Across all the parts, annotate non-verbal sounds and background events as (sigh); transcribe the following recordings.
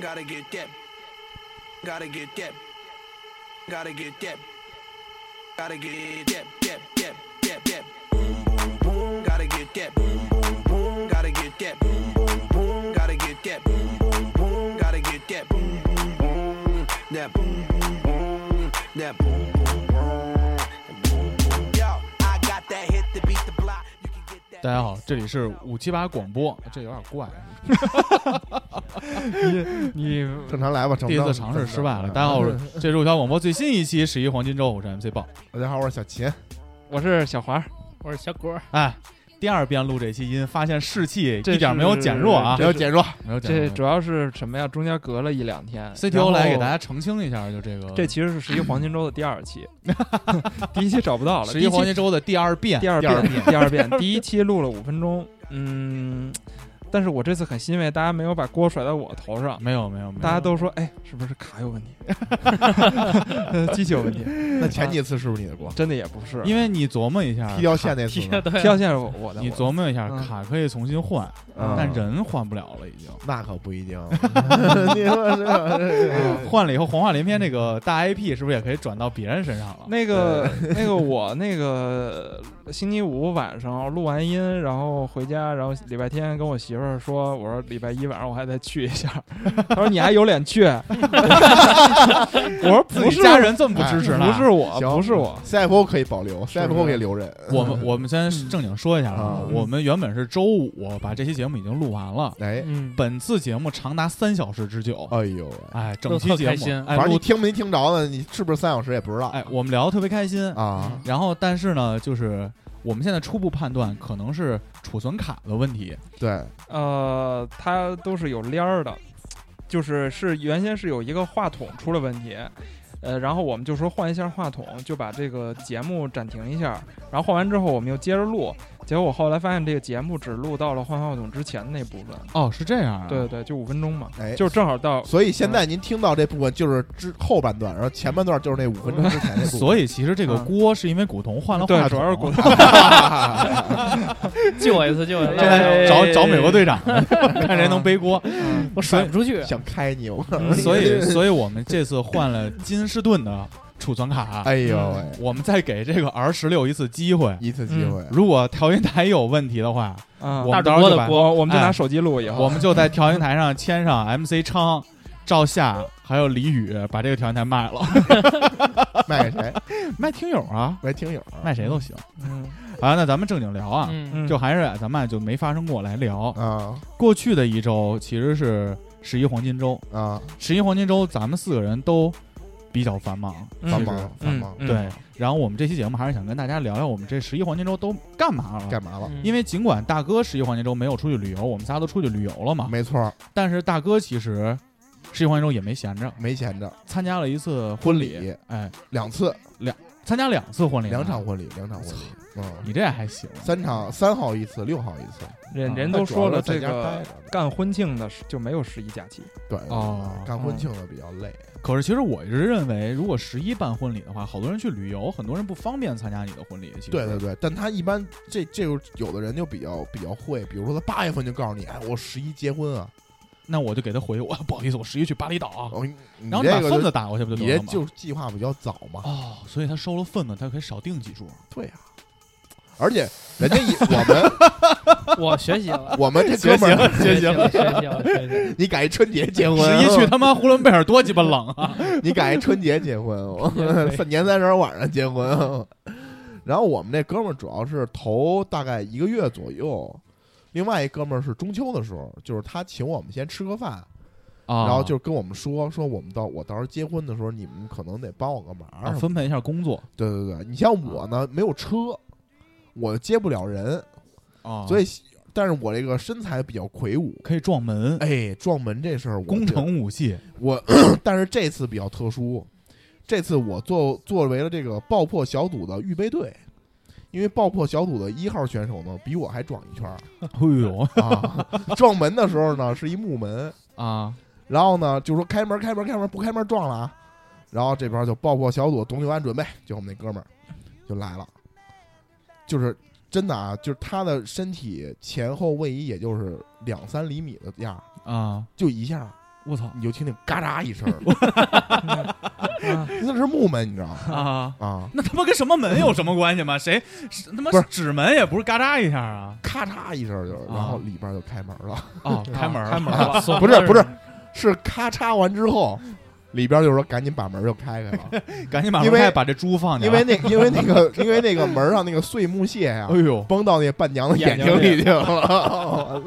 Gotta get that. Gotta get that. Gotta get that. Gotta get that. That. That. That. That. Boom. Boom. Boom. Gotta get that. Boom. Boom. Boom. Gotta get that. Boom. Boom. Boom. Gotta get that. Boom. Boom. Boom. Gotta get that. Boom. Boom. Boom. That. Boom. Boom. Boom. That. Boom. Boom. Boom. Boom. Boom. Yo, I got that hit to beat the block. You can get that. 大家好，这里是五七八广播，这有点怪，啊你你正常来吧，正第一常次尝试失败了。大家好，我是这是五条广播最新一期十一黄金周，我是 MC 豹。大家好，我是小秦。我是小华，我是小果，哎，第二遍录这期音，发现士气这一点没有减弱啊是，这是减弱，没有减这弱。主要是什么呀？中间隔了一两天 CTO 来给大。然家后澄清一下，就这个这其实是十一黄金周的第二 (laughs) 期， (laughs) 第一期找不到了。十一黄金周周的第二遍第，二第二遍，第二遍，第一期录了五分钟，嗯，但是我这次很欣慰，大家没有把锅甩到我头上，没有没有没有，大家都说，哎，是不是卡有问题？机器有问题？ (laughs) 那前几次是不是你的锅？真的也不是，因为你琢磨一下，踢掉线那次踢呢，对跳线是我我的，你琢磨一下，嗯卡可以重新换，嗯但人换不了了，已经。那可不一定。啊你说这哎个换了以后，黄话连篇这个大 IP 是不是也可以转到别人身上了？那个 (laughs) 那个我那个星期五晚上录完音，然后回家，然后礼拜天跟我媳妇儿说，我说礼拜一晚上我还得去一下， (laughs) 她说你还有脸去？ (laughs) 我说自不己是哎家人这么不支持呢？不是我，行不是我， CFO 可以保留是，CFO 可以留人。我们我们先正经说一下啊，嗯我们原本是周五把这期节目已经录完了，哎，嗯，本次节目长达三小时之久，哦哎呦喂，哎，整期节录得特开心目哎反正你录听没听着呢？你是不是三小时也不知道？哎我们聊得特别开心，啊，然后但是呢，就是我们现在初步判断可能是储存卡的问题，对，呃，它都是有帘儿的，就是是原先是有一个话筒出了问题。呃，然后我们就说换一下话筒，就把这个节目暂停一下。然后换完之后，我们又接着录。结果我后来发现，这个节目只录到了换话筒之前那部分。哦，是这样啊，对对对，就五分钟嘛，哎，就正好到。所以现在您听到这部分就是之后半段，然后前半段就是那五分钟之前那部分。所以其实这个嗯锅是因为古潼换了对话筒，啊主 (laughs) 要是古潼 (laughs) 救我一次，救我一次，哎找找美国队长， (laughs) 看谁能背锅。嗯我甩不出去，想开你，我所以，所以我们这次换了金士顿的储存卡，哎呦喂，我们再给这个 R 十六一次机会。一次机会，如果调音台有问题的话，啊，我大们主到时候就播的把，锅，我我们就哎拿手机录以后。我们就在调音台上签上 MC 昌、赵夏还有李宇，把这个调音台卖了， (laughs) 卖给谁？卖听友啊，卖听友啊卖谁都行 (laughs) 嗯啊。那咱们正经聊啊，嗯，嗯，就还是咱们就没发生过来聊。啊过去的一周其实是十一黄金周，啊！十一黄金周咱们四个人都比较繁忙，嗯繁其实忙繁忙，嗯对，然后我们这期节目还是想跟大家聊聊我们这十一黄金周都干嘛了。干嘛了？嗯因为尽管大哥十一黄金周没有出去旅游，我们仨都出去旅游了嘛，没错儿，但是大哥其实十一黄金周也没闲着，没闲着，参加了一次婚婚礼哎，两次，参加两次婚礼，啊两场，婚礼，两场婚礼，嗯，你这还行，三场三号一次，六号一次，人啊人那都主说要了，是在这家个待着的干婚庆的是就没有十一假期。对哦嗯干婚庆的比较累，可是其实我一直认为，如果十一办婚礼的话，好多人去旅游，很多人不方便参加你的婚礼，其实对对对，但他一般这这有有的人就比较比较会，比如说他八月份就告诉你，哎，我十一结婚啊，那我就给他回我，不好意思，我十一去巴厘岛啊，哦你你然后你这把个份就子打过去不就你得这了吗？就是计划比较早嘛，哦，所以他收了份子，他可以少订几桌。对啊，而且人家一我们我学 (laughs) 习了，我们这哥们儿，学习了，学习了，学习了，你赶一春节结婚，啊十一去他妈呼伦贝尔多鸡巴冷啊！ (laughs) 你赶一春节结婚，我三 (laughs) 年三十晚上结婚。 (laughs) 然后我们这哥们儿主要是头大概一个月左右，另外一哥们儿是中秋的时候，就是他请我们先吃个饭， (laughs) 啊然后就跟我们说说我们到我到时候结婚的时候，你们可能得帮我个忙啊什么的。分啊配一下工作对对对，你像我呢，没有车，我接不了人，啊所以以但是我这个身材比较魁梧，可以撞门。哎，撞门这事儿我工觉得程武器我 (clears throat) 但是这次比较特殊，这次我作作为了这个爆破小组的预备队，因为爆破小组的一号选手呢比我还壮一圈儿哎呦啊， (laughs) 撞门的时候呢是一木门，啊！然后呢就说开门开门开门不开门撞了啊，然后这边就爆破小组董九安准备，就我们那哥们儿就来了，就是真的啊，就是他的身体前后位移也就是两三厘米的样儿，啊，就一下我操你就听见嘎喳一声儿，啊那是木门，你知道吗？啊！啊，那他妈跟什么门有什么关系吗？谁是他妈不是指门也不是嘎喳一下啊？咔嚓一声儿就是，啊然后里边就开门了，哦，开门开门了，了，怂啊不是了不是，是咔嚓完之后，里边就说赶紧把门就开开了，赶紧把因门为开，把这猪放进 (laughs) 因来为。那因为那个因为那个门上那个碎木屑呀、哎呦，崩到那伴娘的眼睛里去 (laughs) 了，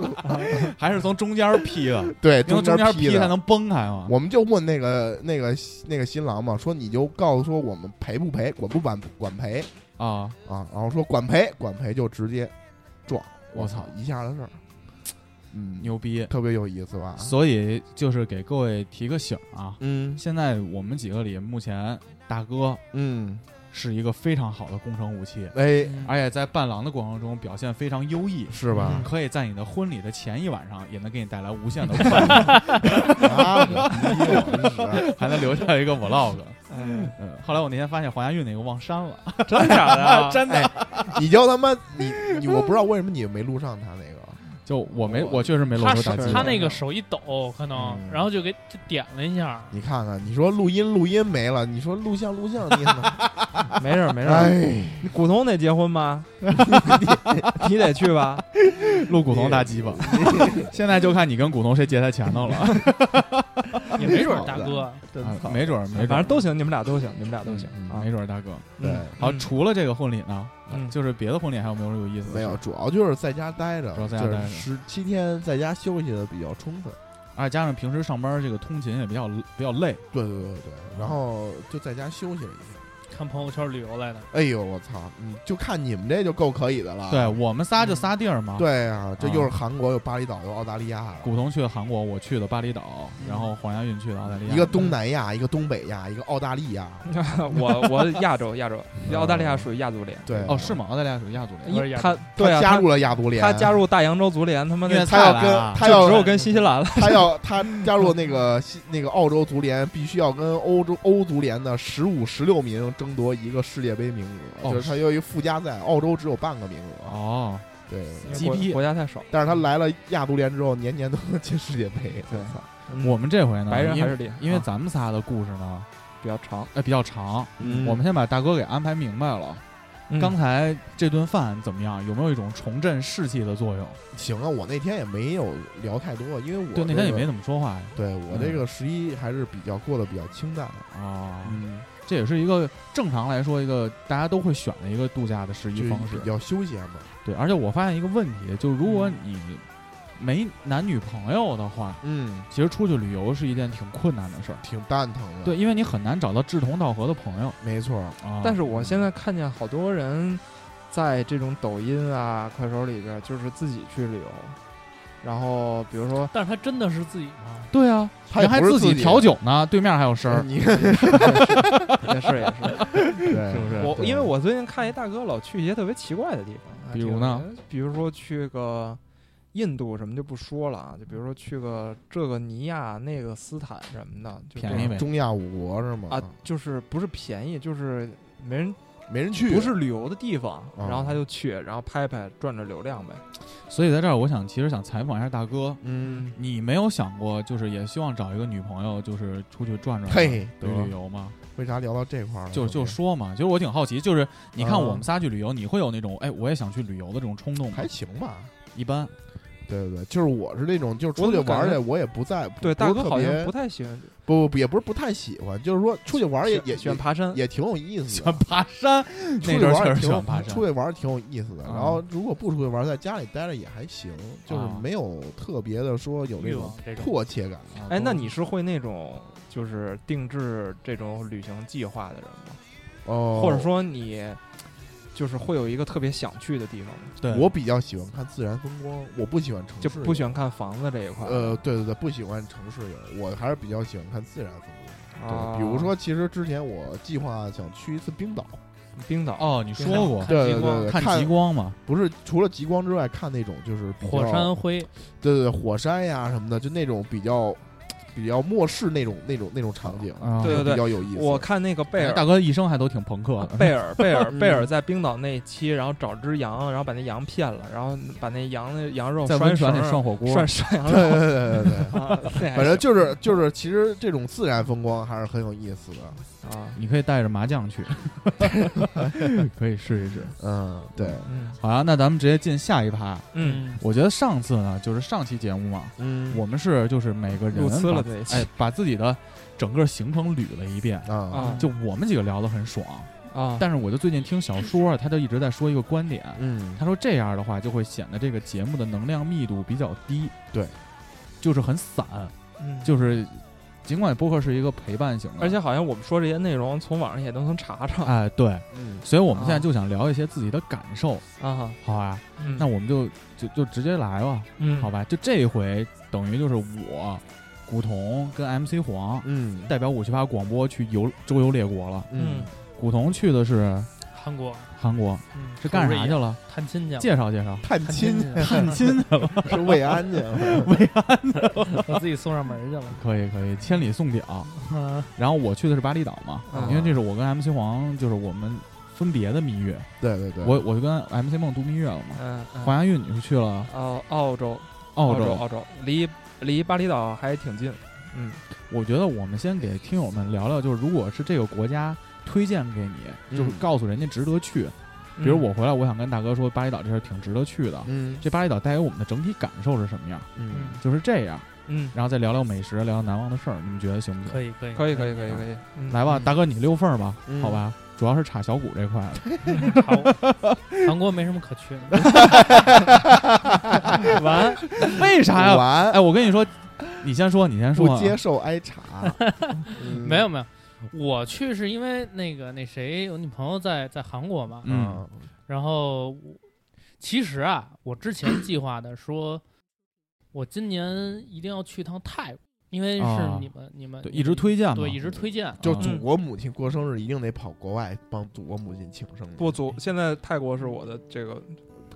还是从中间劈的，对，因为中中间劈劈才的。能崩开嘛。我们就问那个那个那个新郎嘛，说你就告诉说我们赔不赔，管不管管赔啊，啊，然后说管赔管赔就直接撞，我操，一下的事儿，嗯，牛逼！特别有意思吧？所以就是给各位提个醒啊，嗯现在我们几个里，目前大哥嗯，是一个非常好的工程武器，哎，嗯而且在伴郎的过程中表现非常优异，是吧？可以在你的婚礼的前一晚上，也能给你带来无限的快乐，啊，真是还能留下一个 vlog。嗯嗯，后来我那天发现黄家韵那个忘删了，？真假的啊 (laughs) 真的，你就他妈你你，我不知道为什么你没录上他那个，就我没，我我确实没露他出手大是鸡他巴。那个手一抖，可能嗯然后就给就点了一下，你看看，你说录音录音没了，你说录像录像你也能， (laughs) 没事儿没事儿， (laughs) 哎，你股东得结婚吗？你你得去吧？ (laughs) 露股东大鸡巴， (laughs) 现在就看你跟股东谁结他钱头了，也没准儿大哥真啊操，没准儿，没准儿，反正都行，你们俩都行，你们俩都行嗯啊没。准儿大哥。对。好，嗯除了这个婚礼呢，嗯就是别的婚礼还有没有有意思的事？ (laughs) 没有，主要就是在家待着，主要在家待着就是十七天在家休息的比较充分。而且加上平时上班这个通勤也比较比较累，对对对对，然后就在家休息了一天。看朋友圈旅游来的，哎呦，我操！你就看你们这就够可以的了。对我们仨就仨地儿嘛。，啊对啊，这啊又是韩国，有巴厘岛，有澳大利亚了，古潼去韩国，我去的巴厘岛，嗯然后黄家韵去的澳大利亚，一个东南亚，一个东北亚，一个澳大利亚。嗯 (laughs) 我我亚洲亚洲，澳大利亚属于亚足联，对，哦是吗？澳大利亚属于亚足联，不是亚他洲对啊，他加他入了亚足联，他加入大洋洲足联，他妈因为那他要菜篮啊跟他就只有要跟新西兰了。他要他加入那个西那个澳洲足联，必须要跟欧洲欧足联的十五十六名争夺一个世界杯名额，哦就是他有一个附加赛，澳洲只有半个名额。啊哦，对，鸡逼国国家太少，但是他来了亚足联之后，年年都能进世界杯。对操我们这回呢，嗯白人因还为是厉害，因为啊咱们仨的故事呢，比较长。呃比较长，嗯我们先把大哥给安排明白了。刚才才这顿饭怎么样？有没有一种重振士气的作用？行啊，我那天也没有聊太多，因为我对，那这天也个没嗯怎么说话呀。对我这个十一还是比较过得比较清淡的，啊，嗯，这也是一个正常来说一个大家都会选的一个度假的十就一方是式比。较休闲嘛。对，而且我发现一个问题，就是如果你没男女朋友的话，嗯，其实出去旅游是一件挺困难的事儿。挺蛋疼的。对，，因为你很难找到志同道合的朋友没错。啊。但是我现在看见好多人在这种抖音啊、快手里边儿，就是自己去旅游，然后比如说但是他真的是自己吗？对啊，他也人还不是己己调酒呢，对面还有声儿。你 (laughs) 也是也是，对是不是我对因为我最近看一大哥老去一些特别奇怪的地方，比如呢哎，比如说去个。印度什么就不说了啊，就比如说去个这个尼亚、那个斯坦什么的，就这便宜种呗中亚五国是吗？啊，就是不是便宜，就是没人没人去，不是旅游的地方，啊然后他就去，然后拍拍赚着流量呗。所以在这儿，我想其实想采访一下大哥，嗯，你没有想过就是也希望找一个女朋友，就是出去转转吗，嘿旅得旅游吗？为啥聊到这块儿了？就就兄说嘛，就是我挺好奇，就是你看嗯我们仨去旅游，你会有那种哎我也想去旅游的这种冲动弟吗还？行吧。一般对对对，就是我是那种，就是出去玩儿去，我也不在，不对，不大是哥特好像别不太喜欢不不不也不是不太喜欢，就是说出去玩儿也也喜欢爬山，也挺有意思喜的欢。爬山，出那去阵儿玩确儿实挺喜有欢爬山出。去玩儿挺有意思的。然后啊如果不出去玩儿，在家里待着也还行，就是啊没有特别的说有那欲种望这种，迫切感。啊哎，都那你是会那种就是定制这种旅行计划的人吗？哦，或者说你就是会有一个特别想去的地方吗？对我比较喜欢看自然风光，我不喜欢城市嗯就游，不喜欢看房子这一块。呃，对对对，不喜欢城市游，我还是比较喜欢看自然风光。啊，对，比如说，其实之前我计划想去一次冰岛，冰岛，哦，你说过看对极对光对，看极看光嘛？不是除了极光之外，看那种就是比较火山灰，对对对，火山呀什么的，就那种比较比较漠视那种那种那种场景，啊，对对对比较有意思。哎我看那个贝尔大哥一生还都挺朋克的，贝尔， (laughs) 贝尔，嗯贝尔在冰岛那一期，然后找只羊，然后把那羊骗了，然后把那羊的羊肉在拴温绳泉儿里涮火锅，涮涮羊对肉， (laughs) 对对对对，啊那还反正行就是就是，其实这种自然风光还是很有意思的。啊，你可以带着麻将 (laughs) 去，可以试一试。嗯，对，嗯好啊，那咱们直接进下一趴。嗯，我觉得上次呢，就是上期节目嘛，嗯我们是就是每个人入把资了这一嗯期哎，把自己的整个行程捋了一遍。啊啊就我们几个聊得很爽，啊，但是我就最近听小说，他就一直在说一个观点，嗯他说这样的话就会显得这个节目的能量密度比较低，对，就是很散，嗯就是尽管播客是一个陪伴型的，而且好像我们说这些内容，从网上也都能查查啊哎对，嗯所以我们现在啊就想聊一些自己的感受，哈，好吧？嗯那我们就就就直接来吧，嗯好吧？就这一回等于就是我、古潼跟 MC 黄嗯代表五七八广播去游周游列国了。嗯嗯，古潼去的是韩国韩国，嗯是干啥去了？探亲去了，介绍介绍。探亲探亲探亲去了，是慰安去了，我自己送上门去了。可以可以，千里送表。嗯 (laughs) 然后我去的是巴厘岛嘛，啊因为这是我跟 MC 黄就是我们分别的蜜月， (laughs) 对对对，我我就跟 MC 梦度蜜月了嘛。嗯黄嗯，雅玉，你是去了澳澳洲澳洲洲？澳洲离离巴厘岛还挺近，嗯我觉得我们先给听友们聊聊，就是如果是这个国家推荐给你，嗯就是告诉人家值得去。嗯比如我回来，我想跟大哥说，巴厘岛这事儿挺值得去的。嗯这巴厘岛带给我们的整体感受是什么样？嗯嗯，就是这样，嗯，然后再聊聊美食，聊聊难忘的事儿，你们觉得行不行？ (laughs) 可以可以可以可以可以可以，嗯来吧，嗯大哥，你溜缝儿吧，嗯好吧，主要是插小骨这块了。以。好 (laughs) 韩国没什么可去 (laughs) 的，完，为啥呀？完哎，我跟你说，你先说，你先说不啊。接受 (laughs) 挨查，嗯没有没有。我去是因为那个那谁，我女朋友在在韩国嘛，嗯，啊然后我其实啊，我之前计划的说，我今年一定要去趟泰国，因为啊是你们、你们对，你一直们推荐嘛，对一直推荐，就啊祖国母亲过生日一定得跑国外帮祖国母亲庆生，不足，现在泰国是我的这个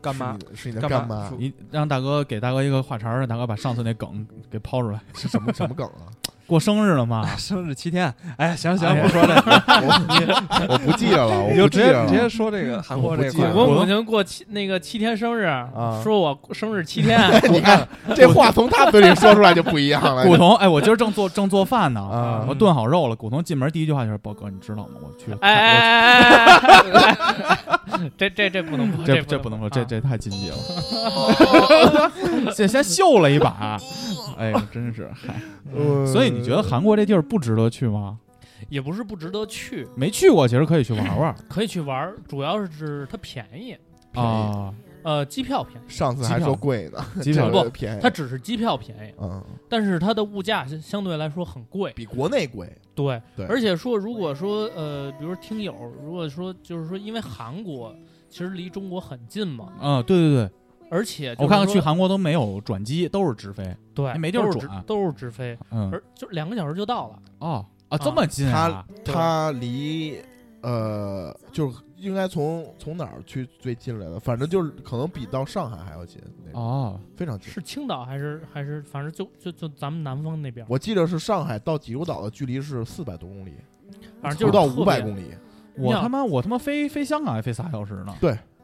干妈，是你的是你的干干妈妈你让大哥给大哥一个话茬儿，让大哥把上次那梗给抛出来。是什么什么梗啊？ (laughs) 过生日了吗？生日七天，哎，行行，哎呀我说这 (laughs) 个，我我不记得了，我你就不直记得接了，直接说这个嗯韩国这我块我不母亲过七那个七天生日，说我生日七天，你 (laughs) 看这话从他嘴里说出来就不一样了，古潼，哎，我今儿正做正做饭呢，嗯啊我炖好肉了。古潼进门第一句话就是：“宝哥，你知道吗？我去了哎哎泰哎哎哎，这这这不能播，国，这这这不能说，这啊这太禁忌 (laughs) 了。”先先秀了一 (laughs) 把，哎呀，真是嗨。呃嗯所以你觉得韩国这地儿不值得去吗？也不是不值得去，没去过，其实可以去玩玩可以去玩儿，主要是它便宜，啊。呃，机票便宜，上次还说贵呢，机票这个便宜，它只是机票便宜，嗯但是它的物价相相对来说很贵，比国内贵，对，对而且说如果说呃，比如说听友，如果说就是说，因为韩国其实离中国很近嘛，啊，对对对，而且就是我看看去说韩国都没有转机，都是直飞。对没地儿都是直转啊都是直飞，嗯，而就两个小时就到了，哦啊，这么近啊他？他离呃，就是应该从从哪儿去最近来的？反正就是可能比到上海还要近，那种哦，非常近。是青岛还是还是反正就就就咱们南方那边儿，我记得是上海到济州岛的距离是四百多公里，反啊正就不是到特别五百公里。你我想他妈我他妈飞飞香港还飞仨小时呢。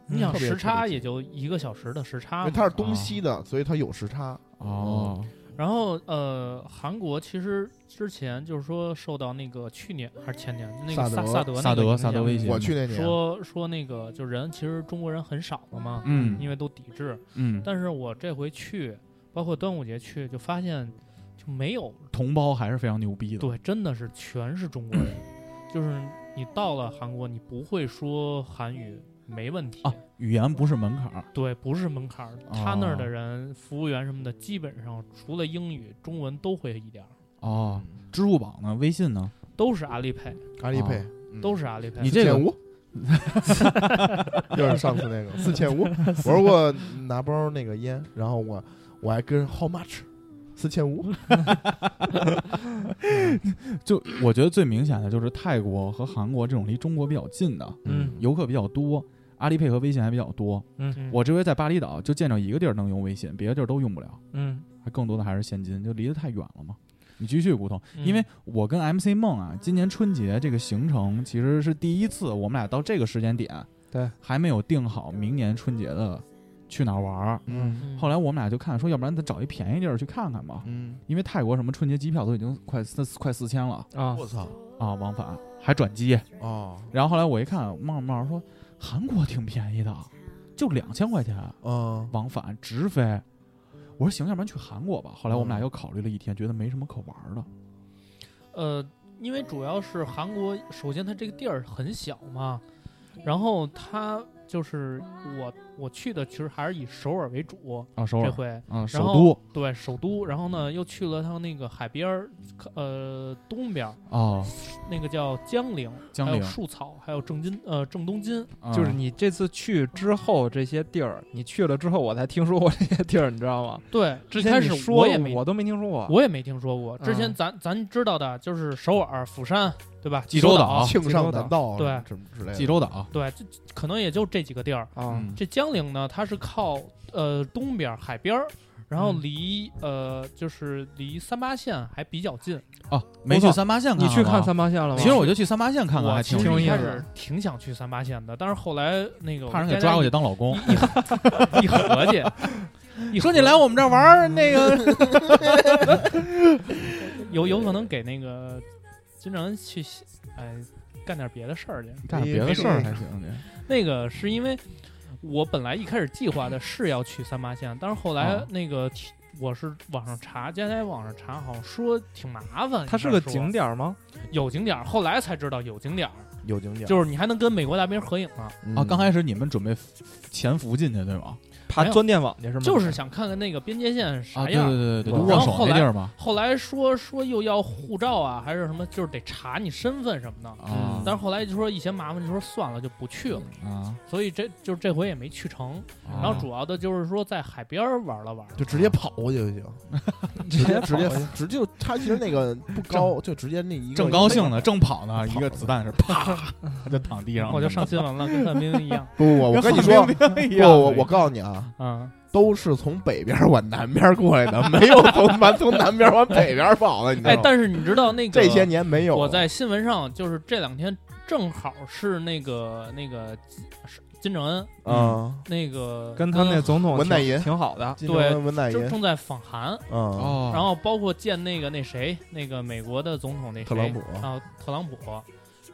你想特别时特差别也就一个小时的时因差为嘛，它是东西的，所以它有时差。哦，然后呃，韩国其实之前就是说受到那个去年还是前年那萨个德萨萨德萨那个德影萨德响威胁，我去那年，说说那个就人其实中国人很少了嘛，嗯因为都抵制。嗯，但是我这回去，包括端午节去，就发现就没有同胞还是非常牛逼的。对，真的是全是中国人，就是你到了韩国，你不会说韩语没问题。啊，语言不是门槛儿。对，不是门槛儿，他那儿的哦人、服务员什么的，基本上除了英语，中文都会一点儿，嗯哦，支付宝呢？微信呢？都是阿里配，阿里配哦都是阿里配。你这个五， (laughs) 就是上次那个四千五。我说我拿包那个烟，然后我我还跟 how much，四千五。就我觉得最明显的就是泰国和韩国这种离中国比较近的，嗯游客比较多，阿里配和微信还比较多。嗯我这回在巴厘岛就见着一个地儿能用微信，别的地儿都用不了，嗯还更多的还是现金，就离得太远了嘛。你继续，骨头，嗯因为我跟 MC 梦啊，今年春节这个行程其实是第一次，我们俩到这个时间点，对，还没有定好明年春节的去哪儿玩儿。嗯嗯后来我们俩就看说，要不然咱找一便宜地儿去看看吧，嗯，因为泰国什么春节机票都已经快四快四千了啊，我操啊，往返还转机。哦，然后后来我一看，冒冒说韩国挺便宜的，就两千块钱嗯往返直飞。我说行，要不然去韩国吧。后来我们俩嗯又考虑了一天，觉得没什么可玩儿的。呃，因为主要是韩国，首先它这个地儿很小嘛，然后它就是我我去的其实还是以首尔为主，啊，首这尔，回啊，首然后都对首都，然后呢又去了趟那个海边儿，呃东边儿哦，那个叫江陵，江还有陵树草，还有正金呃正东金，嗯啊就是你这次去之后这些地儿，你去了之后，我才听说过这些地儿，你知道吗？对，之一开前你始说我也没我都没听说过。我也没听说过，之前嗯咱、咱知道的就是首尔、釜山，对吧？济州岛岛，庆济尚州南岛道啊对什么之类的，济州岛，对，这可能也就这几个地儿。啊，嗯，这江陵呢，它是靠呃东边儿海边儿，然后嗯离、呃就是离三八线还比较近。哦，没去三八线看你去看看吗三八线了吗？其实我就去三八线看看，我还其挺实有一意开思始挺想去三八线的，但是后来那个怕人给抓过去去当老 (laughs) 公。一合计，(laughs) 一说合你计来我们这儿玩儿，那个有有可能给那个金正恩去哎干点别的事儿去。干点别的事儿还行。你那个是因为我本来一开始计划的是要去三八线，但是后来哦那个提我是网上查，家在网上查，好像说挺麻烦。它是个景点，点吗？有景点儿，后来才知道有景点儿，有景点就是你还能跟美国大兵合影啊，嗯啊，刚开始你们准备潜伏进去对吗？爬没有钻电网去是吗？就是想看看那个边界线是啊，啥对样。对对对，就然后握手后那来地儿嘛。后来说说又要护照啊，还是什么，就是得查你身份什么的。啊嗯但是后来就说一嫌麻烦，就说算了，就不去了。啊，所以这就这回也没去成。然后主要的就是说在海边儿玩了玩，就直接跑过去就行，直接接 (laughs) 直接跑过去直就他其实那个不高，就直接那一个正高兴呢，正跑呢，跑一个子弹是 (laughs) 啪就躺地上了，我就上新闻了，跟范冰冰一样。不不，不我跟你说，不不我我告诉你啊，嗯，都是从北边往南边过来的，没有从南从南边往北边跑的，你知道哎吗？，但是你知道那个这些年没有。啊我在新闻上就是这两天正好是那个那个是金正恩嗯，那个跟他那总统文在挺寅挺好的。金正恩文在寅正，正在访韩，嗯，哦，然后包括见那个那谁那个美国的总统那谁特朗普啊特朗普，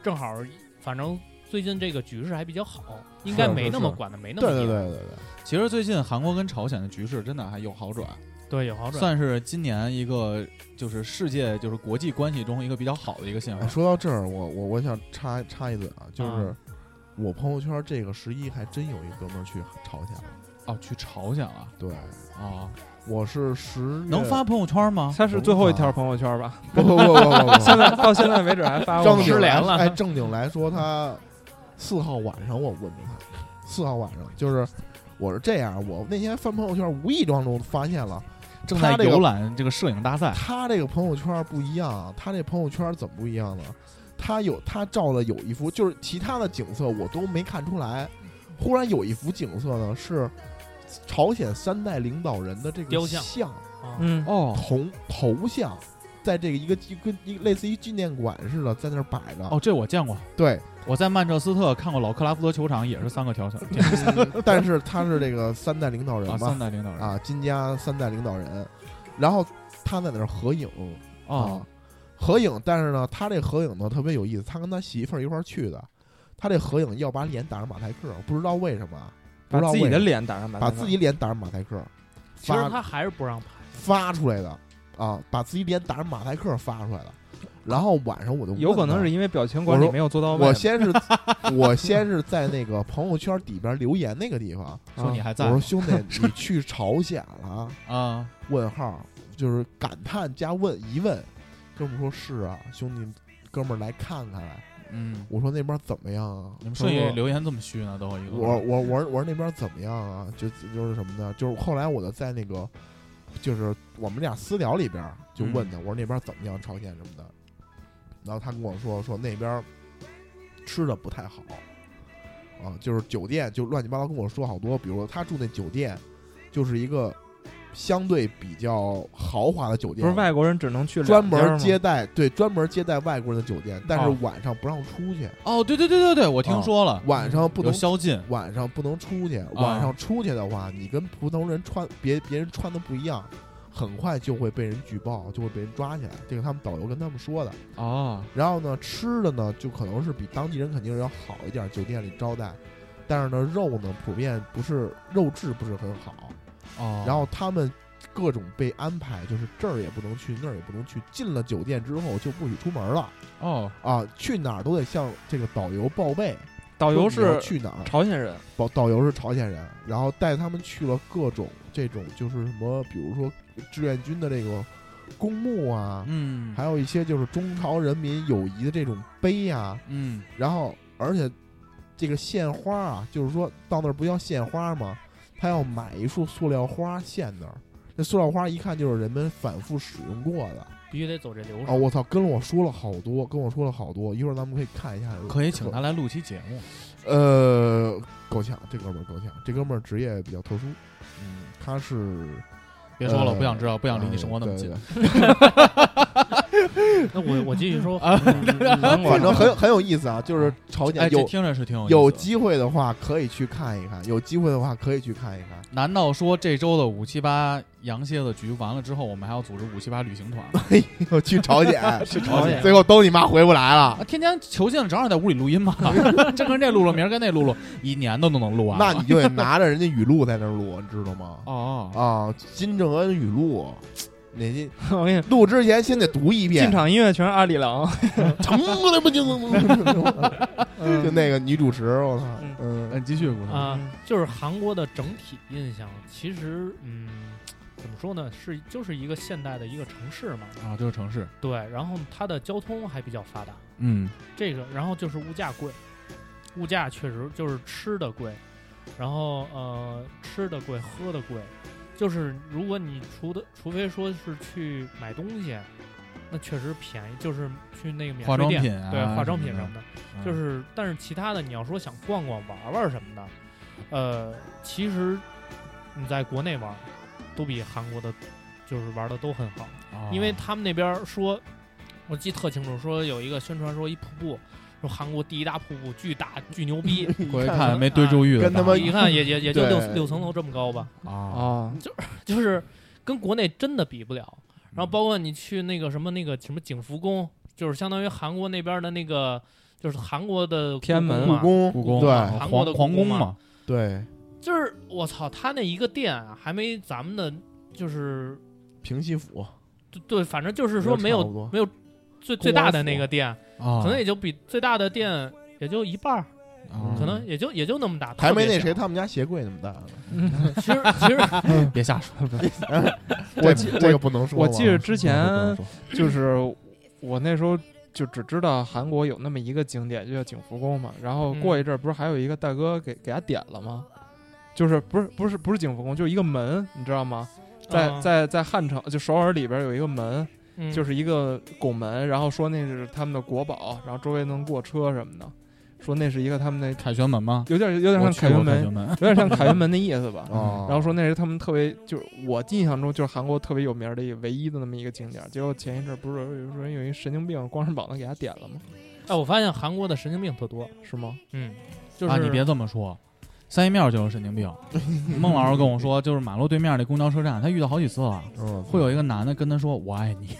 正好反正最近这个局势还比较好，应该是啊没是那么是管的没那对么对严对对对，其实最近韩国跟朝鲜的局势真的还有好转，对有好转。算是今年一个就是世界就是国际关系中一个比较好的一个信哎，号。说到这儿，我我我想插插一嘴啊，就是啊我朋友圈这个十一还真有一哥们儿去朝鲜了。哦，去朝鲜了对，哦，我是十能月发朋友圈嗯吗？他是最后一条朋友圈吧？不不不不不不，现在到现在为止还发过正吗经经失来联了哎，正经来说，他四号晚上我问着他，四号晚上就是我是这样，我那天翻朋友圈，无意当中发现了正在他这个游览这个摄影大赛他这个朋友圈不一样，他这朋友圈怎么不一样呢？他有他照的有一幅，就是其他的景色我都没看出来，忽然有一幅景色呢是朝鲜三代领导人的这个雕像像啊嗯，哦头头像，在这个一个一个一个类似于纪念馆似的，在那儿摆着。哦，这我见过，对，我在曼彻斯特看过老克拉夫德球场，也是三个条线嗯但是他是这个三代领导人啊，嘛三，代领导人啊，金家三代领导人，然后他在那儿合影啊哦，合影，但是呢，他这合影呢特别有意思，他跟他媳妇儿一块儿去的，他这合影要把脸打上马赛克，不知道为什么，不把知道自为己的什么脸打上吧，把自己脸打上马赛克，其实发他还是不让拍。发出来的啊，把自己脸打上马赛克发出来的，然后晚上我就有问可能他是因为表情管理没有做到位。我先 (laughs) 是，我先是在那个朋友圈底边留言那个地方，啊说你还我在说兄弟， (laughs) 你去朝鲜了？啊，问号，就是感叹加问疑问。哥们儿说是啊，兄弟，哥们儿来看看来。嗯，我说那边怎么样啊？你们他顺说义留言这么虚呢，都一个我我我说我说那边怎么样啊？就就是什么呢？就是后来我就在那个，就是我们俩私聊里边儿就嗯问他，我说那边怎么样，朝鲜什么的。然后他跟我说说那边儿吃的不太好，啊，就是酒店就乱七八糟跟我说好多，比如说他住那酒店就是一个相对比较豪华的酒店，不是外国人只能去两专家门吗接待对专门接待外国人的酒店，但是哦晚上不让出去，哦，对对对对对，我啊听说了，晚上不有能宵禁，晚上不能出啊去，晚上出去的话，你跟普通人穿别别人穿的不一样，很快就会被人举报，就会被人抓起来。这个他们导游跟他们说的。哦，然后呢，吃的呢就可能是比当地人肯定是要好一点，酒店里招待，但是呢肉呢普遍不是肉质不是很好。啊哦然后他们各种被安排，就是这儿也不能去，那儿也不能去，进了酒店之后就不许出门了哦，啊，去哪儿都得向这个导游报备。导游说你要是去哪儿？朝鲜人， (laughs) 导导游是朝鲜人，然后带他们去了各种这种就是什么，比如说志愿军的这个公墓啊，嗯，还有一些就是中朝人民友谊的这种碑呀、嗯，然后而且这个献花啊，就是说到那儿不要献花吗？他要买一束塑料花献那儿，那塑料花一看就是人们反复使用过的。必须得走这流哦，程。我操，跟我说了好多，跟我说了好多，一会儿咱们可以看一下。可以请他来录期节目，呃，够呛，这哥们儿够呛，这哥们儿职业比较特殊，嗯，他是别说了，呃不想知道，不想离你生活那么近呃，那我我继续 (laughs) 说啊对对对反正很有很有意思啊，就是朝哎，鲜这有听着是挺有意思的。机会的话可以去看一看，有机会的话可以去看一看。难道说这周的五七八羊蝎子局完了之后，我们还要组织五七八旅行团吗？哎呦，去朝鲜，是朝鲜 (laughs) 最后都你妈回不来了啊，。天天囚禁了，正好在屋里录音嘛， (laughs) 这跟这录录，明儿跟那录录，一年都都能录完那了。你就得拿着人家语录在那儿录，你知 (laughs) 道吗？哦，啊，金正恩语录，你我跟你说，录之前先得读一遍进，场音 (laughs) 乐全是阿里 (laughs) 啊郎，成了 (laughs) 不就就那个女主持，我操，嗯嗯，继续故事。啊嗯，就是韩国的整体印象，其实嗯，怎么说呢，是就是一个现代的一个城市嘛，啊，这个城市，对，然后它的交通还比较发达，嗯，这个，然后就是物价贵，物价确实就是吃的贵，然后呃吃的贵，喝的贵，就是如果你除的，除非说是去买东西，那确实便宜，就是去那个免化税妆店，品啊对化妆什品么什的嗯么的，就是但是其他的你要说想逛逛玩玩什么的，呃，其实你在国内玩儿都比韩国的，就是玩的都很好。哦因为他们那边儿说，我记得特清楚，说有一个宣传说一瀑布，说韩国第一大瀑布，巨大巨牛逼，回去看没堆啊周玉的跟他们一看也也也就对六六层楼这么高吧，啊，哦，就是跟国内真的比不了。然后包括你去那个什么那个什么景福宫，就是相当于韩国那边儿的那个，就是韩国的天安故宫门嘛故宫，故宫对啊韩皇国的故皇宫宫嘛，对，就是我操，他那一个店啊还没咱们的就是平西府，对对，反正就是我觉说得没差不有多没有最宫最大王的府那个店。啊，可能也就比最大的店也就一半儿，啊可能嗯也就也就那么大，还特没别那小谁。他们家鞋柜那么大呢。啊其实其实哎别瞎说，这我记这个不能说吧，我记得之前不能说。就是我那时候就只知道韩国有那么一个景点，就叫景福宫嘛。然后嗯过一阵儿，不是还有一个大哥给给他点了吗？就是不是不是不是景福宫，就是一个门，你知道吗？在、啊在在汉城，就首尔里边有一个门，嗯就是一个拱门，然后说那是他们的国宝，然后周围能过车什么的，说那是一个他们那凯旋门吗？有点有点像我去凯过旋凯门旋，门，有点像凯旋门的意 (laughs) 思吧哦，嗯然后说那是他们特别，就是我印象中就是韩国特别有名儿的一唯一的那么一个景点儿。结果前一阵儿不是有人有一神经病光翅膀的给他点了吗？哎，我发现韩国的神经病特多，是吗？嗯，就是、啊，你别这么说。三一庙就是神经病，孟老师跟我说，就是马路对面那公交车站，他遇到好几次了，嗯会有一个男的跟他说“我爱你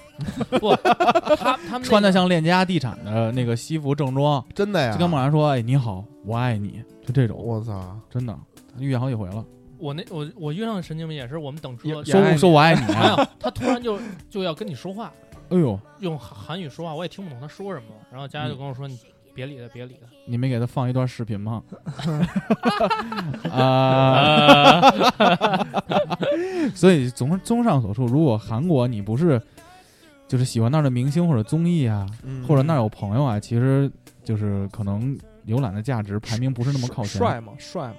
不，他他们那”，穿的个像链家地产的那个西服正装，真的呀，就跟孟老师说：“哎，你好，我爱你。”就这种，啊我操，真的遇见好几回了，我那我我遇上的神经病也哎是，我们等车也也说爱说你说我爱你，啊没有，他突然就就要跟你说话， (laughs) 哎呦，用韩韩语说话，我也听不懂他说什么，然后佳佳就跟我说、你别理他，别理他。你没给他放一段视频吗？啊、呃，所以综综上所述，如果韩国你不是就是喜欢那儿的明星或者综艺啊，或者那儿有朋友啊，其实就是可能浏览的价值排名不是那么靠前。帅吗？帅吗？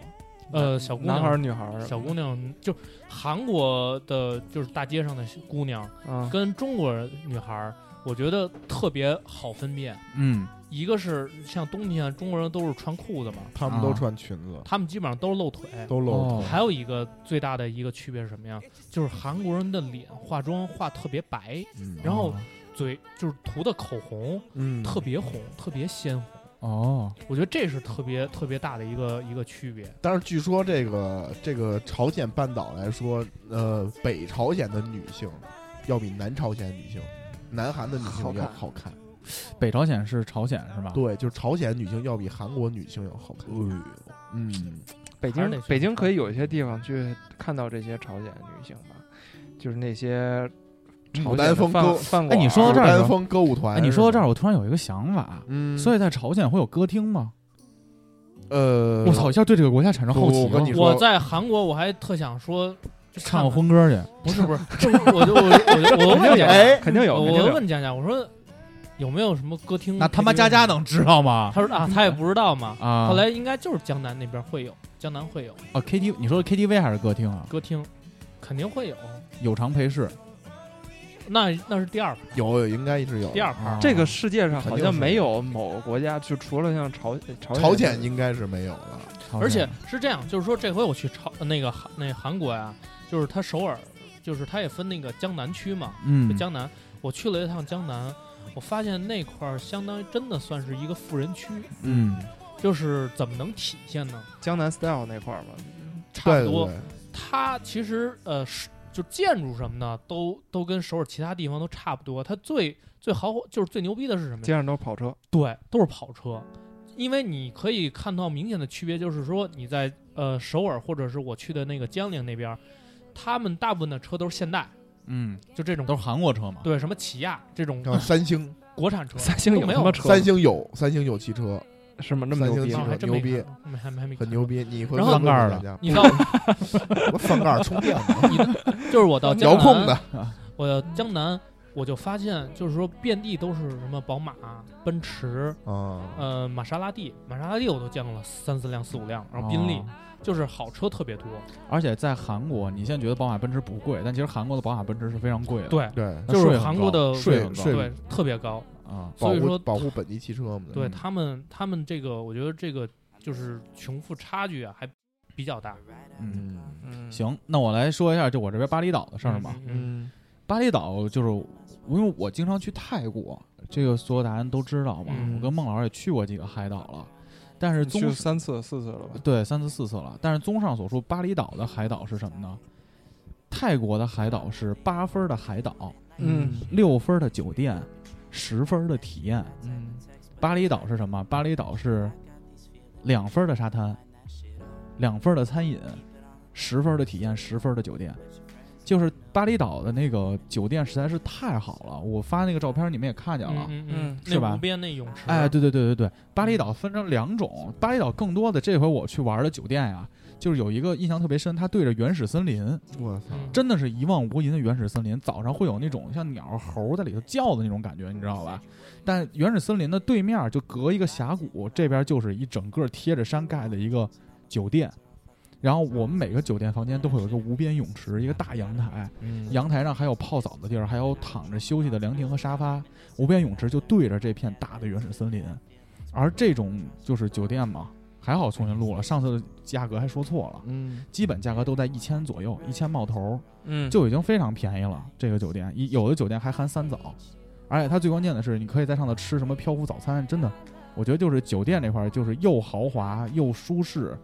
呃，小姑男孩儿娘、女孩儿小姑娘，就韩国的，就是大街上的小姑娘，啊，跟中国女孩儿，我觉得特别好分辨。嗯，一个是像冬天中国人都是穿裤子嘛，他们都穿裙子，他们基本上都是露腿。都露哦腿。还有一个最大的一个区别是什么呀？就是韩国人的脸化妆化特别白，嗯然后嘴就是涂的口红嗯，特别红，特别鲜红。哦，我觉得这是特别特别大的一个一个区别。但是据说这个这个朝鲜半岛来说，呃，北朝鲜的女性要比南朝鲜女性、南韩的女性要好看。啊北朝鲜是朝鲜是吧？对，就是朝鲜女性要比韩国女性要好看。嗯，北还是得京去北京可以有一些地方去看到这些朝鲜女性吧，就是那些朝牡鲜的嗯丹峰饭歌，饭馆儿。啊哎你说到这儿丹峰歌舞哎，团。你说到这儿，，我突然有一个想法，嗯，所以在朝鲜会有歌厅吗？呃，我操，一下对这个国家产生好奇了。我跟你说我在韩国我还特想说，就唱看个看婚歌去，不是不是，这不是我就我就 (laughs) 我就我问佳佳，哎，肯定有，肯定我有。问佳佳，我说有没有什么歌厅？那他妈佳佳？能知道吗？他说啊，他也不知道嘛。啊，后来应该就是江南那边会有，江南会有哦，KTV，你说 KTV 还是歌厅啊？歌厅，肯定会有。有偿陪侍，那那是第二排，有有应该是有。第二排啊这个世界上好肯定像是没有某个国家，就除了像朝朝朝鲜鲜应该是没有了。朝而且鲜是这样，就是说这回我去朝那个韩那韩国呀，就是他首尔，就是他也分那个江南区嘛，嗯，江南，我去了一趟江南，我发现那块儿相当于真的算是一个富人区，嗯，就是怎么能体现呢？江南 style 那块儿吧，差对对不多，对，它其实呃是就建筑什么的都都跟首尔其他地方都差不多，它最最豪就是最牛逼的是什么街呀？上都是跑车。对，都是跑车。因为你可以看到明显的区别，就是说你在呃首尔或者是我去的那个江陵那边儿，他们大部分的车都是现代，嗯，就这种都是韩国车嘛。对什么起亚这种叫 (laughs) 三星，国产车，啊三星有都没他有妈车吗？三星有，三星有汽车，是吗？那么三牛星逼汽啊吗？车还真没牛逼看过，没还没还没很看牛过。逼。你会然后问问翻盖儿大家你到 (laughs) 什么翻盖儿充 (laughs) 电的就是我到江遥南控的，我江南我就发现，就是说遍地都是什么宝马、奔驰，嗯啊，呃，玛莎拉蒂，玛莎拉蒂我都见过了三四辆、四五辆，然后宾利、哦就是好车特别多。而且在韩国，你现在觉得宝马、奔驰不贵，但其实韩国的宝马、奔驰是非常贵的。对，对，那就税是很韩高国的税很高税税对特别高，啊，保所以护说保护本地汽车嘛。对嗯他们他们这个，我觉得这个就是穷富差距啊，还比较大。嗯，嗯，嗯，行，那我来说一下就我这边巴厘岛的事儿吧。嗯，嗯，巴厘岛就是因为我经常去泰国，这个所有答案都知道嘛。嗯我跟孟老师也去过几个海岛了，但是嗯，去综了三次四次了吧？对三次四次了。但是综上所述，巴厘岛的海岛是什么呢？泰国的海岛是八分儿的海岛，嗯六分儿的酒店，十分儿的体验。嗯，巴厘岛是什么？巴厘岛是两分儿的沙滩，两分儿的餐饮，十分儿的体验，十分儿的酒店。就是巴厘岛的那个酒店实在是太好了，我发那个照片你们也看见了。嗯嗯嗯嗯，是吧那湖边那泳池，哎，，对对对对对，巴厘岛分成两种，巴厘岛更多的这回我去玩的酒店呀，就是有一个印象特别深，它对着原始森林，我操，嗯、真的是一望无垠的原始森林。早上会有那种像鸟、猴在里头叫的那种感觉，你知道吧？但原始森林的对面就隔一个峡谷，这边就是一整个贴着山盖的一个酒店。然后我们每个酒店房间都会有一个无边泳池，一个大阳台，嗯阳台上还有泡澡的地儿，还有躺着休息的凉亭和沙发。无边泳池就对着这片大的原始森林，而这种就是酒店嘛，还好重新录了，上次的价格还说错了，嗯基本价格都在一千左右，一千冒头儿。嗯，就已经非常便宜了。这个酒店一有的酒店还含三早，而且它最关键的是，你可以在上头吃什么漂浮早餐，真的，我觉得就是酒店这块儿就是又豪华又舒适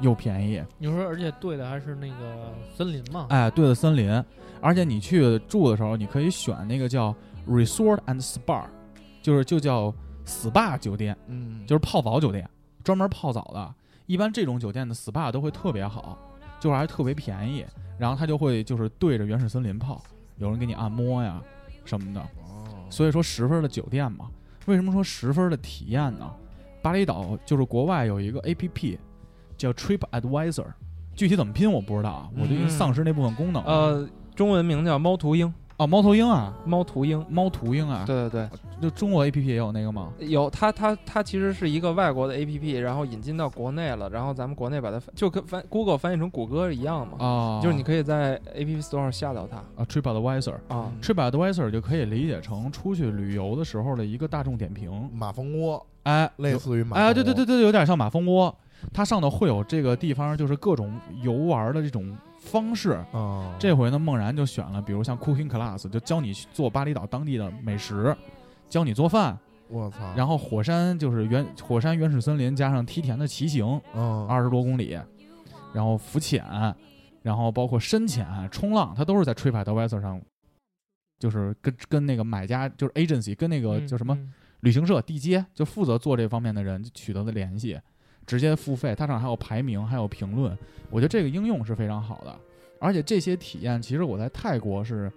又便宜。你说，而且对的还是那个森林嘛，哎，对的，森林，而且你去住的时候，你可以选那个叫 Resort and Spa，就是就叫 SPA 酒店，嗯就是泡澡酒店，专门泡澡的。一般这种酒店的 SPA 都会特别好，就是还特别便宜，然后它就会就是对着原始森林泡，有人给你按摩呀什么的。哦所以说十分的酒店嘛，为什么说十分的体验呢？巴厘岛就是国外有一个 A P P 叫 Trip Advisor，具体怎么拼我不知道啊，我就已经丧失那部分功能了。呃呃，中文名叫猫头鹰，哦哦，猫头鹰啊，猫头鹰。猫头鹰啊，对对对，就中国 A P P 也有那个吗？有它它它其实是一个外国的 A P P，然后引进到国内了，然后咱们国内把它翻就跟翻 Google 翻译成谷歌一样嘛，啊，就是你可以在 A P P Store 上下载它啊，TripAdvisor。啊。 TripAdvisor 就可以理解成出去旅游的时候的一个大众点评，马蜂窝，哎，类似于马蜂窝哎，对对对对，有点像马蜂窝，它上头会有这个地方就是各种游玩的这种方式。啊，这回呢，梦然就选了，比如像 Cooking Class，就教你去做巴厘岛当地的美食，教你做饭，我操，然后火山就是原火山原始森林加上梯田的骑行，嗯二十多公里，然后浮潜，然后包括深潜、冲浪，它都是在 TripAdvisor 上，就是跟跟那个买家就是 agency 跟那个嗯叫什么？嗯旅行社、地接就负责做这方面的人就取得的联系，直接付费，它上还有排名，还有评论，我觉得这个应用是非常好的。而且这些体验，其实我在泰国是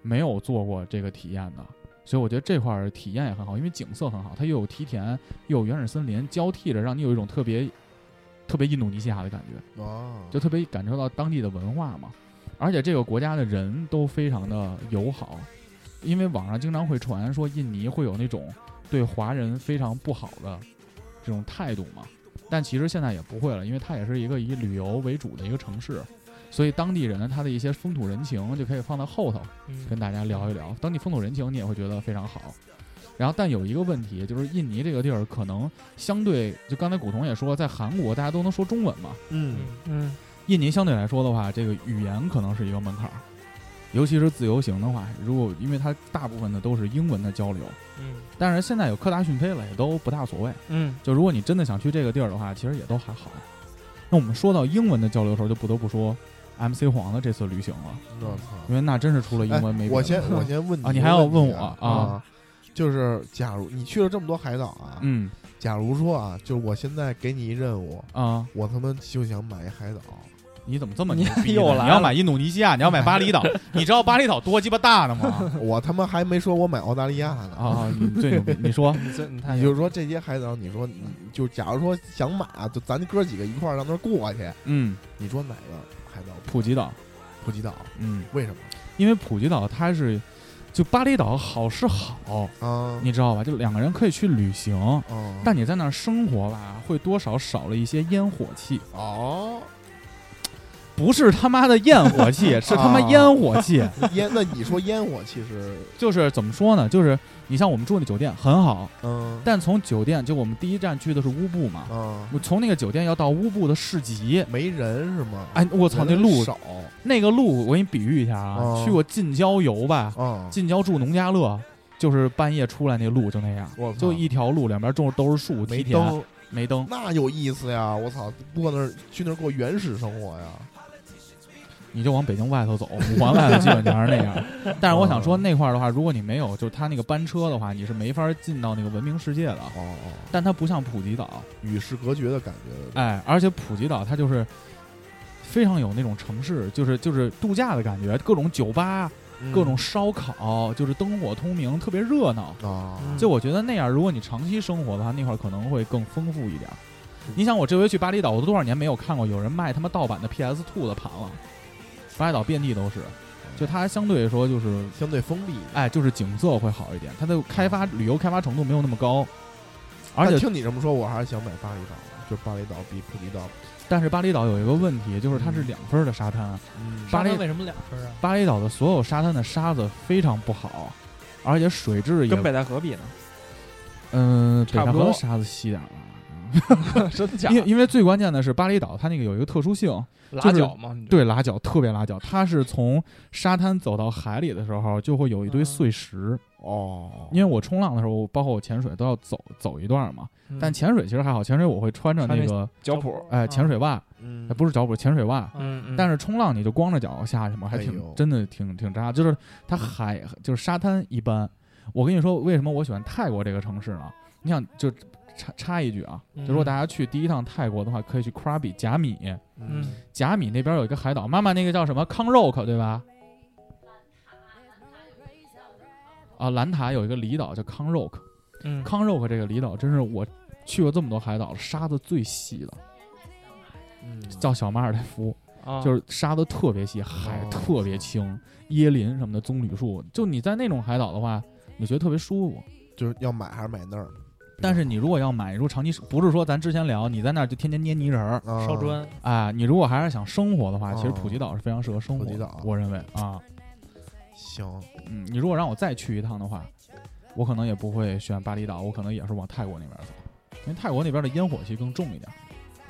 没有做过这个体验的，所以我觉得这块儿体验也很好，因为景色很好，它又有梯田，又有原始森林交替着，让你有一种特别特别印度尼西亚的感觉。啊，就特别感受到当地的文化嘛。而且这个国家的人都非常的友好，因为网上经常会传说印尼会有那种对华人非常不好的这种态度嘛，但其实现在也不会了，因为它也是一个以旅游为主的一个城市，所以当地人他的一些风土人情就可以放到后头嗯跟大家聊一聊。当地风土人情你也会觉得非常好。然后，但有一个问题就是印尼这个地儿可能相对，就刚才古潼也说，在韩国大家都能说中文嘛，嗯嗯嗯，印尼相对来说的话，这个语言可能是一个门槛儿，尤其是自由行的话，如果因为它大部分的都是英文的交流，嗯但是现在有科大讯飞了，也都不大所谓。嗯，就如果你真的想去这个地儿的话，其实也都还好。那我们说到英文的交流的时候，就不得不说 MC 黄的这次旅行了，我操哎因，为那真是除了嗯英文没别的。我先我先问啊你你一个还要问问题我啊啊就是假如你去了这么多海岛啊，嗯假如说啊，就是我现在给你一任务，啊，我他妈就想买一海岛，你怎么这么你牛逼呢？又来你要了买印度尼西亚，你要买巴厘 (laughs) 岛，你知道巴厘岛多鸡巴大的吗？我他妈还没说我买澳大利亚 (laughs) 呢。啊，你最牛逼，你说你这你太你就说这些海岛，你说你就假如说想买啊，就咱哥几个一块儿让那儿过去，嗯，你说哪个海岛？普吉岛，普吉岛？嗯。为什么因为普吉岛它是，就巴厘岛好是好，啊？你知道吧？就两个人可以去旅行，哦，但你在那儿生活吧，会多少少了一些烟火气，哦，不是他妈的焰火气，是他妈哦烟火气。烟，那你说烟火其实，就是怎么说呢？就是你像我们住那酒店很好，嗯，但从酒店就我们第一站去的是乌布嘛，啊，我从那个酒店要到乌布的市集。没人是吗？哎，我我操，那路少那个路，我给你比喻一下啊哦，去过近郊游吧，啊，近郊住农家乐，就是半夜出来那路就那样，我操就一条路，两边种都是树，没梯田灯，没灯，那有意思呀！我操，不过那儿去那儿过原始生活呀，你就往北京外头走，五环外头基本全是那 (laughs) 样。但是我想哦说那块儿的话，如果你没有就是他那个班车的话，你是没法进到那个文明世界的。哦哦，但它不像普吉岛，与世隔绝的感觉，哎，而且普吉岛它就是非常有那种城市，就是就是度假的感觉，各种酒吧、嗯各种烧烤，就是灯火通明，特别热闹。啊，嗯就我觉得那样，如果你长期生活的话，那块儿可能会更丰富一点。你想，我这回去巴厘岛，我都多少年没有看过有人卖他妈盗版的 PS Two 的盘了，巴厘岛遍地都是。就它相对来说就是，相对封闭一点。哎，就是景色会好一点，它的开发旅游开发程度没有那么高，而但且听你这么说，我还是想买巴厘岛的，就巴厘岛比普吉岛，但是巴厘岛有一个问题，就是它是两分儿的沙滩，嗯巴沙黎滩为什么两分啊？巴厘岛的所有沙滩的沙子非常不好，而且水质也跟北戴河比呢，嗯、北差大不河多沙子稀点儿吧。真的假因为因为最关键的是巴厘岛它那个有一个特殊性，拉就是脚吗？你这对，拉脚特别拉脚，它是从沙滩走到海里的时候，就会有一堆碎石。哦，因为我冲浪的时候，包括我潜水都要走走一段嘛。嗯但潜水其实还好，潜水我会穿着那穿个脚蹼，哎潜水袜，嗯哎不是脚蹼，潜水袜。嗯嗯，但是冲浪你就光着脚下去嘛，还哎挺呦真的挺挺扎，就是它海就是沙滩一般。我跟你说，为什么我喜欢泰国这个城市呢？你想就插插一句啊，就如果大家去第一趟泰国的话，可以去 Krabi 甲米，嗯甲米那边有一个海岛，妈妈那个叫什么康肉克对吧？啊，兰塔有一个离岛叫康肉克，嗯康肉克这个离岛真是我去过这么多海岛了，沙子最细的，嗯叫小马尔代夫。啊，就是沙子特别细，海哦特别清，椰林什么的，棕榈树，就你在那种海岛的话，你觉得特别舒服。就是要买还是买那儿但是你如果要买入长期，不是说咱之前聊，你在那儿就天天捏泥人儿啊烧砖，啊、你如果还是想生活的话，哦其实普吉岛是非常适合生活的。普吉岛我认为啊，行，嗯，你如果让我再去一趟的话，我可能也不会选巴厘岛，我可能也是往泰国那边走，因为泰国那边的烟火气更重一点。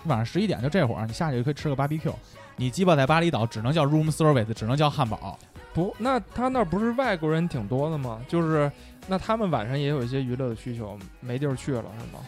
晚上十一点就这会儿，你下去就可以吃个 BBQ。你鸡巴在巴厘岛只能叫 room service，只能叫汉堡。不，那他那儿不是外国人挺多的吗？就是那他们晚上也有一些娱乐的需求，没地儿去了是吗？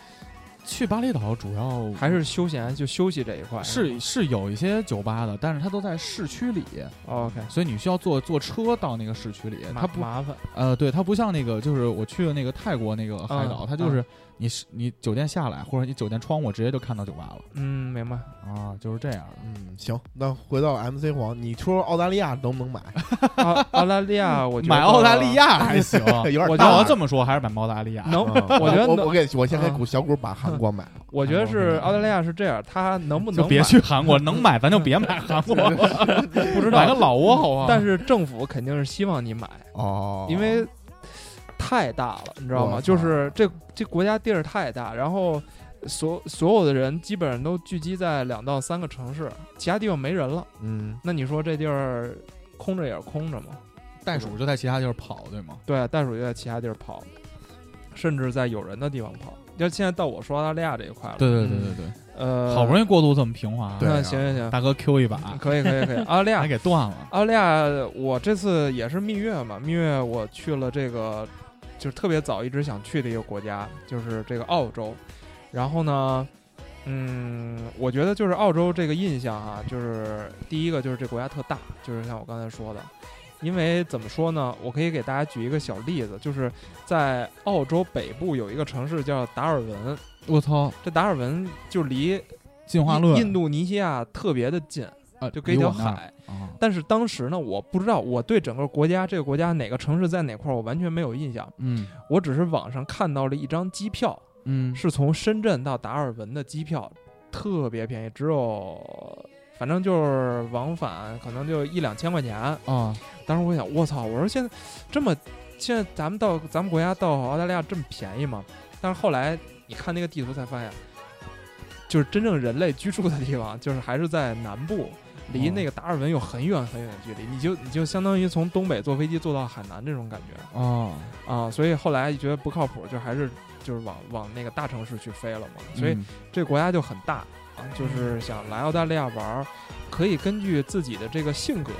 去巴厘岛主要还是休闲就休息这一块？是是有一些酒吧的，但是它都在市区里，哦 OK，所以你需要坐坐车到那个市区里。麻它不麻烦呃，对，它不像那个就是我去的那个泰国那个海岛，嗯它就是你是你酒店下来或者你酒店窗户直接就看到酒吧了嗯，明白。啊，就是这样的。嗯，行，那回到 MC 黄，你说澳大利亚能不能买？澳澳大利亚，我觉得买澳大利亚 (laughs) 还行。 (laughs) 有点我那大我要这么说，还是买澳大利亚。能，嗯我觉得我能我给我先给小谷把韩国买 (laughs) 了，我觉得是澳大利亚是这样，它能不就能别买去韩国，能买咱就别买韩 (laughs) 国，不知买个道，老挝好啊。但是政府肯定是希望你买，哦，因为太大了，你知道我吗？操就是这这国家地儿太大，然后所所有的人基本上都聚集在两到三个城市，其他地方没人了。嗯，那你说这地儿空着也是空着嘛？袋鼠就在其他地儿跑，对吗？对，啊袋鼠就在其他地儿跑，甚至在有人的地方跑。要现在到我说澳大利亚这一块了，对对对对对，嗯呃，好不易，容易过渡这么平滑，对啊那行行行，哎大哥 Q 一把，可以可以可以，澳大利 (laughs) 亚还给断了。澳大利亚，我这次也是蜜月嘛，蜜月我去了这个，就是特别早一直想去的一个国家，就是这个澳洲。然后呢，嗯，我觉得就是澳洲这个印象哈、就是第一个就是这国家特大，就是像我刚才说的，因为怎么说呢，我可以给大家举一个小例子，就是在澳洲北部有一个城市叫达尔文，我操，这达尔文就离进化印论印度尼西亚特别的近，啊，就跟一离条我那儿海。啊，但是当时呢，我不知道，我对整个国家这个国家哪个城市在哪块儿，我完全没有印象。嗯我只是网上看到了一张机票，嗯，是从深圳到达尔文的机票，特别便宜，只有反正就是往返可能就一两千块钱。啊，当时我想，我操，我说现在这么，现在咱们到咱们国家到澳大利亚这么便宜吗？但是后来你看那个地图才发现，就是真正人类居住的地方，就是还是在南部，离哦那个达尔文有很远很远的距离。你就你就相当于从东北坐飞机坐到海南这种感觉哦，啊，所以后来觉得不靠谱，就还是就是往往那个大城市去飞了嘛。所以嗯这国家就很大啊，就是想来澳大利亚玩儿，可以根据自己的这个性格，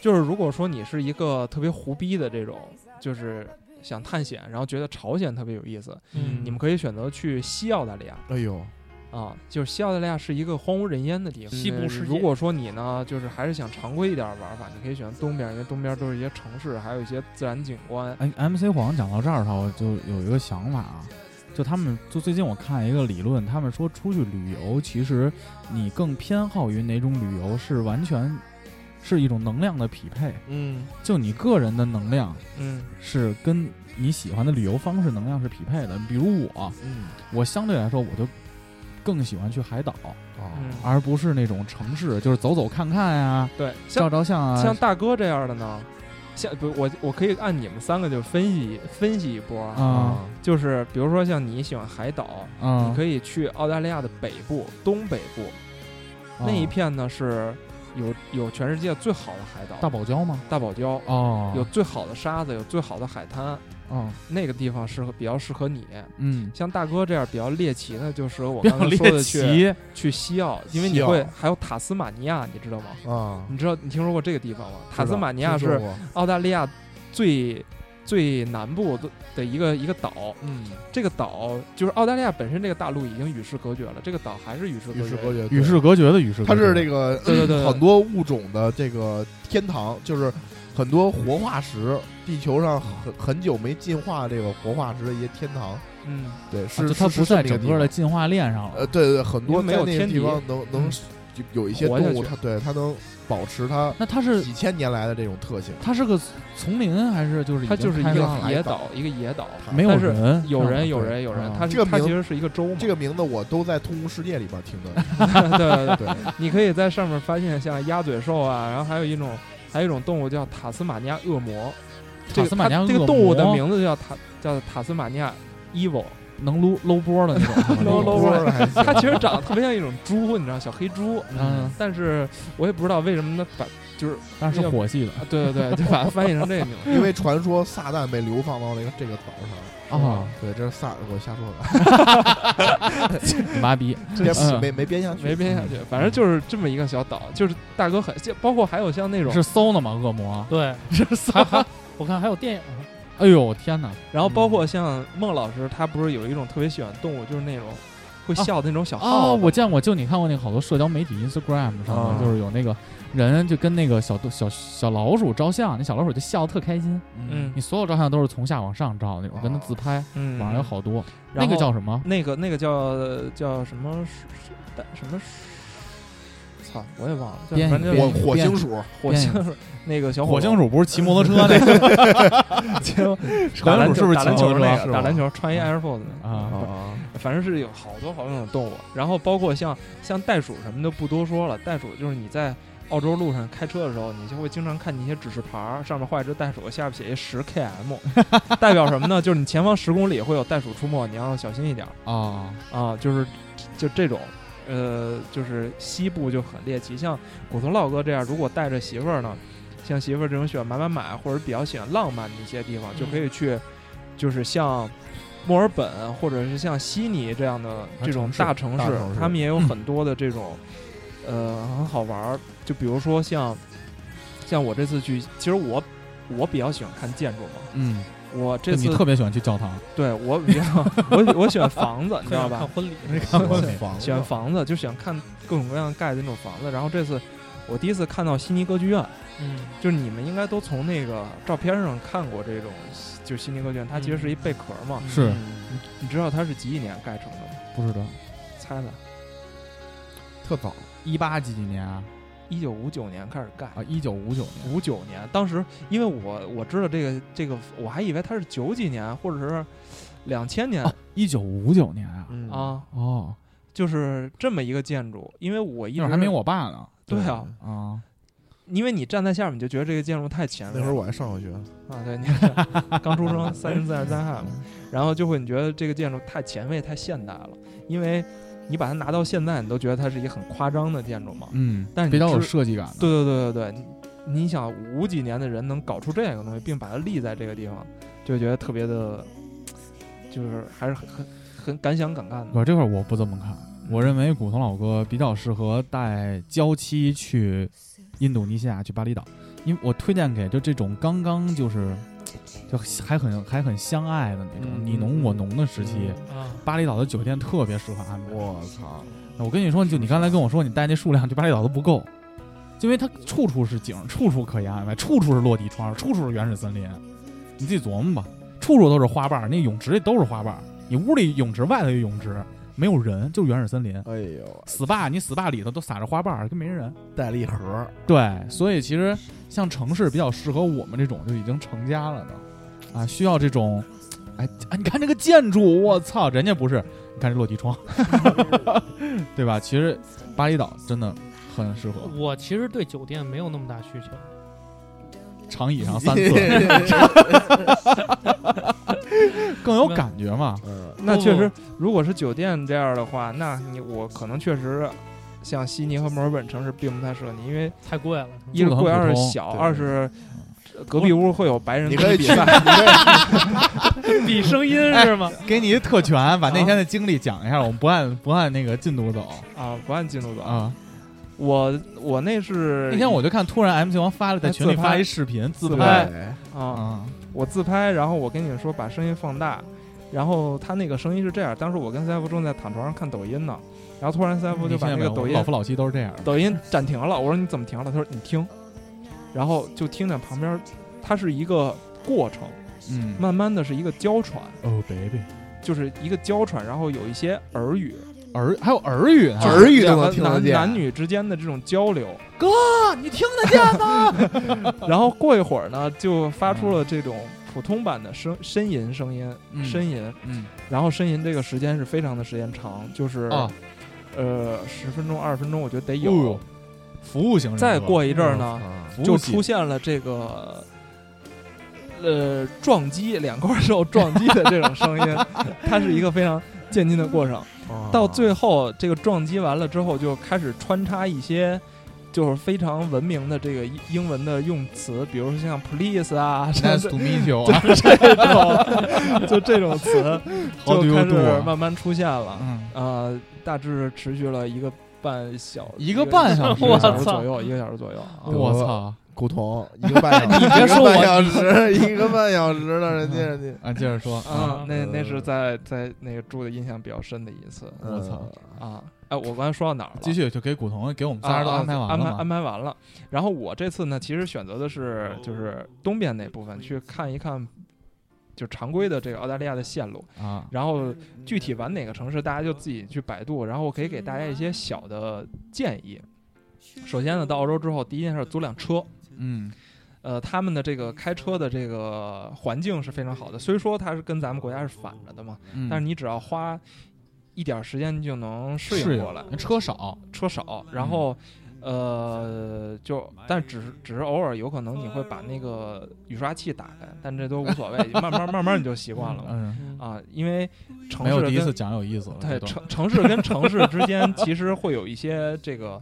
就是如果说你是一个特别胡逼的这种，就是想探险，然后觉得朝鲜特别有意思，嗯你们可以选择去西澳大利亚哎呦，啊，就是西澳大利亚是一个荒无人烟的地方。西部呃世界如果说你呢，就是还是想常规一点儿玩法，你可以选东边，因为东边都是一些城市，还有一些自然景观。哎，MC 黄讲到这儿的话，我就有一个想法啊，就他们就最近我看一个理论，他们说出去旅游，其实你更偏好于哪种旅游是完全是一种能量的匹配，嗯就你个人的能量嗯是跟你喜欢的旅游方式能量是匹配的。比如我，嗯，我相对来说我就更喜欢去海岛，哦嗯，而不是那种城市，就是走走看看呀、对，像照照相啊，像大哥这样的呢，像不我我可以按你们三个就分析分析一波啊，啊就是比如说像你喜欢海岛，啊你，可以去澳大利亚的北部、东北部、啊那嗯一片呢是有有全世界最好的海岛，大堡礁吗？大堡礁、哦，有嗯最好的沙子，有最好的海滩，哦，那个地方适合比较适合你。嗯，像大哥这样比较猎奇呢，就适合我不刚要才说猎的去奇，去西澳，因为你西澳会还有塔斯马尼亚，你知道吗？啊，你知道你听说过这个地方吗？塔斯马尼亚听说是过澳大利亚最最南部的的一个一个岛，嗯，这个岛就是澳大利亚本身这个大陆已经与世隔绝了，这个岛还是与世与隔世绝。隔绝，与世隔绝的与世隔绝，它是这个对对对，很多物种的这个天堂，就是很多活化石，地球上很很久没进化这个活化石的一些天堂。嗯，对，啊就是它是不在是这整个地的方进化链上了呃，对对，对很因多为没有在那个天敌地方能能嗯就有一些活下动物去它对它能保持它那它是几千年来的这种特性。它是个丛林还是就是已它经就是一开个发了个海野岛岛，一个野岛，嗯没有但是人，有人对有人有人啊，它是这个它名其实是一个州嘛。这个名字我都在《通红世界》里边听到， (laughs) 对对对，对，你可以在上面发现像鸭嘴兽啊，然后还有一种还有一种动物叫塔斯马尼亚恶魔，塔这个斯马尼亚它这个恶动物的魔名字叫塔叫塔斯马尼亚 evil，能搂搂波的那 (laughs) 种搂搂波还行 (laughs) 它其实长得特别像一种猪，你知道小黑猪，嗯，但是我也不知道为什么它把就是但是是火系的啊对对对，就把它翻译成这个名字。因为传说撒旦被流放到那个这个岛上啊，对，这是撒我瞎说 (laughs) 的，麻痹，编嗯没没编下去，没编下去，反正就是这么一个小岛，就是大哥很，就包括还有像那种是搜呢吗？恶魔，对，是还搜。还我看还有电影，啊哎呦天哪！然后包括像孟老师，他不是有一种特别喜欢动物，就是那种会啊笑的那种小哦，耗子。我见过，就你看过那个好多社交媒体 Instagram 上啊面，就是有那个人就跟那个小动小小老鼠照相，那小老鼠就笑得特开心。嗯你所有照相都是从下往上照那种，跟他自拍，嗯，网上有好多。然那后个叫什么？那个那个叫叫什么水水蛋什么水，操，我也忘了，叫编反正编叫火我火编星鼠，火星水那个小伙子鼠不是骑摩托车那个？ (laughs) 打火星篮鼠球是不是打骑摩托篮球那车是个吧打篮球穿一 Air Force 那啊？个啊反正是有好多好多种动物，然后包括像像袋鼠什么的不多说了，袋鼠就是你在澳洲路上开车的时候，你就会经常看见一些指示牌儿，上面画一只袋鼠，下面写一十 km，代 (laughs) 表什么呢？就是你前方十公里会有袋鼠出没，你要小心一点儿啊，啊！就是就这种，呃，就是西部就很猎奇，像骨头老哥这样，如果带着媳妇儿呢，像媳妇儿这种喜欢买买买，或者比较喜欢浪漫的一些地方，就可以去，就是像墨尔本或者是像悉尼这样的这种大城市，大城市他们也有很多的这种，呃，很好玩儿。就比如说像，像我这次去，其实我我比较喜欢看建筑嘛，嗯，我这就你次特别喜欢去教堂，对我比较 (laughs) 我我喜欢房子，你知道吧看？婚礼，房喜欢房子，就喜欢看各种各样盖的那种房子。然后这次我第一次看到悉尼歌剧院，嗯，就是你们应该都从那个照片上看过这种，就悉尼歌剧院，它其实是一贝壳嘛。嗯是你你知道它是几几年盖成的吗？不知道猜猜，特早，一八几几年啊？一九五九年开始盖。啊，一九五九年。五九年，当时因为我我知道这个这个，我还以为它是九几年或者是两千年哦，一九五九年啊！嗯啊，哦，就是这么一个建筑。因为我一那直会儿还没我爸呢。对啊，啊，因为你站在下面，你就觉得这个建筑太前卫那了会儿。我还上过学，啊，对，你刚出生，三年自然灾害嘛，然后就会你觉得这个建筑太前卫、太现代了，因为你把它拿到现在，你都觉得它是一个很夸张的建筑嘛。嗯，但是你比较有知设计感的。对对对对对，你你想五几年的人能搞出这样一个东西，并把它立在这个地方，就觉得特别的，就是还是很很很敢想敢干的。我这块儿我不这么看，我认为古潼老哥比较适合带娇妻去印度尼西亚去巴厘岛，因为我推荐给就这种刚刚就是就还很还很相爱的那种、嗯你侬我侬的时期，啊，巴厘岛的酒店特别适合安排。我操，我跟你说，就你刚才跟我说你带那数量去巴厘岛都不够，因为它处处是景，处处可以安排，处处是落地窗，处处是原始森林，你自己琢磨吧，处处都是花瓣儿，那泳池里都是花瓣儿，你屋里泳池，外头有泳池，没有人，就是原始森林。哎呦， SPA 你 SPA 里头都撒着花瓣儿，跟没人。带了一盒， (laughs) 对，所以其实像城市比较适合我们这种就已经成家了的，啊，需要这种，哎，哎你看这个建筑，我操，人家不是，你看这落地窗， (laughs) 对吧？其实巴厘岛真的很适合，我其实对酒店没有那么大需求，长椅上三 (laughs) 侧 (laughs) 更有感觉 (laughs) 嘛。 (laughs) 嗯，那不确不实，如果是酒店这样的话，那你我可能确实像悉尼和墨尔本城市并不太适合你，因为太贵了。一是贵，二是小，对二是隔壁屋会有白人你跟可以比去，你 (laughs) 赛。可比声音是吗？哎给你一特权，把那天的经历讲一下，我们不按不按那个进度走啊，不按进度走。啊。我我那是那天我就看，哎突然 M 王发了在群里自拍发一视频自自以拍拍，对，啊，啊，我自拍，然后我跟你们说把声音放大，然后他那个声音是这样。当时我跟 CF 正在躺床上看抖音呢，然后突然 CF 你就把那现在个没有抖音老夫老妻都是这样的。抖音暂停了，我说你怎么停了？他说你听，然后就听见旁边，它是一个过程，嗯慢慢的是一个娇喘，哦，baby，就是一个娇喘，然后有一些耳语，儿，还有儿语呢，儿语都两能个听得啊男见男女之间的这种交流。哥，你听得见吗？ (laughs) 然后过一会儿呢，就发出了这种普通版的声呻吟声音，嗯呻吟。嗯然后呻吟这个时间是非常的时间长，就是、啊，呃十分钟、二十分钟，我觉得得有。哦嗯呦服务型人格哎再过一阵儿呢，啊服务就型出现了这个。呃，撞击两块肉撞击的这种声 (laughs) 音，它是一个非常渐进的过程。啊啊到最后，这个撞击完了之后，就开始穿插一些就是非常文明的这个英英文的用词，比如说像 (laughs) please 啊，什么 nice 的 to meet (laughs) you 啊，这种，就这种词 How do 就 you 开 do 始啊慢慢出现了。嗯，呃，大致持续了一个半小一个半小时一个小时我操左右，一个小时左右。啊我操古潼一个半 (laughs) 小时，别说我一个嗯半小时，一个半小时的人家人家，啊，接着说啊，啊，那那是在在那个住的印象比较深的一次我操呃啊。哎，我刚才说到哪儿了？继续就给古潼给我们仨啊人都啊安排完了安排吗安排完了。然后我这次呢，其实选择的是就是东边那部分去看一看，就常规的这个澳大利亚的线路。啊，然后具体玩哪个城市，大家就自己去百度。然后我可以给大家一些小的建议。首先呢，到澳洲之后，第一件事租辆车。嗯呃，他们的这个开车的这个环境是非常好的，虽说它是跟咱们国家是反着的嘛，嗯，但是你只要花一点儿时间，你就能适是应呀过来。车少，车少，嗯然后，呃，就但只是只是偶尔有可能你会把那个雨刷器打开，但这都无 (laughs) 所谓，慢慢慢慢你就习惯了嘛嗯，啊，因为城没有市第一跟次讲有意思了，对这段城城市跟城市之间其实会有一些这个，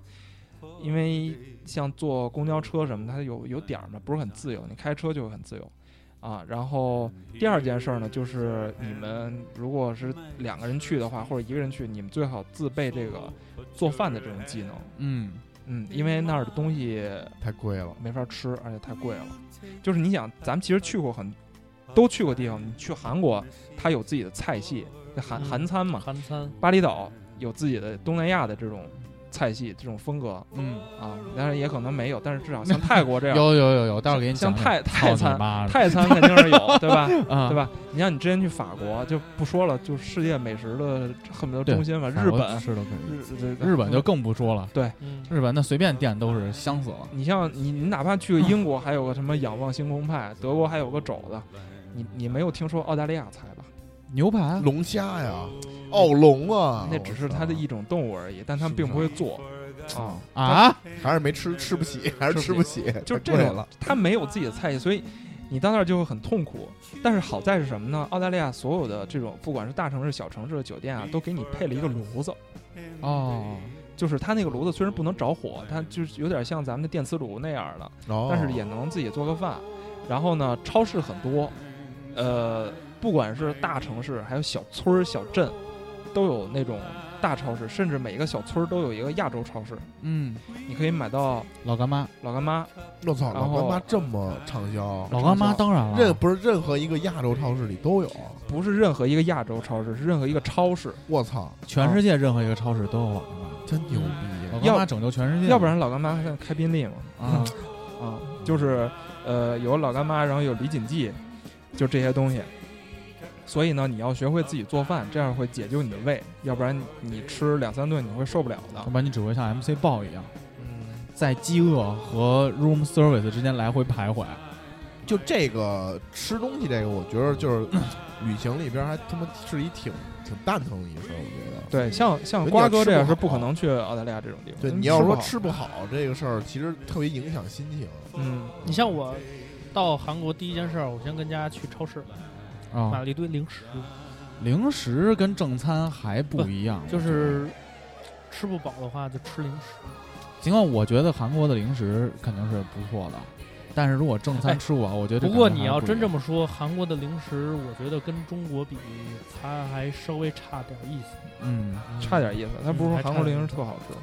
因为像坐公交车什么，它有有点儿嘛，不是很自由，你开车就会很自由。啊，然后第二件事儿呢，就是你们如果是两个人去的话，或者一个人去，你们最好自备这个做饭的这种技能，嗯嗯，因为那儿的东西太贵了，没法吃，而且太贵了。就是你想，咱们其实去过很都去过地方，你去韩国，它有自己的菜系，那韩韩餐嘛，韩餐巴厘岛有自己的东南亚的这种菜系、这种风格嗯，啊，当然也可能没有，但是至少像泰国这样，有有有有，待会儿给你像讲讲泰泰操你餐妈的泰餐肯定是有，对吧？啊，对？吧？你像你之前去法国就不说了，就世界美食的恨不得对中心嘛，日本，是都可以，日日本就更不说了，嗯，日本那随便店都是香死了，你像你你哪怕去个英国，还有个什么仰望星空派，德国还有个肘子，你你没有听说澳大利亚菜吧？牛排嗯龙虾呀，奥龙啊，那只是它的一种动物而已，但他们并不会做啊。啊，还是没吃吃不起，还是吃不起，就是太这贵种了，，他没有自己的菜系，所以你到那儿就会很痛苦。但是好在是什么呢？澳大利亚所有的这种不管是大城市、小城市的酒店啊，都给你配了一个炉子，哦，就是它那个炉子虽然不能着火，它就是有点像咱们的电磁炉那样的，哦但是也能自己做个饭。然后呢，超市很多，呃，不管是大城市还有小村儿、小镇，都有那种大超市，甚至每一个小村儿都有一个亚洲超市，嗯，你可以买到老干妈，老干妈。我操，然老后干妈这么畅销，老干妈当然啊了，任不是任何一个亚洲超市里都有，不是任何一个亚洲超市，是任何一个超市，我操，全世界任何一个超市都有老干妈，真牛老逼！干妈拯救全世界，要不然老干妈现在开宾利嘛，啊，啊，就是呃有老干妈，然后有李锦记，就这些东西。所以呢，你要学会自己做饭，这样会解救你的胃，要不然你吃两三顿你会受不了的要。不然你只会像 MC 豹一样，嗯，在饥饿和 room service 之间来回徘徊，就这个吃东西这个，我觉得就是 (clears throat) 旅行里边还他妈是一挺挺蛋疼的一事儿，我觉得。对，像像人瓜家哥吃这样不是好不可能去澳大利亚这种地方。对，嗯你要不说好吃不好这个事儿，其实特别影响心情。嗯，你像我到韩国第一件事儿，我先跟家去超市买啊，了一堆零食，零食跟正餐还不一样，就是吃不饱的话就吃零食。尽管我觉得韩国的零食肯定是不错的，但是如果正餐哎吃不饱，我觉得这不过感觉你还要不真一这样么说，韩国的零食我觉得跟中国比，它还稍微差点意思。嗯，差点意思。他不是说韩国零食特好吃吗？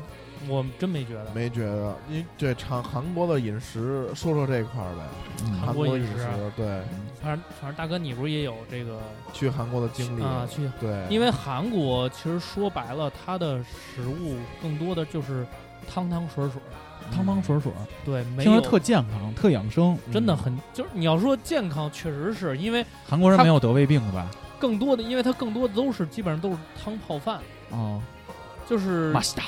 我真没觉得。没觉得，因为对尝韩国的饮食，说说这一块儿呗。嗯韩韩国国饮饮食啊食，对，反正反正大哥，你不是也有这个去韩国的经历，啊？去，哎对，因为韩国其实说白了，它的食物更多的就是汤汤水水，汤汤水水，对，没听着有特健康，特养生。嗯真的很就是你要说健康，确实是因为韩国人他没有得胃病的吧？更多的，因为它更多的都是基本上都是汤泡饭，哦，就是马西达，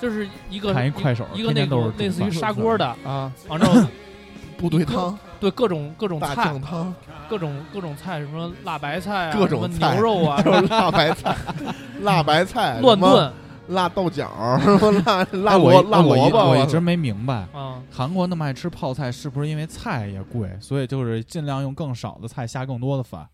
就是一个看一一快手一个天天那都个是类似煮于饭砂锅的，啊，完 (laughs) 之后部队汤、对各种各种大菜酱，汤，各种各种菜，什么辣白菜啊，各种什么菜牛 (laughs) 肉啊，就是辣白 (laughs) 菜、辣白菜、乱什么炖辣豆角儿、什么辣辣哎我萝一辣我一萝卜，我一操直没明白。哦啊，韩国那么爱吃泡菜，是不是因为菜也贵，所以就是尽量用更少的菜下更多的饭？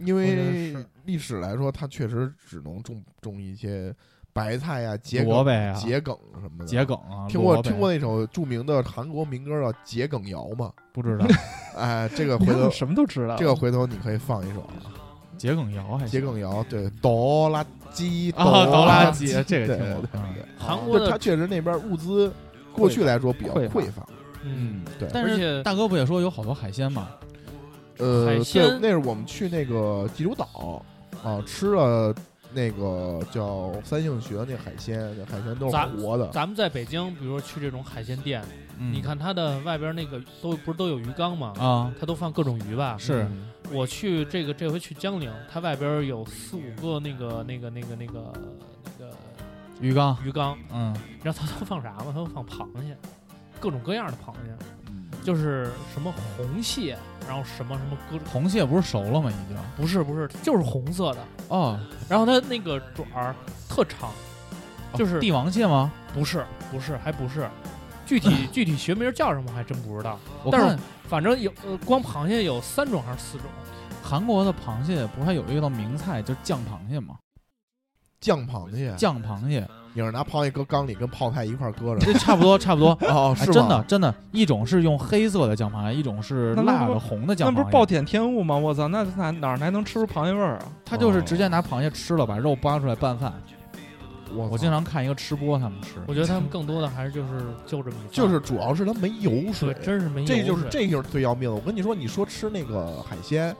因我觉得为是历史来说，它确实只能种种一些白菜呀、桔萝梗、卜呀，桔梗什么的。桔梗啊，听过萝卜听过那首著名的韩国民歌叫《桔梗谣》吗？不知 (laughs) 道哎，(laughs) 这个你回看我头什么都知道。这个回头你可以放一首啊，桔梗窑还行《嗯桔梗谣》对，哆啦鸡啊，哆哆啦鸡，鸡这个对听过对嗯韩国就它的确实那边物资过去来说比较匮匮乏，嗯，嗯，对，但而是大哥不也说有好多海鲜吗？呃，海鲜对，那是我们去那个济州岛啊，吃了那个叫三姓学那海鲜，那海鲜都是咱活的，咱们在北京，比如说去这种海鲜店，嗯你看它的外边那个都不是都有鱼缸吗？啊，它都放各种鱼吧。是嗯我去这个这回去江陵，它外边有四五个那个那个那个那个那个鱼缸，鱼缸，嗯，你知道它都放啥吗？它都放螃蟹，各种各样的螃蟹，嗯就是什么红蟹，然后什么什么各种，螃蟹不是熟了吗？已经不是不是，就是红色的。哦，然后它那个爪儿特长，就是帝王蟹吗？不是不是还不是，(laughs) 具体具体学名叫什么还真不知道。我但是看反正有呃，光螃蟹有三种还是四种？韩国的螃蟹不是还有一道名菜就是酱螃蟹吗？酱螃蟹，酱螃蟹，你是拿螃蟹搁缸里跟泡菜一块儿搁着这差不多差不 (laughs) 多。哦，哎，是吗真的，真的，一种是用黑色的酱螃蟹，一种是那那辣不的红的那酱不螃是暴蟹，殄天物吗？我操，那哪哪儿还能吃出螃蟹味儿啊？它就是直接拿螃蟹吃了，把肉扒出来拌饭。我我我经常看一个吃播，他们吃，我觉得他们更多的还是就是就着米饭，就是主要是它没油对水，，真是没这油就是水这就是最要命的。我跟你说，你说吃那个海鲜。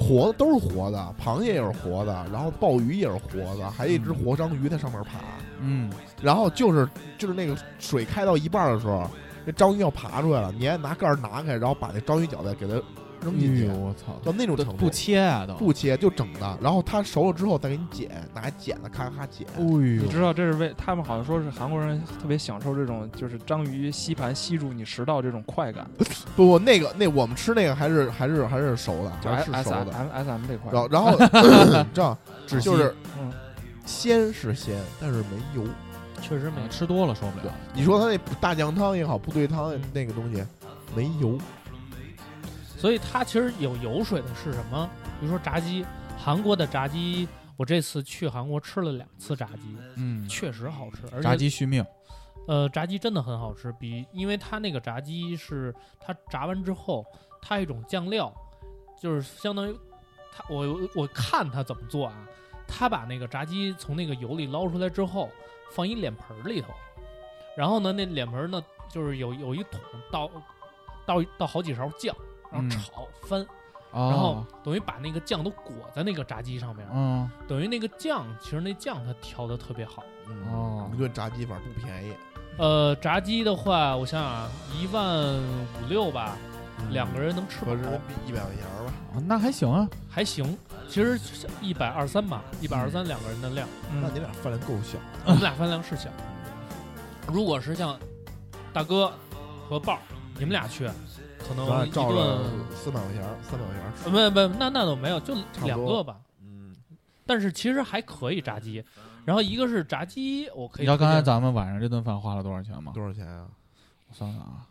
活的都是活的，螃蟹也是活的，然后鲍鱼也是活的，还有一只嗯活章鱼在上面爬。 (laughs) 嗯，然后就是就是那个水开到一半儿的时候，那章鱼要爬出来了，你还拿盖儿拿开，然后把那章鱼脚再给它扔进哎去呦，，我操，到那种程度，不切啊都，不切就整的，然后它熟了之后再给你剪，拿剪子咔咔剪。哎呦你知道这是为他们好像说是韩国人特别享受这种就是章鱼吸盘吸住你食道这种快感，不不，那个那我们吃那个还是还是还是熟的，就还 S 是 S 熟的。 M S M 这块然后 (laughs) 儿。然后你知道窒息就是嗯鲜是鲜，但是没油。确实嗯没啊吃多了受不了。你说它那大酱汤也好，部队汤嗯那个东西没油，所以它其实有油水的是什么？比如说炸鸡，韩国的炸鸡，我这次去韩国吃了两次炸鸡，嗯，确实好吃，而且炸鸡续命，呃炸鸡真的很好吃，比因为它那个炸鸡是它炸完之后，它一种酱料，就是相当于它我我看它怎么做啊，它把那个炸鸡从那个油里捞出来之后，放一脸盆儿里头，然后呢那脸盆儿呢就是有有一桶倒倒倒好几勺酱，然后嗯炒翻。然然后等于把那个酱都裹在那个炸鸡上面，嗯，等于那个酱，其实那酱它调的特别好。哦一顿炸鸡反正不便宜，呃，炸鸡的话，我想想啊，一万五六吧，两个人能吃饱嗯合，人民币一百块钱儿吧。啊那还行啊，还行。其实一百二三吧，一百二嗯三两个人的 (laughs) 量，那嗯你俩饭量够小。我们俩饭量是小。如果是像大哥和豹儿，你们俩去，可咱能俩嗯一照着顿，四百块钱儿，三百块钱儿吃。呃不不，那那倒没有，就多两个吧。嗯，但是其实还可以炸鸡，然后一个是炸鸡，我可你以推荐。知道刚才咱们晚上这顿饭花了多少钱吗？多少钱啊？我算算啊，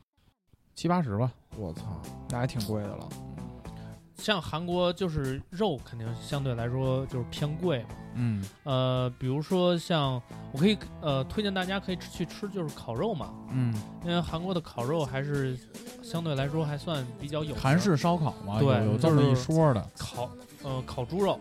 七八十吧。我操！那还挺贵的了。像韩国就是肉肯定相对来说就是偏贵嘛，嗯，呃，比如说像我可以呃推荐大家可以去吃就是烤肉嘛，嗯，因为韩国的烤肉还是相对来说还算比较有名韩式烧烤嘛，对有有这么一说的。烤呃烤猪肉，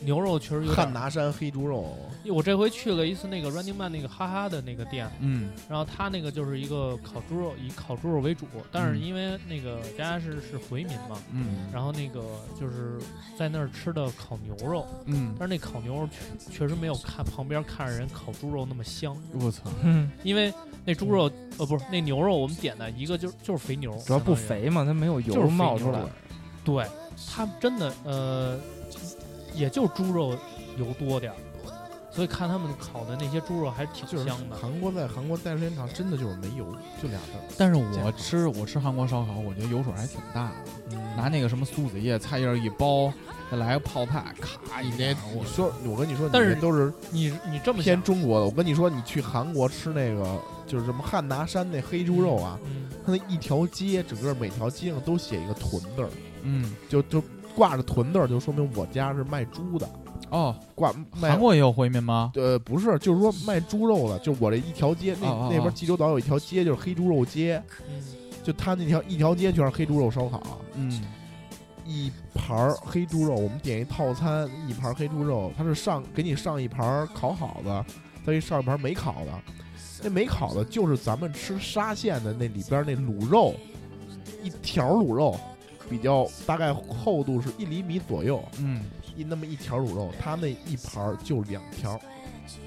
牛肉确实有汉点。拿山黑猪肉，我这回去了一次那个 Running Man 那个哈哈的那个店，嗯，然后他那个就是一个烤猪肉，以烤猪肉为主，但是嗯因为那个大家是是回民嘛，嗯然后那个就是在那儿吃的烤牛肉，嗯，但是那烤牛肉确确实没有看旁边看着人烤猪肉那么香，我操，嗯，因为那猪肉嗯呃不是那牛肉我们点的一个就是就是肥牛， (laughs) 主要不相当于，肥啊嘛，它没有就是油肥冒牛出来。对，它真的呃也就猪肉油多点儿，所以看他们烤的那些猪肉还挺就是香的。韩国在韩国待时间长，真的就是没油，就俩字儿。但是健我康吃我吃韩国烧烤，我觉得油水还挺大的，嗯拿那个什么苏子叶、菜叶一包，再来个泡菜，咔一你那点，你我说，哎我跟你说，你但是那都是你你这么偏想，中国的。我跟你说，你去韩国吃那个就是什么汉拿山那黑猪肉啊，嗯，它那一条街，整个每条街上都写一个“屯”字儿，嗯就就挂着“屯”字儿，就说明我家是卖猪的，哦，挂卖韩。国也有烩面吗？呃，不是，就是说卖猪肉的，就我这一条街，那哦哦哦那边济州岛有一条街，就是黑猪肉街，嗯就他那条一条街全是黑猪肉烧烤，嗯，一盘儿黑猪肉，我们点一套餐，一盘儿黑猪肉，它是上给你上一盘儿烤好的，再给你上一盘儿没烤的。那没烤的就是咱们吃沙县的那里边儿那卤肉，一条卤肉，比较大概厚度是一厘米左右，嗯，一那么一条卤肉，它那一盘儿就两条，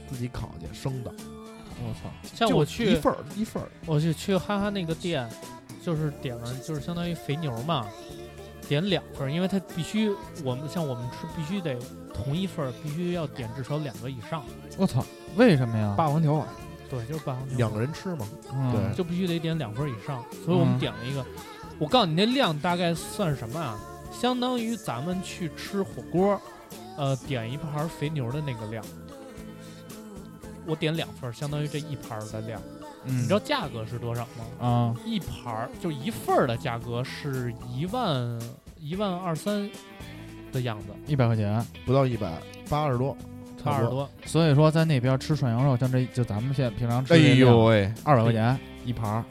自己烤去生的，我操，像就我一去份儿一份儿，我去去哈哈那个店，就是点了就是相当于肥牛嘛，点两份儿，因为它必须我们像我们吃必须得同一份儿，必须要点至少两个以上。我操，为什么呀？霸王啊条碗，对，就是八方牛两个人吃嘛，嗯对就必须得点两份儿以上，所以我们嗯点了一个。我告诉你，那量大概算什么啊？相当于咱们去吃火锅，呃，点一盘儿肥牛的那个量。我点两份儿，相当于这一盘儿的量。嗯，你知道价格是多少吗？啊？一盘儿就一份儿的价格是一万一万二三的样子，一百块钱，不到一百八十多，八差十不多。多。所以说在那边吃涮羊肉，像这就咱们现在平常吃，哎呦，喂，二百块钱一盘儿，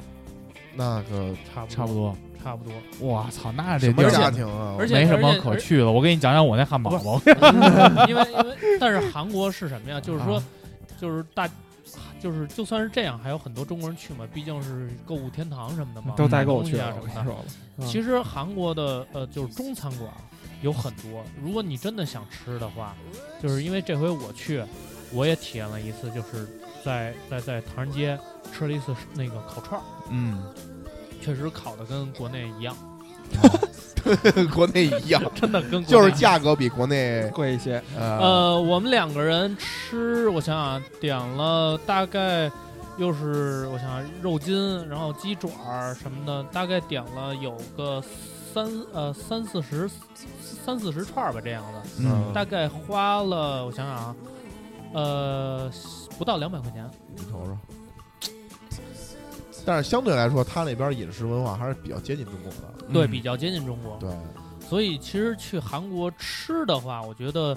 那个差不差不多，多。差不多。我操，那什这么地家儿庭啊？而且没什么而且可去的。我给你讲讲我那汉堡吧。因为因为，但是韩国是什么呀？就是说啊，就是大，就是就算是这样，还有很多中国人去嘛，毕竟是购物天堂什么的嗯嘛，都代买购东西去啊了，什我么跟的你。说吧。嗯其实韩国的呃，就是中餐馆有很多。如果你真的想吃的话，就是因为这回我去，我也体验了一次，就是在在在唐人街吃了一次那个烤串儿， (laughs) 嗯，确实烤的跟国内 (laughs) 一样，国内一样， (laughs) 真的跟国就内是一样价格比国内贵一些，呃呃，我们两个人吃，我想想啊，点了大概又是我想想肉筋，然后鸡爪儿什么的，大概点了有个三呃三四十三四十串儿吧这样的，嗯大概花了我想想啊，呃不到两百块钱。你瞅瞅。但是相对来说，他那边饮食文化还是比较接近中国的。嗯对比较接近中国，对，所以其实去韩国吃的话，我觉得，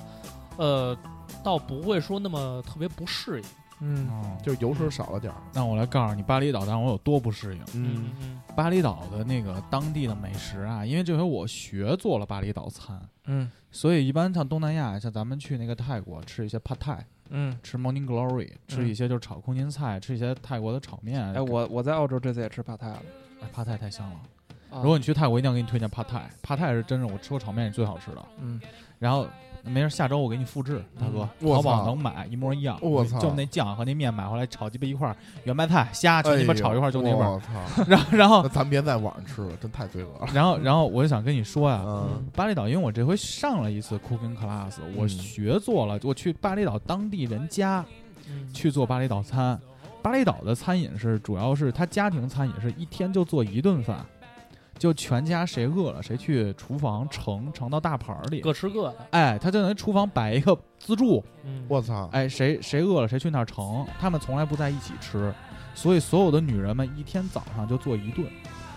呃，倒不会说那么特别不适应。嗯，哦就是油水少了点儿。那我来告诉你巴厘岛当我有多不适应。嗯，嗯巴厘岛的那个当地的美食啊，因为这回我学做了巴厘岛餐，嗯所以一般像东南亚，像咱们去那个泰国吃一些 pad thai，嗯，吃 morning glory，吃嗯一些就是炒空心菜，吃一些泰国的炒面。哎，我我在澳洲这次也吃 pad thai 了。哎 pad thai 太香了。啊如果你去泰国，一定要给你推荐 pad thai，pad thai 是真是我吃过炒面里最好吃的。嗯，然后没事，下周我给你复制，大哥，嗯我淘操宝能买一模一样。我操就那酱和那面买回来炒鸡巴一块儿，圆白菜、虾就哎鸡巴炒一块儿，就那块块儿。我操！ (laughs) 然后，然后那，咱别在网上吃了，真太罪恶 (laughs) 了。然后，然后我就想跟你说呀，嗯，巴厘岛，因为我这回上了一次 cooking class，我嗯学做了，我去巴厘岛当地人家嗯去做巴厘岛餐。巴厘岛的餐饮是主要是他家庭餐饮是一天就做一顿饭，就全家谁饿了谁去厨房盛盛到大盘儿里。各吃各的。哎，他就在厨房摆一个自助，嗯，我操！哎，谁谁饿了谁去那儿盛，他们从来不在一起吃，所以所有的女人们一天早上就做一顿，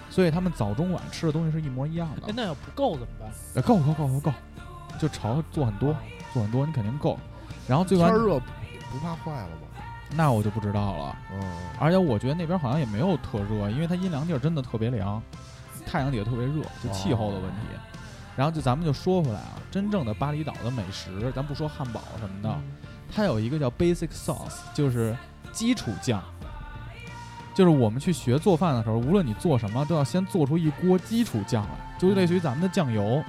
所以他们早中晚吃的东西是一模一样哎的，。那要不够怎么办？哎，够够够够够，就朝做很多做很多，你肯定够。然后最天关儿热不不怕坏了吗？那我就不知道了，嗯，而且我觉得那边好像也没有特热，因为它阴凉地儿真的特别凉，太阳底下特别热，就气候的问题。然后就咱们就说回来啊，真正的巴厘岛的美食，咱不说汉堡什么的，它有一个叫 basic sauce，就是基础酱。就是我们去学做饭的时候，无论你做什么，都要先做出一锅基础酱来，就类似于咱们的酱油，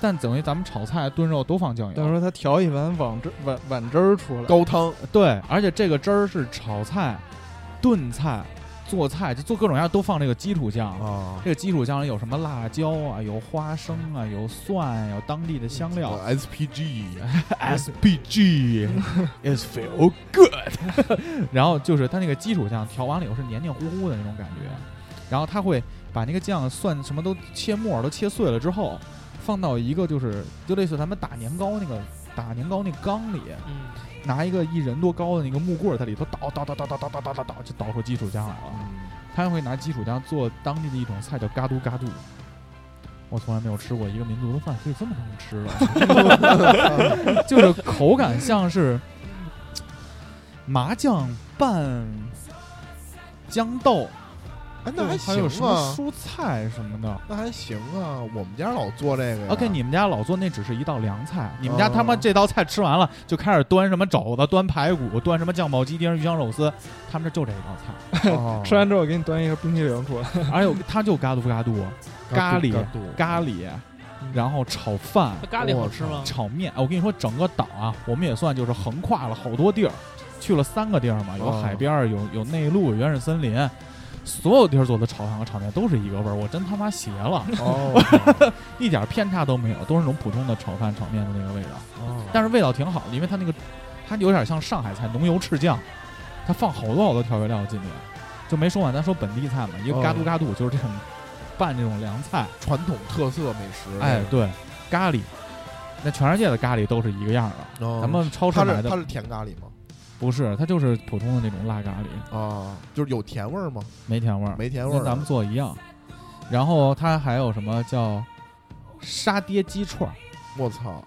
但等于咱们炒菜、炖肉都放酱到时油。候他调一碗碗汁碗碗汁儿出来，哦高汤对，而且这个汁儿是炒菜、炖菜、做菜就做各种样都放这个基础酱。啊，这个基础酱里有什么辣椒啊，有花生啊，有蒜啊，有当地的香料。哎 SPG SPG is feel good，然 (laughs) 后就是它那个基础酱调完了以后是黏黏糊糊的那种感觉，然后它会把那个酱蒜什么都切末儿都切碎了之后，放到一个就是就类似咱们打年糕那个打年糕那缸里，嗯，拿一个一人多高的那个木棍儿在里头倒倒倒倒倒倒倒倒倒倒就倒出基础酱来嗯了。他会拿基础酱做当地的一种菜叫嘎嘟嘎嘟，我从来没有吃过一个民族的饭可以这么能吃了。 (laughs) 就是口感像是麻酱拌豇豆，哎，那还还有什行么啊，蔬菜什么的。那还行啊，我们家老做这个呀。 OK，你们家老做那只是一道凉菜，你们家他妈啊哦这道菜吃完了就开始端什么肘子、端排骨、端什么酱爆鸡丁、鱼香肉丝，他们这就这一道 (laughs) 菜，(laughs) 哦吃完之后给你端一个冰淇淋出来，而且他就嘎嘟嘎嘟嗯咖喱咖喱，然后炒饭。那咖喱好吃吗？炒面，哎我跟你说，整个岛啊，我们也算就是横跨了好多地儿，去了三个地儿嘛，有哦海边儿，有有内陆，有原始森林，所有地儿做的炒饭和炒面都是一个味儿，我真他妈邪 (laughs) 了，哦，一点偏差都没有，都是那种普通的炒饭、炒面的那个味道，哦但是味道挺好的，因为它那个它有点像上海菜浓油赤酱，它放好多好多调味料进去，就没说完，咱说本地菜嘛，一个哦嘎嘟嘎嘟就是这种拌这种凉菜，传统特色美食。哎，对，咖喱。那全世界的咖喱都是一个样儿的，哦咱们超市它买是的它是甜咖喱吗？不是，它就是普通的那种辣咖喱，啊，就是有甜味儿吗？没甜味儿，没甜味儿跟啊。咱们做一样。然后它还有什么叫沙爹鸡串儿，我操，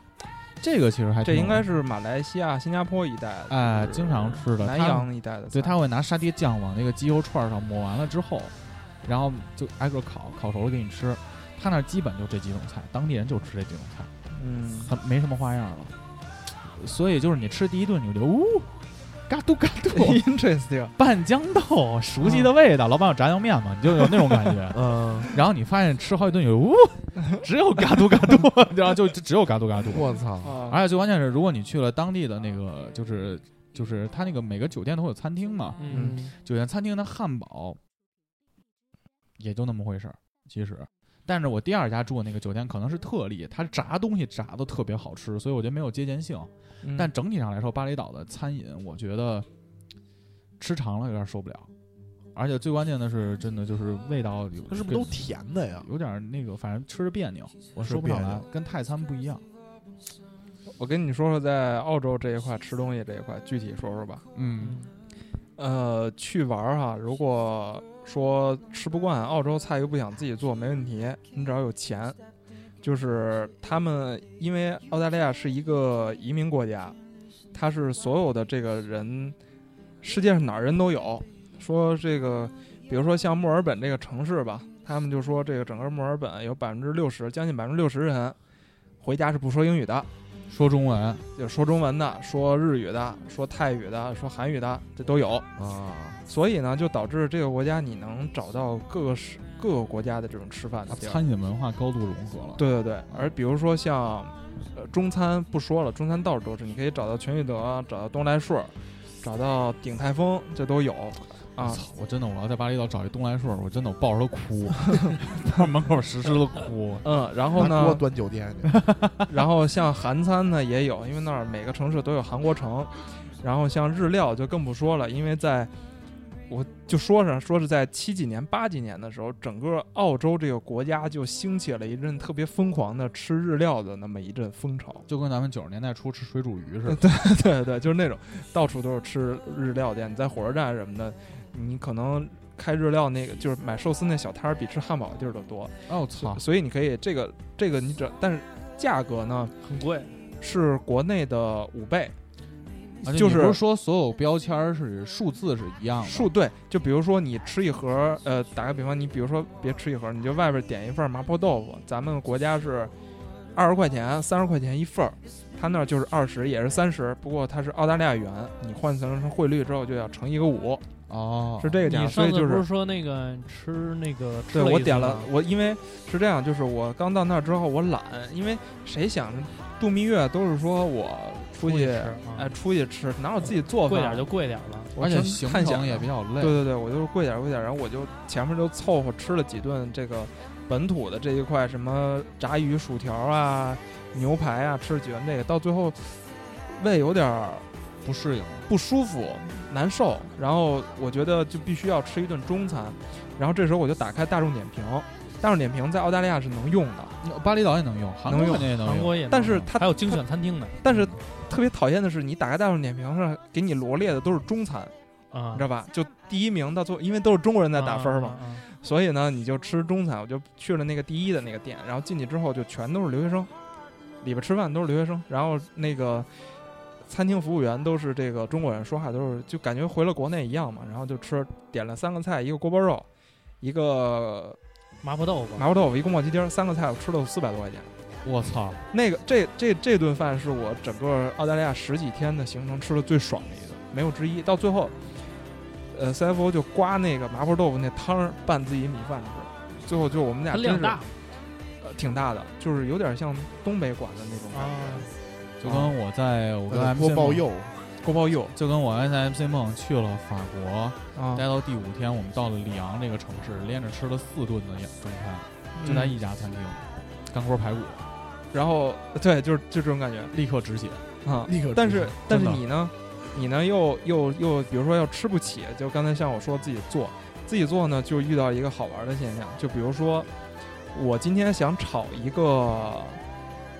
这个其实还这挺有应该是马来西亚、新加坡一带的，哎就是经常吃的南它洋一带的菜。对，它会拿沙爹酱往那个鸡肉串儿上抹完了之后，然后就挨个烤，烤熟了给你吃。他那儿基本就这几种菜，当地人就吃这几种菜， (laughs) 嗯，很没什么花样了。所以就是你吃第一顿你就觉得，呜、嘎嘟嘎哎嘟， (laughs) interesting，拌豇豆，熟悉的味道。老板有炸酱面嘛，你就有那种感觉。嗯，然后你发现吃好几顿有，呜，只有嘎嘟嘎嘟，然后就就只有嘎嘟嘎嘟。我操，啊，而且最关键是，如果你去了当地的那个，就是就是他那个每个酒店都会有餐厅嘛，嗯，酒店餐厅的汉堡也就那么回事儿，其实。但是我第二家住的那个酒店可能是特例，它炸东西炸的特别好吃，所以我觉得没有借鉴性。嗯但整体上来说，巴厘岛的餐饮，我觉得吃长了有点受不了，而且最关键的是，真的就是味道有它是不是都甜的呀？有点儿那个，反正吃着别扭，我是说不上别来扭，跟泰餐不一样。我跟你说说在澳洲这一块吃东西这一块具体说说吧。嗯呃，去玩儿哈，如果说吃不惯澳洲菜又不想自己做，没问题，你只要有钱。就是他们，因为澳大利亚是一个移民国家，它是所有的这个人，世界上哪儿人都有。说这个，比如说像墨尔本这个城市吧，他们就说这个整个墨尔本有百分之六十，将近百分之六十人回家是不说英语的。嗯说中嗯文，有说中文的，说日语的，说泰语的，说韩语的，这都有。啊，所以呢，就导致这个国家你能找到各个是各个国家的这种吃饭的地儿。啊餐饮文化高度融合了。，对对对，而比如说像，呃，中餐不说了，中餐到处都是，你可以找到全聚德，找到东来顺，找到鼎泰丰，这都有。我啊，操！我真的，我要在巴厘岛找一东来顺，我真的我抱着他 (laughs) 哭，在门口实时的哭。嗯，然后拿锅呢，端酒店去。然后像韩餐呢也有，因为那儿每个城市都有韩国城。然后像日料就更不说了，因为在我就说上说是在七几年八几年的时候，整个澳洲这个国家就兴起了一阵特别疯狂的吃日料的那么一阵风潮。 (laughs) 就跟咱们九十年代初吃水煮鱼似的，对对，就是那种到处都是吃日料店，你在火车站什么的，你可能。开日料那个就是买寿司那小摊儿比吃汉堡的地儿都多，哎我操！所以你可以这个这个你只但是价格呢很贵，是国内的五倍，而且就你不是是说所有标签儿是数字是一样的，数对，就比如说你吃一盒，呃，打个比方，你比如说别吃一盒，你就外边点一份麻婆豆腐，咱们国家是二十块钱、三十块钱一份儿，他那儿就是二十，也是三十，不过它是澳大利亚元，你换成成汇率之后就要乘一个五，哦，是这个价，你所上以次就不是是说那个吃那个吃对我一次点吗了，我因为是这样，就是我刚到那儿之后我懒，因为谁想着度蜜月都是说我出出去去吃啊哎出去吃，哪有自己做贵饭点儿啊？就贵点儿了。我我而且真行看程想啊也比较累。对对对，我就是贵点儿贵点儿，然后我就前面就凑合吃了几顿这个本土的这一块，什么炸鱼、薯条啊、牛排啊，吃了几顿这个，到最后胃有点儿不适应。不舒服、难受，然后我觉得就必须要吃一顿中餐，然后这时候我就打开大众点评，大众点评在澳大利亚是能用的，巴厘岛也能用，韩国能用肯定也能韩用。国也能，哎但是它还有精选餐厅呢但是特别讨厌的是，你打开大众点评上给你罗列的都是中餐，啊你知，道吧？就第一名到最后，因为都是中国人在打分嘛，啊，啊啊所以呢，你就吃中餐，我就去了那个第一的那个店，然后进去之后就全都是留学生，里边吃饭都是留学生，然后那个餐厅服务员都是这个中国人，说话都是就感觉回了国内一样嘛，然后就吃点了三个菜，一个锅包肉，一个麻婆豆腐，麻婆豆腐，一宫保鸡丁，三个菜我吃了四百多块钱。我操！那个这这这顿饭是我整个澳大利亚十几天的行程吃的最爽的一顿，没有之一。到最后，呃，CFO 就刮那个麻婆豆腐那汤儿拌自己米饭吃，最后就我们俩它真是量大呃挺大的，就是有点像东北馆的那种感啊，就跟我在我跟呃 MC 锅包梦，肉，觉。锅包肉就跟我在 MC 梦去了法国，啊待，到第五天，我们到了里昂这个城市，连着吃了四顿的中餐，就在嗯一家餐厅，干锅排骨，然后对，就是就这种感觉立刻止血。啊。立刻但是但是真的你呢，你呢又又又，比如说要吃不起，就刚才像我说自己做，自己做呢就遇到一个好玩的现象，就比如说我今天想炒一个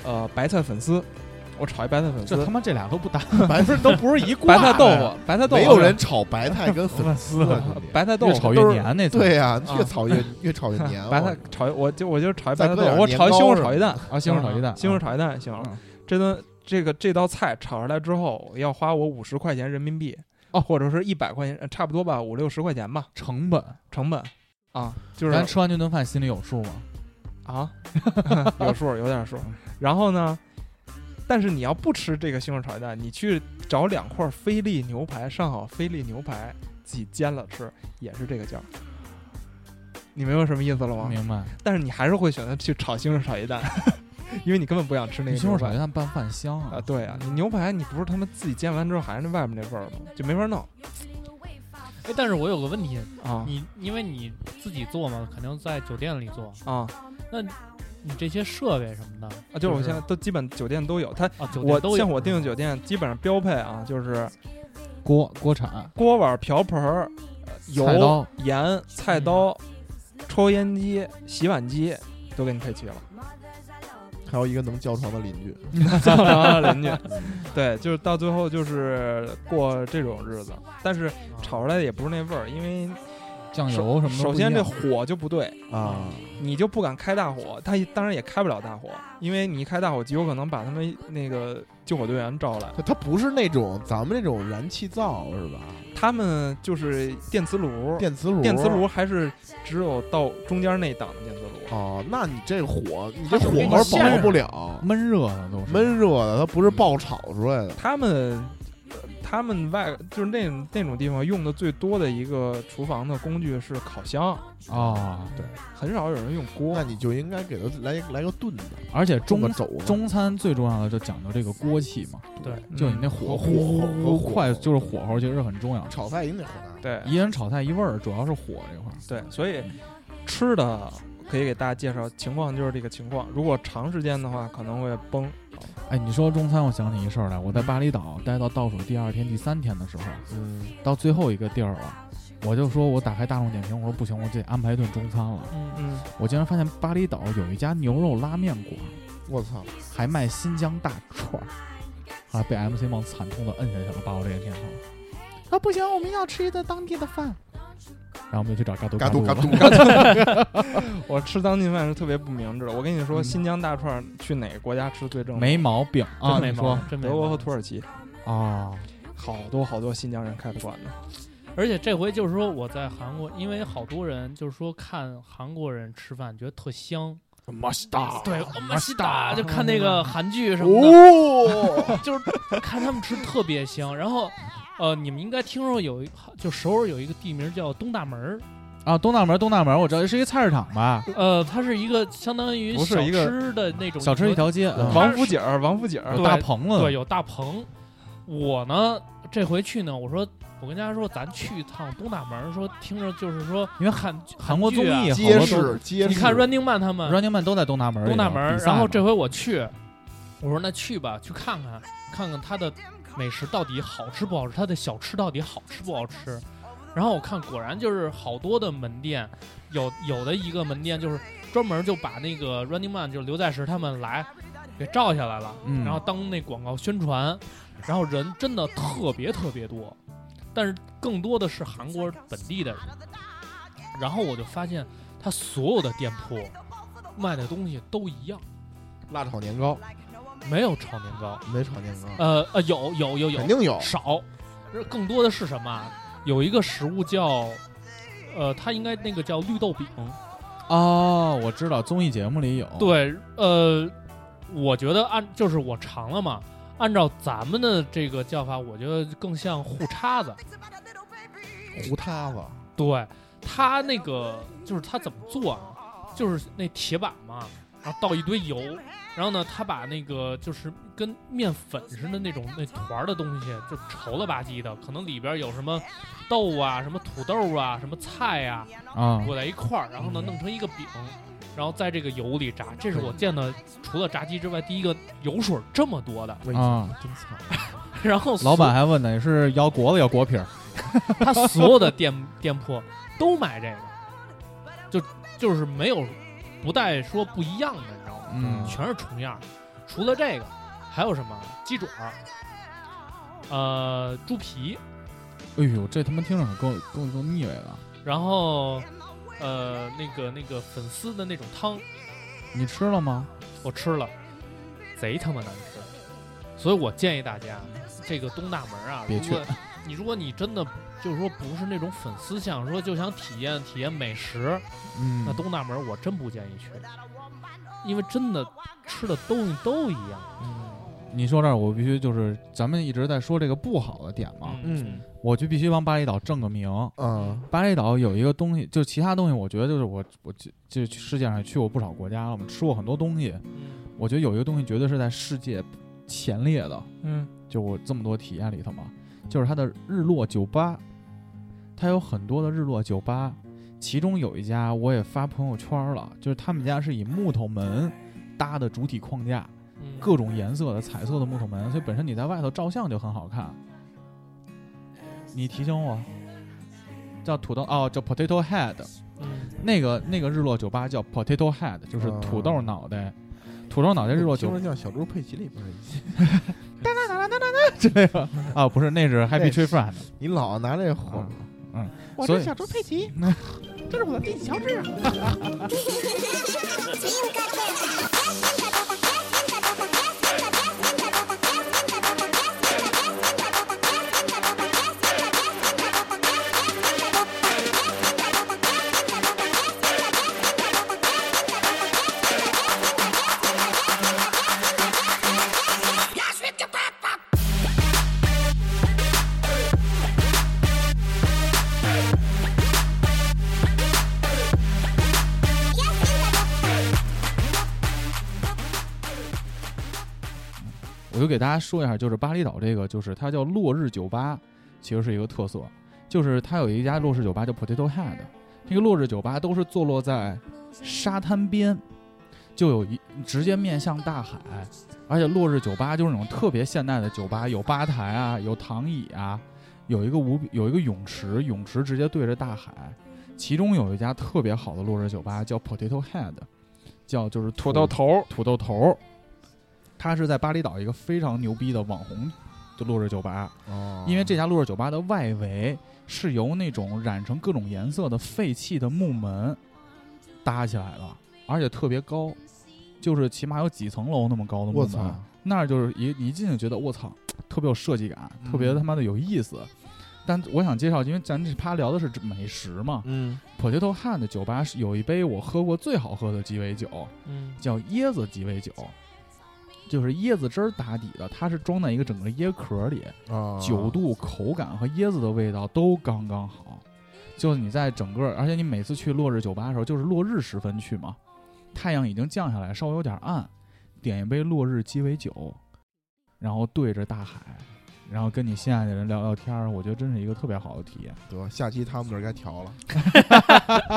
呃白菜粉丝，我炒一白菜粉这丝他，妈这俩都不搭，白菜都不是一白挂菜的豆腐，白菜豆腐，没有人炒白菜跟粉丝丝啊，兄弟白菜豆越腐炒都越是黏那次。对呀，啊越炒越越炒越 (laughs) 黏。啊白菜炒一，我就我就炒一再白菜豆搁腐，点我年炒一西糕红柿什炒么鸡的蛋，啊，西红柿炒鸡蛋，嗯西红啊柿炒鸡蛋行嗯了。这顿这个这道菜炒出来之后，要花我五十块钱人民币，哦，或者是一百块钱，呃差不多吧，五六十块钱吧，成本，成本啊，就是咱吃完这顿饭心里有数吗？啊， (laughs) 有数儿有点数儿。然后呢，但是你要不吃这个西红柿炒鸡蛋，你去找两块菲力牛排，上好菲力牛排自己煎了吃，也是这个价儿。你明白什么意思了吗？明白。但是你还是会选择去炒西红柿炒鸡蛋， (laughs) 因为你根本不想吃那个你西红柿牛炒排鸡蛋拌饭香啊啊，！对啊，你牛排你不是他妈自己煎完之后还是那外面那味儿吗？就没法弄哎，但是我有个问题，啊你因为你自己做嘛，肯定在酒店里做，啊你这些设备什么的啊！就是我现在都基本酒店都有，它啊，酒店我都有像我订的酒店基本上标配啊，就是锅锅铲、锅碗瓢盆儿、呃菜油、刀，嗯盐、菜刀、抽烟机、洗碗机都给你配齐 (laughs) 了。还有一个能叫床的邻居，造成了邻居，嗯对，就是到最后就是过这种日子，但是炒出来的也不是那味儿，因为酱油什么的不一样。首先这火就不对，啊，你就不敢开大火，他当然也开不了大火，因为你一开大火，极有可能把他们那个救火队员招来。它不是那种咱们那种燃气灶是吧？他们就是电磁炉，电磁炉，电磁炉还是只有到中间那一档的电磁炉。哦，那你这火，你这它火是给候你保现护不热了，闷热的都是。闷热的，它不是爆炒出来的。他们呃他们外就是那种那种地方用的最多的一个厨房的工具是烤箱，啊，对，很少有人用锅那。你就应该给它来来个炖的，而且嗯炖中个肘子，中餐最重要的就讲究这个锅气嘛，对嗯就你那火和火和呼火快，就是火候其实很重要。炒菜也得火大。对一人炒菜一味儿，主要是火这块儿。对，所以吃的可以给大家介绍情况就是这个情况，如果长时间的话可能会崩。哎，你说中餐，我想起一事儿来，我在巴厘岛待到倒数第二天、第三天的时候，嗯，到最后一个地儿了，我就说我打开大众点评，我说不行，我得安排一顿中餐了。嗯嗯，我竟然发现巴厘岛有一家牛肉拉面馆，我操，还卖新疆大串儿，后来被 MC 梦惨痛的摁下去了，把我这个念头。啊，不行，我们要吃一顿当地的饭。然后我们就去找嘎嘟嘎嘟嘟嘎嘟了，我吃当地饭是特别不明智的。我跟你说，嗯新疆大串儿去哪个国家吃最正？没毛病啊！真没你毛说病，真没德国毛和病土耳其，啊，好多好多新疆人开的馆子。而且这回就是说我在韩国，因为好多人就是说看韩国人吃饭觉得特香，马西达对，我们西大就看那个韩剧什么的，哦， (laughs) 就是看他们吃特别香。然后，呃，你们应该听说有一，就首尔有一个地名叫东大门儿，啊，东大门，东大门，我知道是一菜市场吧，呃，它是一个相当于不小是一个吃的那种小吃一条街，对嗯王府井儿，王府井儿有对大棚子，对，有大棚。我呢这回去呢，我说我跟大家说，咱去一趟东大门，说听着就是说，因为韩啊韩国综艺好结多实结实。你看 Running Man 他们 Running Man 都在东大门里头，东大门，比赛然后嘛这回我去，我说那去吧，去看看看看它的美食到底好吃不好吃，它的小吃到底好吃不好吃。然后我看果然就是好多的门店，有有的一个门店就是专门就把那个 Running Man 就刘在石他们来给照下来了，嗯然后当那广告宣传，然后人真的特别特别多，但是更多的是韩国本地的人。然后我就发现他所有的店铺卖的东西都一样，辣炒年糕没有炒年糕，没炒年糕，呃呃有有有有肯定有少，而更多的是什么啊？有一个食物叫，呃，它应该那个叫绿豆饼。哦，我知道综艺节目里有，，对，呃，我觉得按就是我尝了嘛，按照咱们的这个叫法，我觉得更像护叉子。糊塌子。对，它那个就是它怎么做啊？就是那铁板嘛，然后倒一堆油，然后呢，他把那个就是跟面粉似的那种那团儿的东西，就稠了吧唧的，可能里边有什么豆啊、什么土豆啊、什么菜啊，啊，裹在一块儿，然后呢弄成一个饼，然后在这个油里炸。这是我见的除了炸鸡之外第一个油水这么多的。我啊真惨！然后所老板还问呢，是要果子要果皮儿，他所有的店店铺都买这个，就就是没有不带说不一样的，你知道吗？嗯全是重样儿。除了这个，还有什么鸡爪儿，呃，猪皮，哎呦，这他妈听着很够够够腻味了，然后呃那个那个粉丝的那种汤，你吃了吗？我吃了，贼他妈难吃。所以我建议大家，这个东大门啊，别如果你如果你真的就是说不是那种粉丝向，说就想体验体验美食，嗯那，东大门我真不建议去，因为真的吃的东西都一样。你说这儿我必须就是咱们一直在说这个不好的点啊嘛，嗯我就必须帮巴厘岛正个名。啊，巴厘岛有一个东西，就其他东西，我觉得就是我我就就世界上去过不少国家了，我们吃过很多东西，嗯我觉得有一个东西绝对是在世界前列的，嗯就我这么多体验里头嘛，就是它的日落酒吧，它有很多的日落酒吧，其中有一家我也发朋友圈了，就是他们家是以木头门搭的主体框架，嗯各种颜色的彩色的木头门，所以本身你在外头照相就很好看。你提醒我，叫土豆哦，叫 Potato Head，嗯那个那个日落酒吧叫 Potato Head，就是啊土豆脑袋，土豆脑袋日落酒听吧着像小猪佩奇里边的一些。 (laughs) 之类的啊，不是，那是 Happy 那 Tree Friend，你老拿这火，嗯，我所是以小猪佩奇，这是我的弟弟乔治。我就给大家说一下，就是巴厘岛这个，就是它叫落日酒吧，其实是一个特色，就是它有一家落日酒吧叫 Potato Head，这个落日酒吧都是坐落在沙滩边，就有一直接面向大海，而且落日酒吧就是那种特别现代的酒吧，有吧台啊，有躺椅啊，有一个无有一个泳池，泳池直接对着大海，其中有一家特别好的落日酒吧叫 Potato Head，叫就是土豆头儿，土豆头儿，他是在巴厘岛一个非常牛逼的网红的落日酒吧，哦因为这家落日酒吧的外围是由那种染成各种颜色的废弃的木门搭起来了，而且特别高，就是起码有几层楼那么高的木我操门，那儿就是一你一进去觉得我操，特别有设计感，特别嗯他妈的有意思。但我想介绍，因为咱这趴聊的是指美食嘛嗯， ，Potato h a 的酒吧是有一杯我喝过最好喝的鸡尾酒，嗯叫椰子鸡尾酒，就是椰子汁儿打底的，它是装在一个整个椰壳里，啊，酒度、口感和椰子的味道都刚刚好。就是你在整个，而且你每次去落日酒吧的时候，就是落日时分去嘛，太阳已经降下来，稍微有点暗，点一杯落日鸡尾酒，然后对着大海，然后跟你心爱的人聊聊天儿，我觉得真是一个特别好的体验。得下期他们那儿该 (laughs) 调了，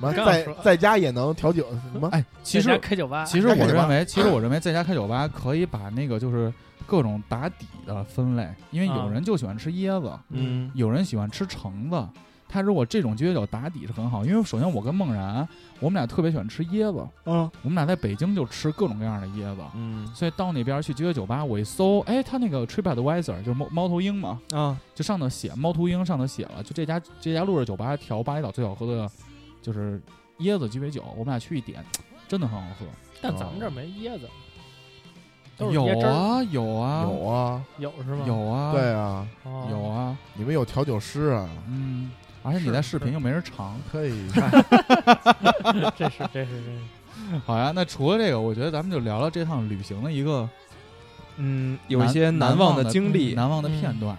妈刚在说在家也能调酒什么？哎，其嗯在家实开酒吧，其实在家我开酒吧认为，其实我认为在家开酒吧可以把那个就是各种打底的分类，因为有啊人就喜欢吃椰子，嗯有人喜欢吃橙子。他如果这种鸡尾酒打底是很好，因为首先我跟梦然，我们俩特别喜欢吃椰子，嗯我们俩在北京就吃各种各样的椰子，嗯所以到那边去鸡尾酒吧，我一搜，哎，他那个 TripAdvisor 就是猫猫头鹰嘛，啊就上头写猫头鹰上头写了，就这家这家路日酒吧调巴厘岛最好喝的就是椰子鸡尾酒，我们俩去一点，真的很好喝。但咱们这儿没椰子，都是有椰汁儿啊有啊有啊，有是吗？有啊对啊，哦有啊，你们有调酒师啊？嗯，而且你在视频又没人尝，可以，哎这是这是这是好呀。那除了这个，我觉得咱们就聊聊这趟旅行的一个嗯，有一难些难忘的嗯经历，难忘的嗯片段，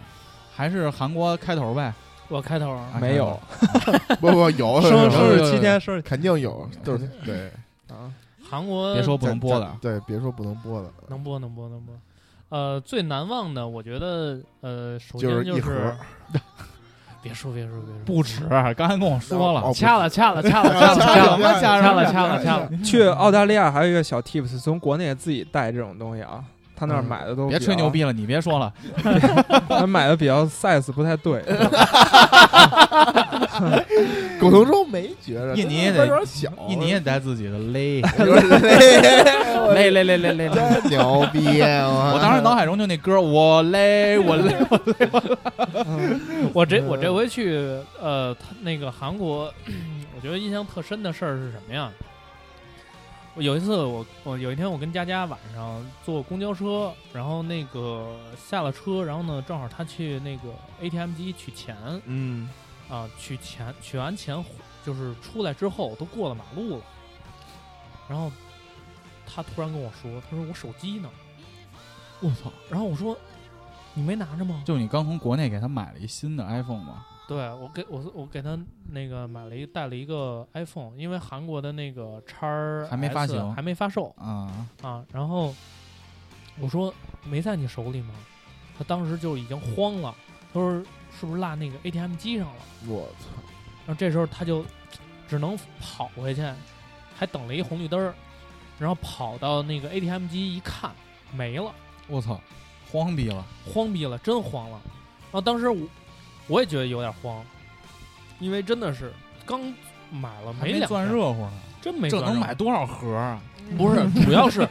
还是韩国开头呗？我开头啊啊没有，不不有有生有生生日日七七天天哎生日肯定有，就是对，啊，韩国别说不能播咱的，对，别说不能播的，能播能播能播。呃，最难忘的，我觉得呃，首先就是一盒是儿，别说别说别说，不止，啊刚才跟我说了哦，掐了掐了掐了 (laughs) 掐了掐了掐了掐了掐了， (laughs) 去澳大利亚还有一个小 tips，从国内自己带这种东西啊，他那儿买的都别比吹较牛，逼了，你别说了， (laughs) 他买的比较 size 不太对，狗头州没觉着，印尼也它得有点小，印尼也带自己的勒有点 (laughs) 勒勒，勒勒勒勒勒。哎真牛逼！啊我我当时脑海中就那歌，我勒我勒， (laughs) 我这我嗯这回去呃，他那个韩国， (clears throat) 我觉得印象特深的事儿是什么呀？我有一次我我有一天我跟佳佳晚上坐公交车，然后那个下了车，然后呢正好她去那个 ATM 机取钱啊、嗯，取钱取完钱就是出来之后都过了马路了，然后她突然跟我说，她说我手机呢，我操！然后我说你没拿着吗？就你刚从国内给他买了一新的 iPhone 嘛？对我给我我给他那个买了一带了一个 iPhone，因为韩国的那个叉儿还没发行还没发售啊，啊。然后我说没在你手里吗？他当时就已经慌了，他说是不是落那个 ATM 机上了？我操，然后这时候他就只能跑回去，还等了一红绿灯儿，然后跑到那个 ATM 机一看没了。我操，慌逼了！慌逼了，真慌了。然后当时我我也觉得有点慌，因为真的是刚买了还没没两攥天，热乎呢，真没这攥能热买多少盒啊？不是，主 (laughs) 要是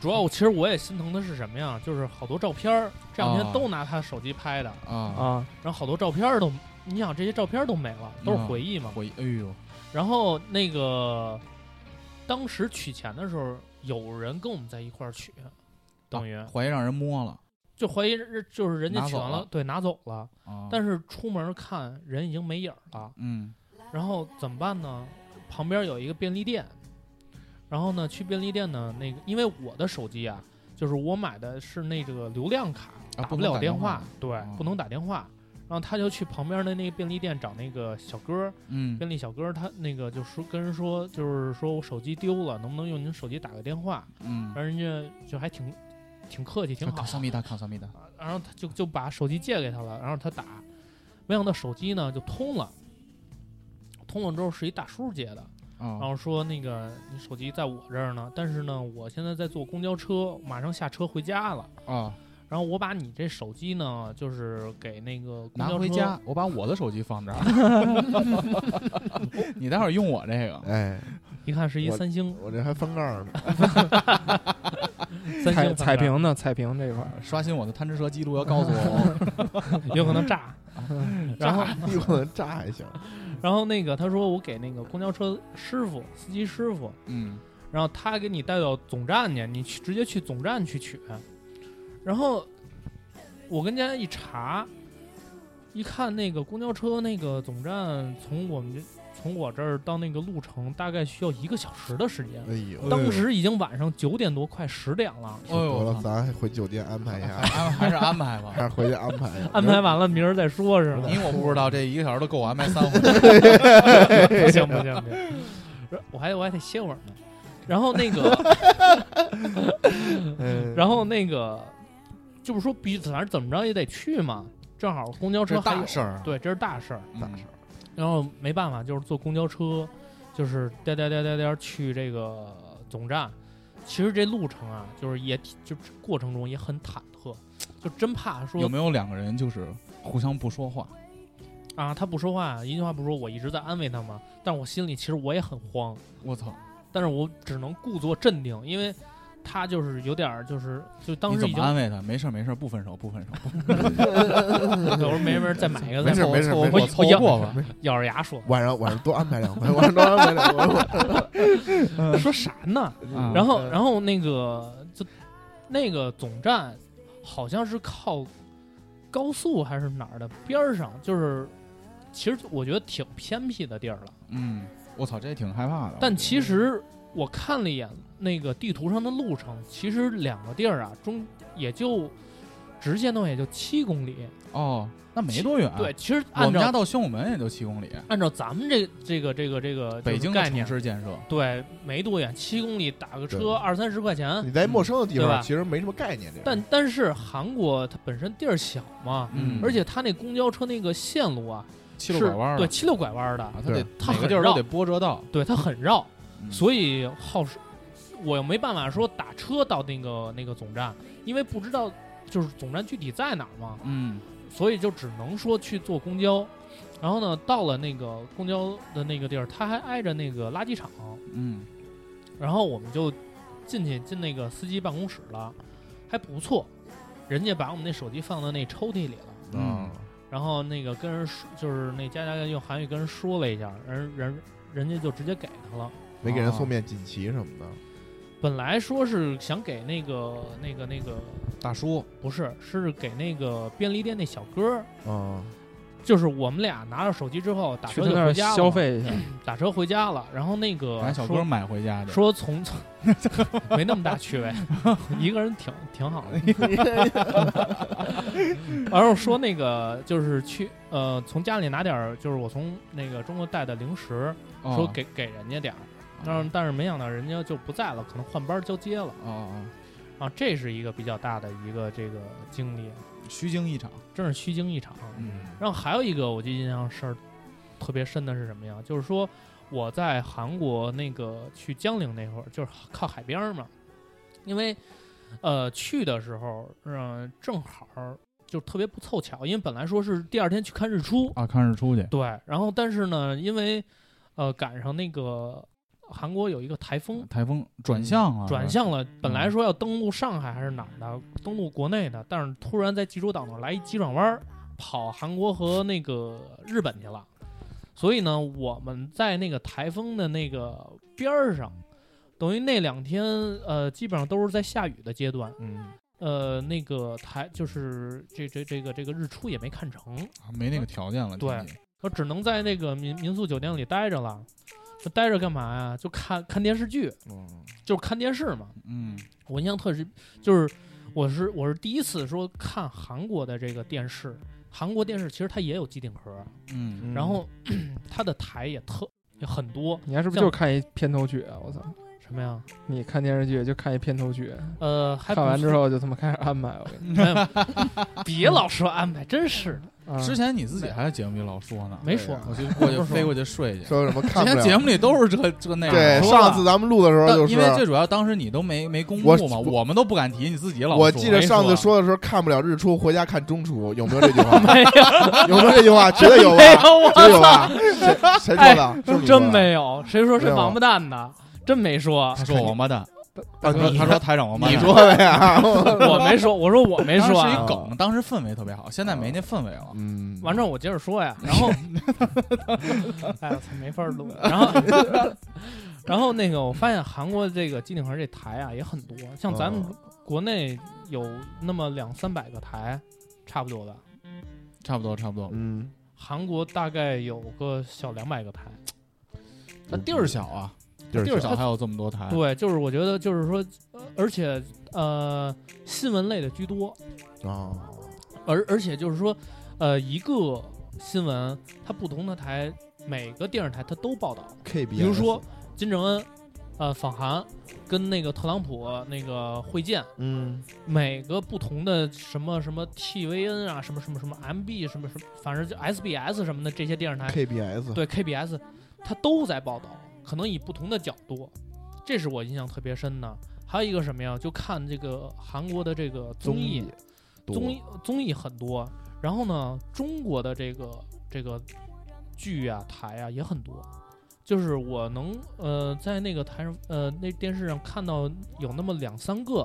主要，其实我也心疼的是什么呀？就是好多照片儿，这两啊天都拿他手机拍的，啊，啊，然后好多照片儿都，你想这些照片儿都没了，都是嗯回忆嘛。我哎呦，然后那个当时取钱的时候，有人跟我们在一块儿取，等于、啊怀疑让人摸了就怀疑人就是人家拿取走完了了，对，拿走了。啊！但是是出门看人已经没影儿了，嗯，然后怎么办呢？旁边有一个便利店，然后呢去便利店呢，那个因为我的手机啊，就是我买的是那这个流量卡，啊打不不能了打电电话对，哦不能打电话。然后他就去旁边的那个便利店找那个小哥儿，嗯便利小哥儿，他那个就说跟人说，就是说我手机丢了，能不能用您手机打个电话？嗯啊然，后人家就还挺挺客气，挺好啊卡。萨米达卡萨米达，然后他就就把手机借给他了，然后他打，没想到手机呢就通了，通了之后是一大叔接的，然啊后说那个你手机在我这儿呢，但是呢我现在在坐公交车，马上下车回家了，啊，然后我把你这手机呢就是给那个公拿交车回家，我把我的手机放 (laughs) 这儿，你待会儿用我这个。哎，一看是一我三星，我这还翻盖儿呢，三彩星彩 (laughs) 反屏呢，彩屏这块儿，刷新我的贪吃蛇记录，要告诉 (laughs) 我哦正有可能炸，然 (laughs) 后你可能炸一下，然后那个他说我给那个公交车师傅司机师傅嗯，然后他给你带到总站去，你去直接去总站去取。然后我跟人家一查，一看那个公交车那个总站，从我们这从我这儿到那个路程大概需要一个小时的时间。哎呦，当时已经晚上九点多，快十点了。哎呦得我了，操，咱还回酒店安排一下，安还是安排吧。还是回去安排一下，啊安排完了，明儿再说， (laughs) 是吧？你我不知道，这一个小时都够我安排三回。 (laughs) 不行不 (laughs) 行不行，我还我还得歇会儿呢。 (laughs) 然后那个，嗯，然后那个就是说必须反正怎么着也得去嘛，正好公交这车是还有大事儿，啊对，这是大事儿。嗯，大事儿然后没办法，就是坐公交车，就是颠颠颠颠颠去这个总站。其实这路程啊，就是也就过程中也很忐忑，就真怕说有没有两个人就是互相不说话？啊，他不说话，一句话不说，我一直在安慰他嘛。但我心里其实我也很慌，我操，但是我只能故作镇定，因为他就是有点儿就是就当你时怎已么经安慰他？没事儿没事儿，不分手不分手。我说没事再买一个，没再事买没事我没我事，我凑咬合吧。没事咬着牙说晚上晚上多安排两回，晚上多安排两 (laughs) 回。说啥呢？嗯然后然后那个就那个总站好像是靠高速还是哪儿的边儿上，就是其实我觉得挺偏僻的地儿了。嗯，我操，这也挺害怕的。但其实我看了一眼那个地图上的路程，其实两个地儿啊，中也就直线的话也就七公里。哦，那没多远。对，，其实我按们家照到宣武门也就七公里。按照咱们这这个这个这个就是北京的概城念，市建设，对，没多远，七公里打个对车二三十块钱。嗯你在陌生的地对方吧其实没什么概念，这个但但是韩国它本身地儿小嘛，嗯而且它那公交车那个线路啊，七是路拐弯儿对，的，七六拐弯儿的，啊，它得对它每个很地儿都绕得波折道，对，它很绕，嗯所以耗时，我又没办法说打车到那个那个总站，因为不知道就是总站具体在哪儿嘛，嗯，所以就只能说去坐公交。然后呢，到了那个公交的那个地儿，它还挨着那个垃圾场，嗯，然后我们就进去进那个司机办公室了，还不错，人家把我们那手机放到那抽屉里了。嗯嗯，然后那个跟人说，就是那佳佳用韩语跟人说了一下，人人人家就直接给他了。没给人啊送面锦旗什么的。本来说是想给那个那个那个，大叔，不是，是给那个便利店那小哥儿。啊，就是我们俩拿着手机之后打去车他就那回儿家了嘛，消费一下，打车回家了。然后那个把小哥说买回家去。说从没那么大趣味，一个人挺挺好的。然后说那个就是去呃从家里拿点儿，就是我从那个中国带的零食，哦说给给人家点儿。但是但是没想到人家就不在了，可能换班交接了哦哦，啊，这是一个比较大的一个这个经历，哦虚惊一场，真是虚惊一场。嗯，然后还有一个我就印象事儿特别深的是什么呀？就是说我在韩国那个去江陵那会儿，就是靠海边儿嘛，因为呃去的时候，嗯、正好儿就特别不凑巧，因为本来说是第二天去看日出，啊，看日出去，对，然后但是呢，因为呃赶上那个韩国有一个台风。台风转向了，嗯转向了，本来说要登陆上海还是哪儿的，登陆国内的，但是突然在济州岛那儿来一急转弯儿，跑韩国和那个日本去了。所以呢，我们在那个台风的那个边儿上，等于那两天呃，基本上都是在下雨的阶段。嗯，呃，那个台就是这这这个这个日出也没看成，啊没那个条件了，对天气，我只能在那个民民宿酒店里待着了。这待着干嘛呀？就看看电视剧，就是看电视嘛。嗯，我印象特深，就是我是我是第一次说看韩国的这个电视，韩国电视其实它也有机顶盒，嗯，然后 (clears throat) 它的台也特也很多，你还是不是就看一片头曲啊？我操！什么呀？你看电视剧就看一片头曲， (laughs) 呃，还看不完是嗯之，后就他妈开始安排。我跟你没有别老说安排，真是的说，嗯啊之前你自己还在节目里老说呢，没说对我就我就飞过去睡去。说什么之看不前节了？目里都是这这内容，对，说上了次咱们录的时候但就是因为最主要当时你都没没公布我嘛，我我们都不敢提，你自己老我说记得上次没说的时候，看不了日出，回家看中出，有没有这句 (laughs) 话？哎没有，有没有这句话？绝对有吧 (laughs) 没？有我绝对有 (laughs) 吧？谁谁说的？是你说真的没有，谁说没是有王八蛋呢？真没说，他说我王八蛋，啊他说你他说台长王八你蛋，说的呀？我没说，我说我没说当时是啊。一梗，当时氛围特别好，现在没那氛围了。嗯，完之后我接着说呀，然后，哎，我操，没法录。然后，然后那个我发现韩国这个机顶盒这台啊也很多，像咱们嗯国内有那么两三百个台，差不多吧。差不多，差不多。嗯，韩国大概有个小两百个台，它地儿小啊，地儿地儿小小还有这么多台。对，就是我觉得就是说，呃而且呃，新闻类的居多，啊，而而且就是说，呃，一个新闻它不同的台，每个电视台它都报道。 KBS，比如说金正恩，呃访韩，跟那个特朗普那个会见，嗯每个不同的什么什么 TVN 啊，什么什么什么 MB 什么什么，反正就 SBS 什么的这些电视台， ，KBS 对 KBS，它都在报道，可能以不同的角度，这是我印象特别深的。还有一个什么呀，就看这个韩国的这个综艺，多综艺综艺很多，然后呢，中国的这个这个剧啊台啊也很多，就是我能呃在那个台上呃那电视上看到有那么两三个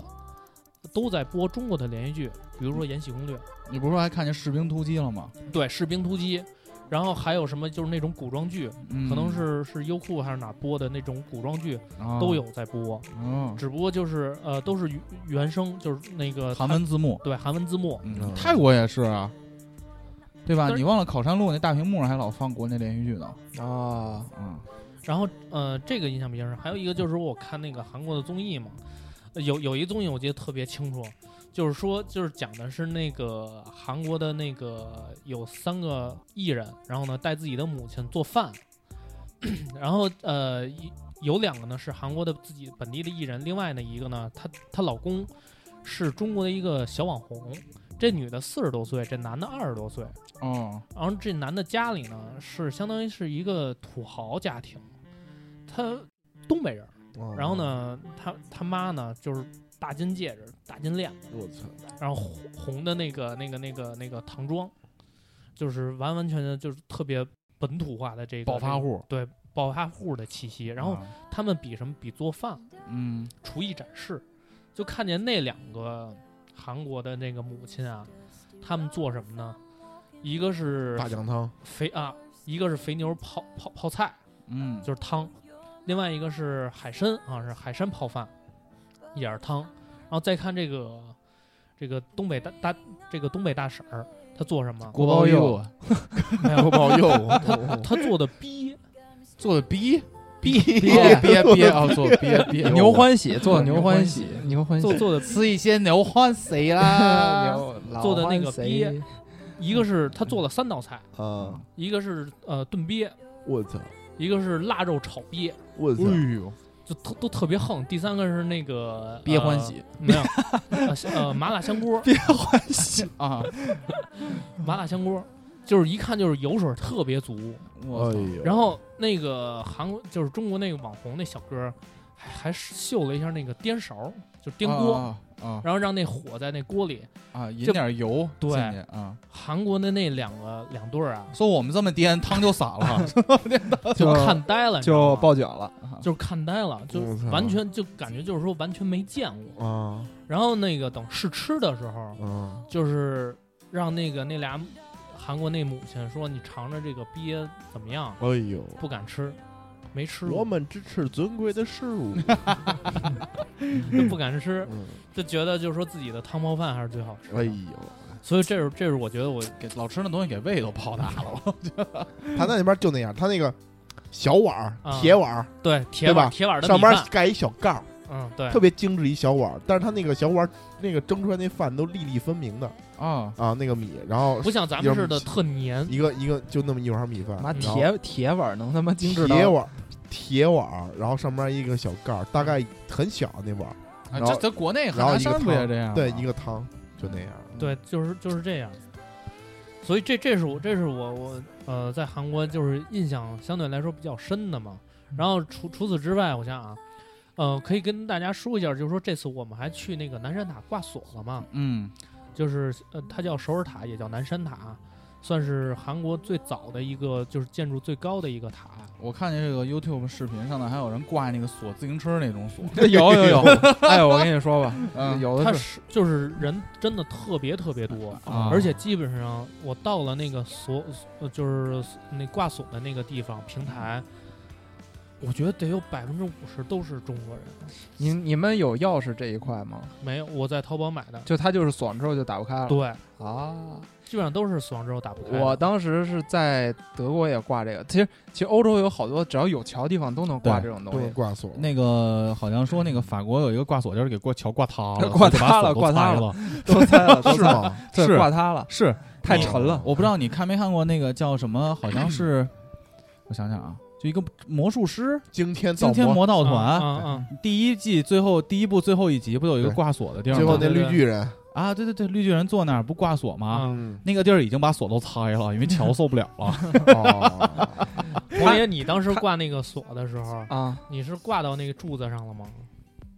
都在播中国的连续剧，比如说《延禧攻略》，你不是说还看见《士兵突击》了吗？对《士兵突击》，然后还有什么就是那种古装剧，嗯可能是是优酷还是哪儿播的那种古装剧啊都有在播，嗯，只不过就是呃都是原原声，就是那个韩文字幕。对韩文字幕，嗯嗯，泰国也是啊，对吧？但是你忘了考山路那大屏幕上还老放国内连续剧呢。啊，嗯，然后，呃，这个印象比较深。还有一个就是我看那个韩国的综艺嘛，呃有有一个综艺我记得特别清楚，就是说就是讲的是那个韩国的那个有三个艺人，然后呢带自己的母亲做饭， (clears throat) 然后呃一有两个呢是韩国的自己本地的艺人，另外呢一个呢她她老公是中国的一个小网红，这女的四十多岁，这男的二十多岁，哦，然后这男的家里呢是相当于是一个土豪家庭，他东北人儿，然后，呢，他他妈呢就是大金戒指、大金链子，我操，然后红红的那个那个那个那个唐装，就是完完全全就是特别本土化的这个暴发，户。对暴发户的气息。然后啊，他们比什么？比做饭、嗯，厨艺展示，就看见那两个韩国的那个母亲啊，他们做什么呢？一个是大酱汤，肥啊，一个是肥牛泡泡泡菜，嗯，就是汤；另外一个是海参啊，是海参泡饭，也是汤。然后再看这个这个东北大大这个东北大婶儿，她做什 (laughs) 么？国宝佑佑没多有，保佑，她做的鳖做的逼鳖憋憋憋啊，做的憋憋牛欢喜做的牛嗯牛欢欢喜喜，牛欢喜做做的吃一些牛欢喜 (laughs) 啦。牛老做的那个欢喜鳖一个是她做了三道菜，啊，一个是呃炖鳖，我操，一个是腊肉炒鳖，我操，哎呦，就特都特别横。第三个是那个憋欢喜，呃没有呃呃麻辣香锅，啊！麻辣香锅，就是一看就是油水特别足。我哎操呦，然后那个韩国就是中国那个网红那小哥，还还秀了一下那个颠勺，就颠锅，啊啊然后让那火在那锅里。啊！引就点油对进去啊！韩国的那两个两对儿啊，说我们这么颠，汤就散了。就就看呆了，你知道就吗报警了，就是看呆了，就我操完全就感觉就是说完全没见过。啊然后那个等试吃的时候，啊，就是让那个那俩韩国那母亲说：“你尝尝这个鳖怎么样哎呦？”，不敢吃，没吃我过，们支持尊贵的事 (laughs) 物，就不敢吃。嗯就觉得就是说自己的汤泡饭还是最好吃的，哎呦，所以这是这是我觉得我 (laughs) 给老吃那东西给胃都泡大了。他那里边就那样，他那个小碗儿、啊铁碗儿，对铁对吧碗铁碗的上米边饭，盖一小盖儿，嗯对特，别精致一小碗儿，但是他那个小碗儿那个蒸出来那饭都粒粒分明的啊，啊，那个米，然后不像咱们似的特黏，一个一个就那么一碗米饭，妈嗯然后铁铁碗能他妈精致到铁碗儿铁碗儿，然后上面一个小盖儿，大概很小那碗儿，啊然这后在国内河然后南一个山不也这样吗？对，一个汤就那样。对，就是就是这样。所以这这是我这是我我呃在韩国就是印象相对来说比较深的嘛。然后除除此之外，我想想啊，呃，可以跟大家说一下，就是说这次我们还去那个南山塔挂锁了嘛，嗯就是呃它叫首尔塔，也叫南山塔，算是韩国最早的一个就是建筑最高的一个塔。，我看见这个 YouTube 视频上呢，还有人挂那个锁自行车那种锁。有 (laughs) 有 (laughs) 有，哎，我跟你说吧，嗯，有它的是是就是人真的特别特别多，啊而且基本上我到了那个锁，呃就是那挂锁的那个地方平台，我觉得得有百分之五十都是中国人。你你们有钥匙这一块吗？没有，我在淘宝买的，就它就是锁上之后就打不开了。对，啊，基本上都是死亡之后打不开的。我当时是在德国也挂这个，其实其实欧洲有好多只要有桥地方都能挂对这种东都是西。挂锁，那个好像说那个法国有一个挂锁，就是给过桥挂塌了， (laughs) 挂就塌把了锁都挂塌拆了了。都 (laughs) 拆了，都啊是拆了？吗？对是挂塌了，是，太嗯你沉了。我不知道你看没看过那个叫什么，好像是，我想想啊，就一个魔术师惊天惊造天魔，魔盗抱团、啊第一季最后第一部最后一集不有一个对挂锁的地儿吗？最后那对对绿巨人，啊，对对对，绿巨人坐那儿不挂锁吗？啊！嗯，那个地儿已经把锁都拆了，因为桥受不了 (laughs) 了。哦，我爷，你当时挂那个锁的时候，啊，你是挂到那个柱子上了吗？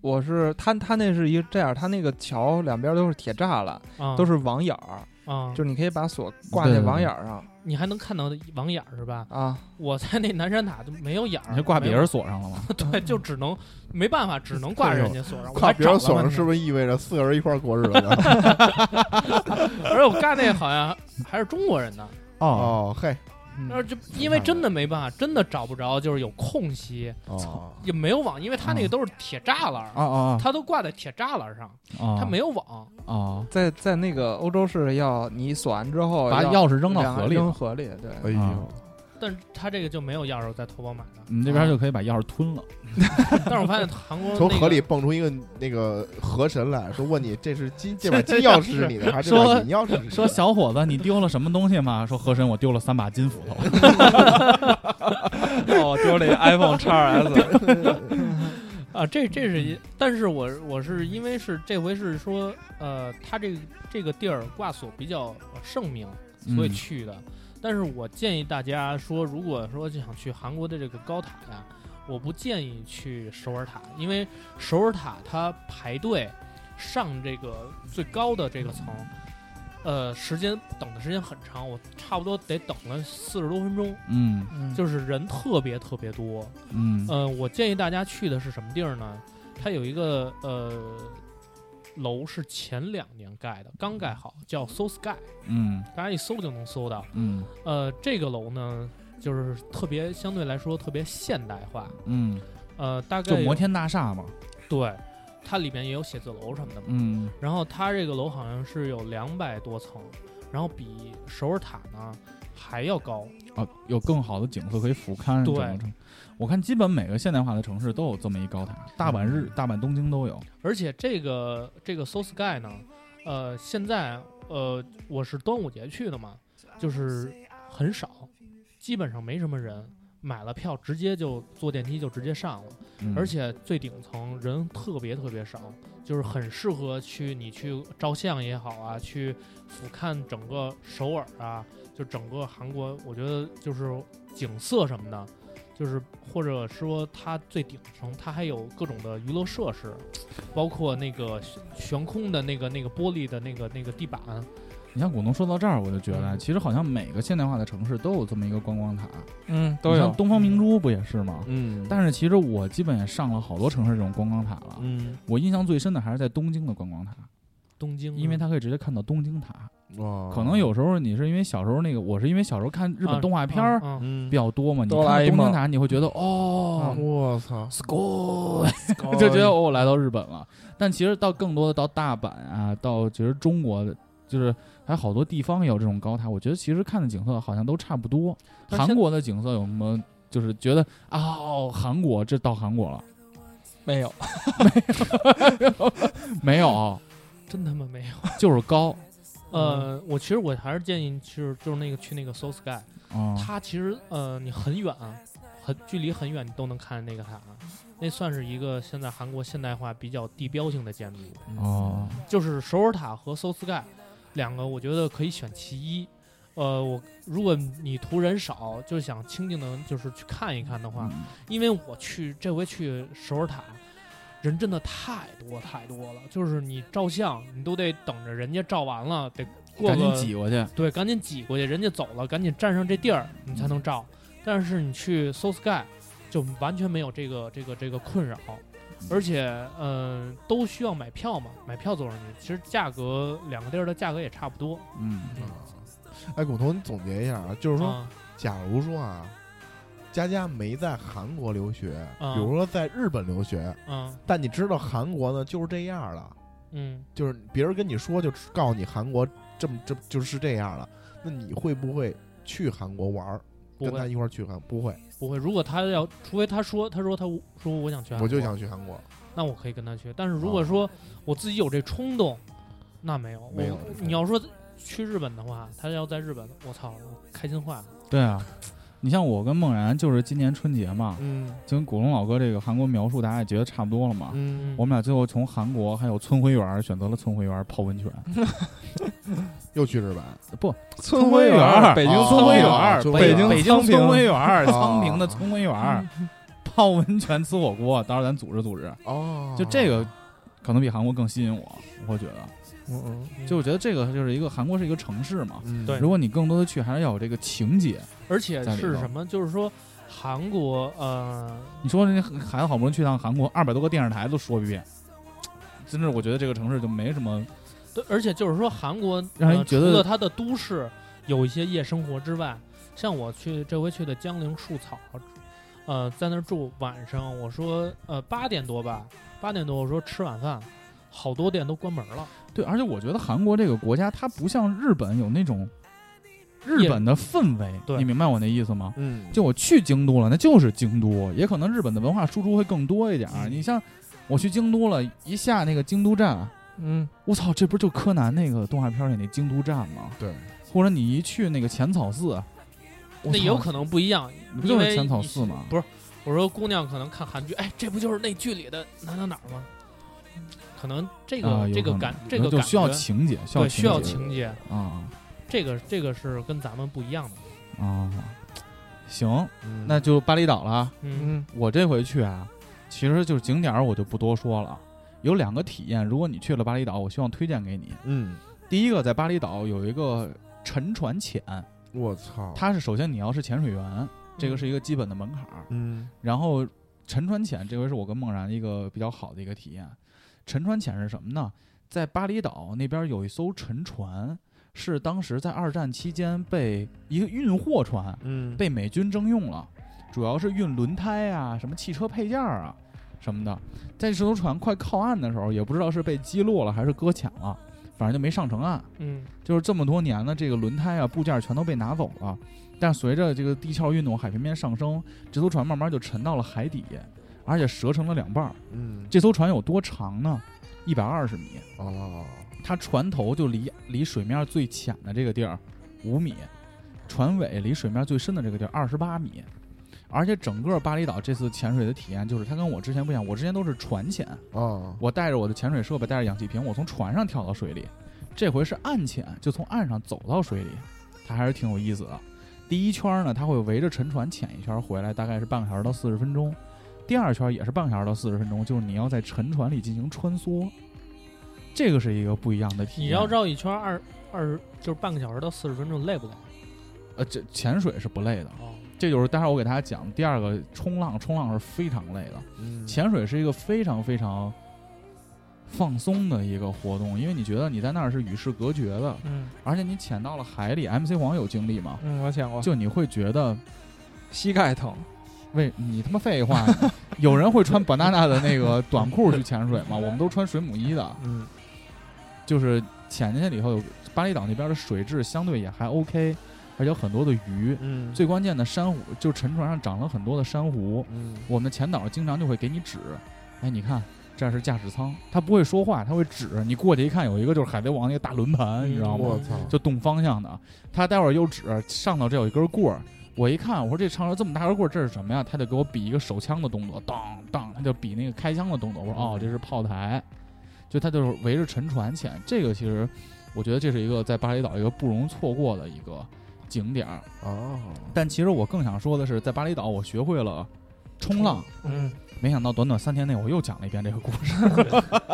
我是他他那是一这样，他那个桥两边都是铁栅栏，啊，都是网眼儿，啊，就是是你可以把锁挂对在对网对眼儿上你还能看到网眼儿是吧？啊。我在那南山塔就没有眼儿，你就挂别没人有，锁上 (laughs) 了吗？对，就只能没办法，只能挂人家锁上。挂别人锁上是是？不是意味着四个人一块儿过日 (laughs) 子？而且我干那好像还是中国人呢，哦，哦，嘿，嗯然后就因为真的没办法，真的找不着，就是有空隙，哦，也没有网，因为他那个都是铁栅栏啊儿，啊他都挂在铁栅栏上，啊！他没有网。啊，在在那个欧洲是要你锁完之后把要钥匙扔到两河里了扔河里，对，哎啊呦，但是他这个就没有钥匙，我在淘宝买的。你这嗯边就可以把钥匙吞了。但是我发现韩国从那个河里蹦出一个那个河神来说问你这是金这把金钥匙是你的还是这说把银钥匙是你的？说小伙子，你丢了什么东西吗？说河神，我丢了三把金斧头。哦，丢了 iPhone x S，啊，这这嗯是一，但是我我是因为是这回是说，呃，他这这个地儿挂锁比较呃盛名，所以嗯去的。但是我建议大家说，如果说就想去韩国的这个高塔呀，我不建议去首尔塔，因为首尔塔它排队上这个最高的这个层，呃，时间等的时间很长，我差不多得等了四十多分钟，嗯就是人特别特别多。嗯呃，我建议大家去的是什么地儿呢？它有一个呃楼是前两年盖的，刚盖好，叫 So Sky，嗯大家一搜就能搜到。嗯呃，这个楼呢，就是特别相对来说特别现代化，嗯，呃，大概就摩有天大厦嘛。对，它里面也有写字楼什么的嘛。嗯然后它这个楼好像是有两百多层，然后比首尔塔呢还要高。啊，有更好的景色可以俯瞰对整个城。我看基本每个现代化的城市都有这么一高塔，大阪日、大阪、东京都有。而且这个这个 So Sky 呢，呃，现在呃，我是端午节去的嘛，就是很少，基本上没什么人，买了票直接就坐电梯就直接上了，嗯而且最顶层人特别特别少，就是很适合去你去照相也好啊，去俯瞰整个首尔啊，就整个韩国，我觉得就是景色什么的。就是或者说它最顶层，它还有各种的娱乐设施，包括那个悬空的那个那个玻璃的那个那个地板，你像古东说到这儿，我就觉得嗯其实好像每个现代化的城市都有这么一个观光塔，嗯，你都像有，东方明珠不也是吗？嗯但是其实我基本也上了好多城市这种观光塔了。嗯，我印象最深的还是在东京的观光塔，东京，因为它可以直接看到东京塔。哦可能有时候你是因为小时候那个，我是因为小时候看日本动画片儿啊嗯比，较多嘛，你哆啦看 A 东京梦啊塔你会觉得哦嗯我操， ，school，就觉得哦我来到日本了。但其实到更多的到大阪啊，到其实中国的就是还有好多地方也有这种高塔，我觉得其实看的景色好像都差不多。但韩现国的景色有什么？就是觉得啊、哦，韩国这到韩国了没有， (laughs) 没有？真他妈没有。就是高，嗯呃，我其实我还是建议就是就是那个去那个 Soul Sky，啊， (laughs) 它其实呃你很远，很距离很远你都能看见那个塔，那算是一个现在韩国现代化比较地标性的建筑，哦，就是首尔塔和 Soul Sky 两个，我觉得可以选其一。呃，我如果你图人少，就是想清静的，就是去看一看的嗯话，因为我去这回去首尔塔，人真的太多太多了，就是你照相，你都得等着人家照完了，得过赶个紧挤过去。对，赶紧挤过去，人家走了，赶紧占上这地儿，你嗯才能照。但是你去 So Sky 就完全没有这个这个这个困扰，而且嗯、呃都需要买票嘛，买票走上去，其实价格两个地儿的价格也差不多。嗯哎，古潼，你总结一下啊，就是说，啊假如说啊，佳佳没在韩国留学，啊嗯比如说在日本留学，啊嗯但你知道韩国呢就是这样了，嗯，就是别人跟你说就告诉你韩国这么这就是这样了，那你会不会去韩国玩儿？不跟他会一块儿去韩，不会，不会，如果他要，除非他说他说他说我想去韩国，我就想去韩国。那我可以跟他去。但是如果说我自己有这冲动，那没有。我没有你要说去日本的话，他要在日本，我操，我开心坏了。对啊，你像我跟梦然，就是今年春节嘛，嗯就跟古龙老哥这个韩国描述，大家也觉得差不多了嘛。嗯，啊我们俩最后从韩国还有春晖园选择了春晖园泡温泉，又去日本，村晖园，北京哦村晖园，哦春晖园北啊北京北京苍春晖园，啊哦昌平的春晖园，泡温泉吃火锅，到时候咱组织组织，哦，就这个可能比韩国更吸引我，我会觉得，嗯嗯就我觉得这个就是一个韩国是一个城市嘛，嗯，对如果你更多的去，还是要有这个情节。而且在里是头什么？就是说韩国呃，你说人家孩子好不容易去趟韩国，二百多个电视台都说一遍，真是我觉得这个城市就没什么。对，而且就是说韩国让人呃觉得除了它的都市有一些夜生活之外，像我去这回去的江陵树草，呃，在那儿住晚上，我说呃八点多吧，八点多我说吃晚饭，好多店都关门了。对，而且我觉得韩国这个国家，它不像日本有那种日本的氛围，对你明白我那意思吗？嗯，就我去京都了，那就是京都，也可能日本的文化输出会更多一点嗯儿。你像我去京都了，一下那个京都站，嗯，我操，这不就柯南那个动画片里那京都站吗？对，或者你一去那个浅草寺，我那也有操可能不一样，你不因就是为浅草你寺吗不是，我说姑娘可能看韩剧，哎，这不就是那剧里的哪哪哪儿吗？可能这个、啊有这可个能感可这能个就感需要觉情节，需要对需要节情节，啊这个这个是跟咱们不一样的。啊，行，嗯那就巴厘岛了。啊嗯，嗯我这回去啊，其实就是景点儿我就不多说了。有两个体验，如果你去了巴厘岛，我希望推荐给你。嗯，第一个，在巴厘岛有一个沉船潜，我操，它是首先你要是潜水员，这个是一个基本的门槛儿。嗯然后沉船潜这回是我跟梦然一个比较好的一个体验。沉船潜是什么呢？在巴厘岛那边有一艘沉船，是当时在二战期间被一个运货船嗯，被美军征用了，主要是运轮胎啊、什么汽车配件儿啊什么的。在这艘船快靠岸的时候，也不知道是被击落了还是搁浅了，反正就没上成岸。嗯，就是这么多年呢，这个轮胎啊部件全都被拿走了。但随着这个地壳运动、海平面上升，这艘船慢慢就沉到了海底，而且折成了两半儿。嗯，这艘船有多长呢？一百二十米，哦，它船头就离离水面最浅的这个地儿五米，船尾离水面最深的这个地儿二十八米。而且整个巴厘岛这次潜水的体验，就是它跟我之前不一样，我之前都是船潜，哦，我带着我的潜水设备，带着氧气瓶，我从船上跳到水里。这回是岸潜，就从岸上走到水里，它还是挺有意思的。第一圈呢，它会围着沉船潜一圈回来，大概是半个小时到四十分钟。第二圈也是半个小时到四十分钟，就是你要在沉船里进行穿梭，这个是一个不一样的体验。你要绕一圈二二就是半个小时到四十分钟，累不累？呃，这潜水是不累的，哦，这就是待会儿我给大家讲第二个冲浪，冲浪是非常累的。嗯潜水是一个非常非常放松的一个活动，因为你觉得你在那儿是与世隔绝的，嗯而且你潜到了海里，MC 黄有经历吗？嗯，我想过，就你会觉得，膝盖疼，为你他妈废话呢，有人会穿 banana 的那个短裤去潜水吗？我们都穿水母衣的，嗯就是潜进去了以后，巴厘岛那边的水质相对也还 OK，而且有很多的鱼，嗯，最关键的珊瑚，就沉船上长了很多的珊瑚，嗯我们的前导经常就会给你指，哎，你看这是驾驶舱，他不会说话，他会指。你过去一看，有一个就是海贼王那个大轮盘，你知道吗我？操就动方向的。他待会儿又指上头这有一根棍儿，我一看，我说这上头这么大根棍儿，这是什么呀？他就给我比一个手枪的动作，当当，他就比那个开枪的动作。我说哦，这是炮台，就他就是围着沉船潜。这个其实我觉得这是一个在巴厘岛一个不容错过的一个景点儿。哦，但其实我更想说的是，在巴厘岛我学会了冲浪。嗯没想到短短三天内，我又讲了一遍这个故事。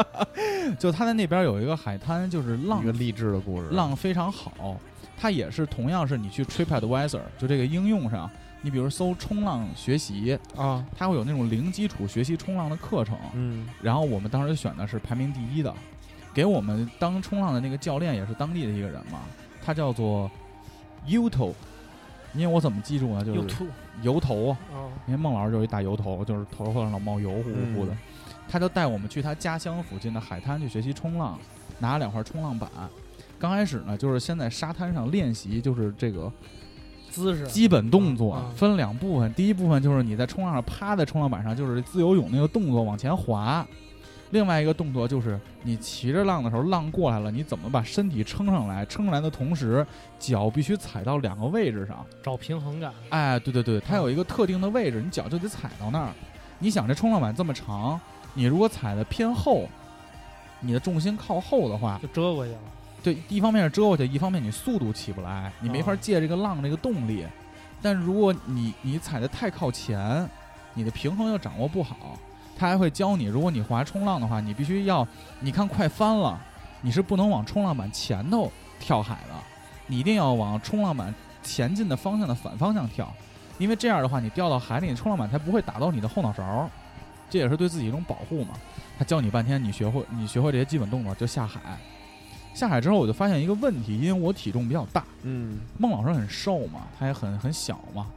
(laughs) 就他在那边有一个海滩，就是浪一个励志的故事，浪非常好，它也是同样是你去 TripAdvisor 就这个应用上，你比如搜冲浪学习，啊，它会有那种零基础学习冲浪的课程。嗯，然后我们当时选的是排名第一的，给我们当冲浪的那个教练也是当地的一个人嘛，他叫做 Uto，因为我怎么记住呢？就有是吐油头啊。哦，因为孟老师就是一大油头，就是头发上老冒油，呼呼呼的。他就带我们去他家乡附近的海滩去学习冲浪，拿了两块冲浪板。刚开始呢，就是先在沙滩上练习，就是这个姿势基本动作嗯嗯分两部分。第一部分就是你在冲浪上趴在冲浪板上，就是自由泳那个动作往前滑。另外一个动作就是你骑着浪的时候，浪过来了，你怎么把身体撑上来？撑上来的同时，脚必须踩到两个位置上。找平衡感，哎，对对对，它有一个特定的位置，你脚就得踩到那儿。你想这冲浪板这么长，你如果踩的偏后，你的重心靠后的话，就遮过去了。对，一方面是遮过去，一方面你速度起不来，你没法哦借这个浪这个动力。但如果你你踩的太靠前，你的平衡又掌握不好，他还会教你，如果你滑冲浪的话，你必须要，你看快翻了，你是不能往冲浪板前头跳海的，你一定要往冲浪板前进的方向的反方向跳，因为这样的话，你掉到海里，你冲浪板才不会打到你的后脑勺，这也是对自己一种保护嘛。他教你半天，你学会你学会这些基本动作就下海。下海之后，我就发现一个问题，因为我体重比较大，嗯，孟老师很瘦嘛，他也很很小嘛。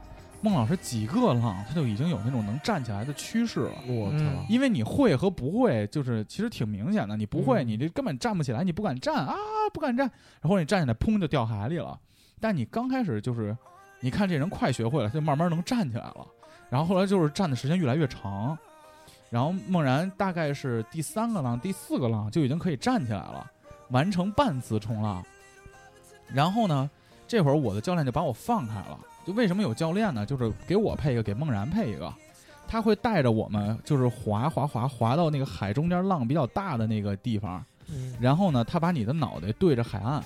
孟老师几个浪，他就已经有那种能站起来的趋势了。我嗯因为你会和不会，就是其实挺明显的。你不会，嗯你这根本站不起来，你不敢站啊，不敢站。然后你站起来，砰就掉海里了。但你刚开始就是，你看这人快学会了，他就慢慢能站起来了。然后后来就是站的时间越来越长，然后梦然大概是第三个浪、第四个浪就已经可以站起来了，完成半次冲浪。然后呢，这会儿我的教练就把我放开了。就为什么有教练呢？就是给我配一个，给梦然配一个，他会带着我们就是滑滑滑滑到那个海中间浪比较大的那个地方，嗯，然后呢，他把你的脑袋对着海岸，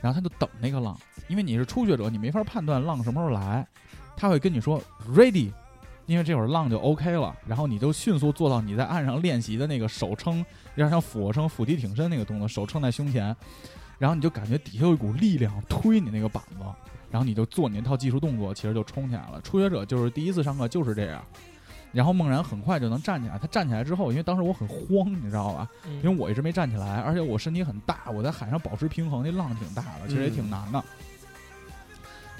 然后他就等那个浪，因为你是初学者，你没法判断浪什么时候来，他会跟你说 ready，因为这会儿浪就 OK 了，然后你就迅速做到你在岸上练习的那个手撑，有点像俯卧撑、腹肌挺身那个动作，手撑在胸前，然后你就感觉底下有一股力量推你那个板子，然后你就做你那套技术动作，其实就冲起来了。初学者就是第一次上课就是这样。然后梦然很快就能站起来，他站起来之后，因为当时我很慌，你知道吧？因因为我一直没站起来，而且我身体很大，我在海上保持平衡，那浪挺大的，其实也挺难的。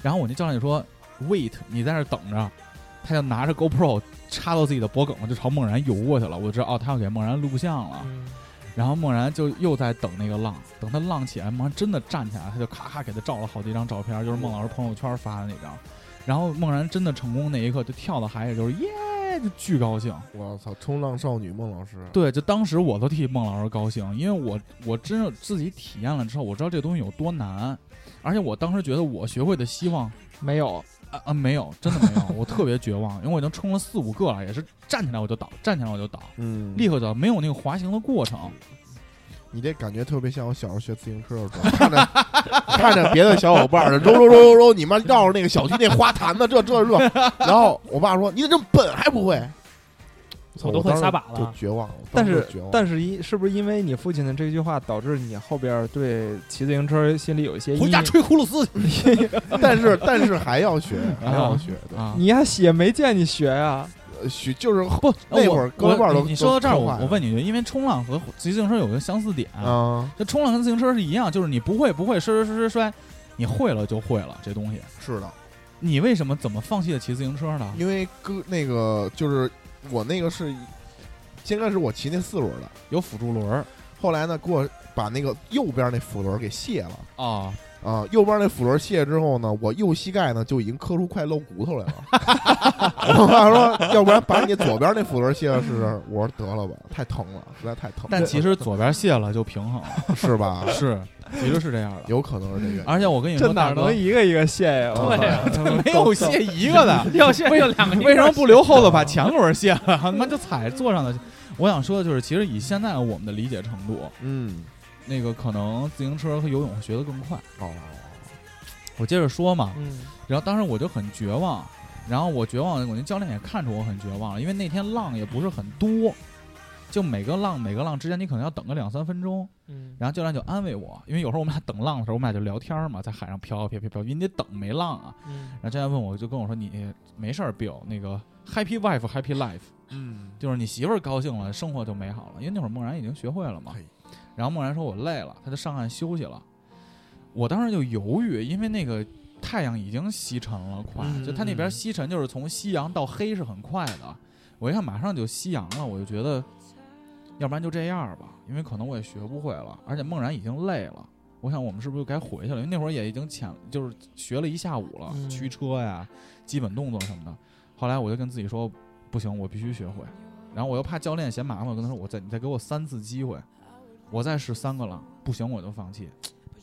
然后我那教练就说：“Wait，你在那儿等着。”他就拿着 GoPro 插到自己的脖梗了，就朝梦然游过去了。我知道哦，他要给梦然录像了。嗯然后梦然就又在等那个浪，等他浪起来，梦然真的站起来，他就咔咔给他照了好几张照片，就是孟老师朋友圈发的那张。然后梦然真的成功那一刻，就跳到海里，就是耶，就巨高兴。我操，冲浪少女孟老师，对，就当时我都替孟老师高兴，因为我我真的自己体验了之后，我知道这东西有多难，而且我当时觉得我学会的希望没有，啊啊没有，真的没有，我特别绝望，因为我已经冲了四五个了，也是站起来我就倒，站起来我就倒，嗯，立刻倒，没有那个滑行的过程。你这感觉特别像我小时候学自行车的时候， (laughs) 看着看着别的小伙伴儿揉揉揉揉揉，你妈绕着那个小区那花坛子这这这，然后我爸说你怎么这么笨还不会，操我都会当时撒把了就绝望了，但当时是就绝望了但是因是不是因为你父亲的这句话，导致你后边对骑自行车心里有一些阴回家影？吹葫芦丝去 (laughs) 但是但是还要学，还要学，对啊！你呀，也没见你学啊呀，呃学就是不，那我会儿胳我膊儿都你你说到这儿，都我坏了我问你一句，因为冲浪和骑自行车有一个相似点，啊，这冲浪跟自行车是一样，就是你不会不会摔摔摔摔摔，你会了就会了这东西。是的，你为什么怎么放弃了骑自行车呢？因为哥那个就是我那个是先开始我骑那四轮的，有辅助轮儿后来呢给我把那个右边那辅轮给卸了。啊，啊，右边那辅轮卸之后呢，我右膝盖呢就已经磕出块露骨头来了。我爸说，要不然把你左边那辅轮卸了试试。我说得了吧，太疼了，实在太疼了。但其实左边卸了就平衡了， (laughs) 是吧，是， (laughs) 其实是这样的。有可能是这原因。而且哎我跟你这说，哪大哥 (laughs) 能一个一个卸呀？我对啊操没有卸一个的， (laughs) 要现在就两个，为什么不留后头把前轮卸了？ (laughs) 他妈就踩座上的。我想说的就是，其实以现在我们的理解程度，嗯，那个可能自行车和游泳学得更快。哦，我接着说嘛，嗯，然后当时我就很绝望，然后我绝望，我那教练也看出我很绝望了，因为那天浪也不是很多，就每个浪每个浪之间你可能要等个两三分钟。嗯然后教练就安慰我，因为有时候我们俩等浪的时候，我们俩就聊天嘛，在海上飘啊飘飘飘，因为你得等没浪啊。嗯然后教练问我，就跟我说你没事儿，Bill，那个 happy wife happy life，嗯，就是你媳妇儿高兴了，生活就美好了。因为那会儿梦然已经学会了嘛嘿。然后梦然说我累了，他就上岸休息了。我当时就犹豫，因为那个太阳已经西沉了，快、嗯就他那边西沉就是从夕阳到黑是很快的。我一看马上就夕阳了，我就觉得，要不然就这样吧，因为可能我也学不会了，而且梦然已经累了。我想我们是不是该回去了？因为那会儿也已经潜，就是学了一下午了，嗯驱车呀、基本动作什么的。后来我就跟自己说，不行，我必须学会。然后我又怕教练嫌麻烦，我跟他说我再你再给我三次机会，我再试三个浪，不行我就放弃，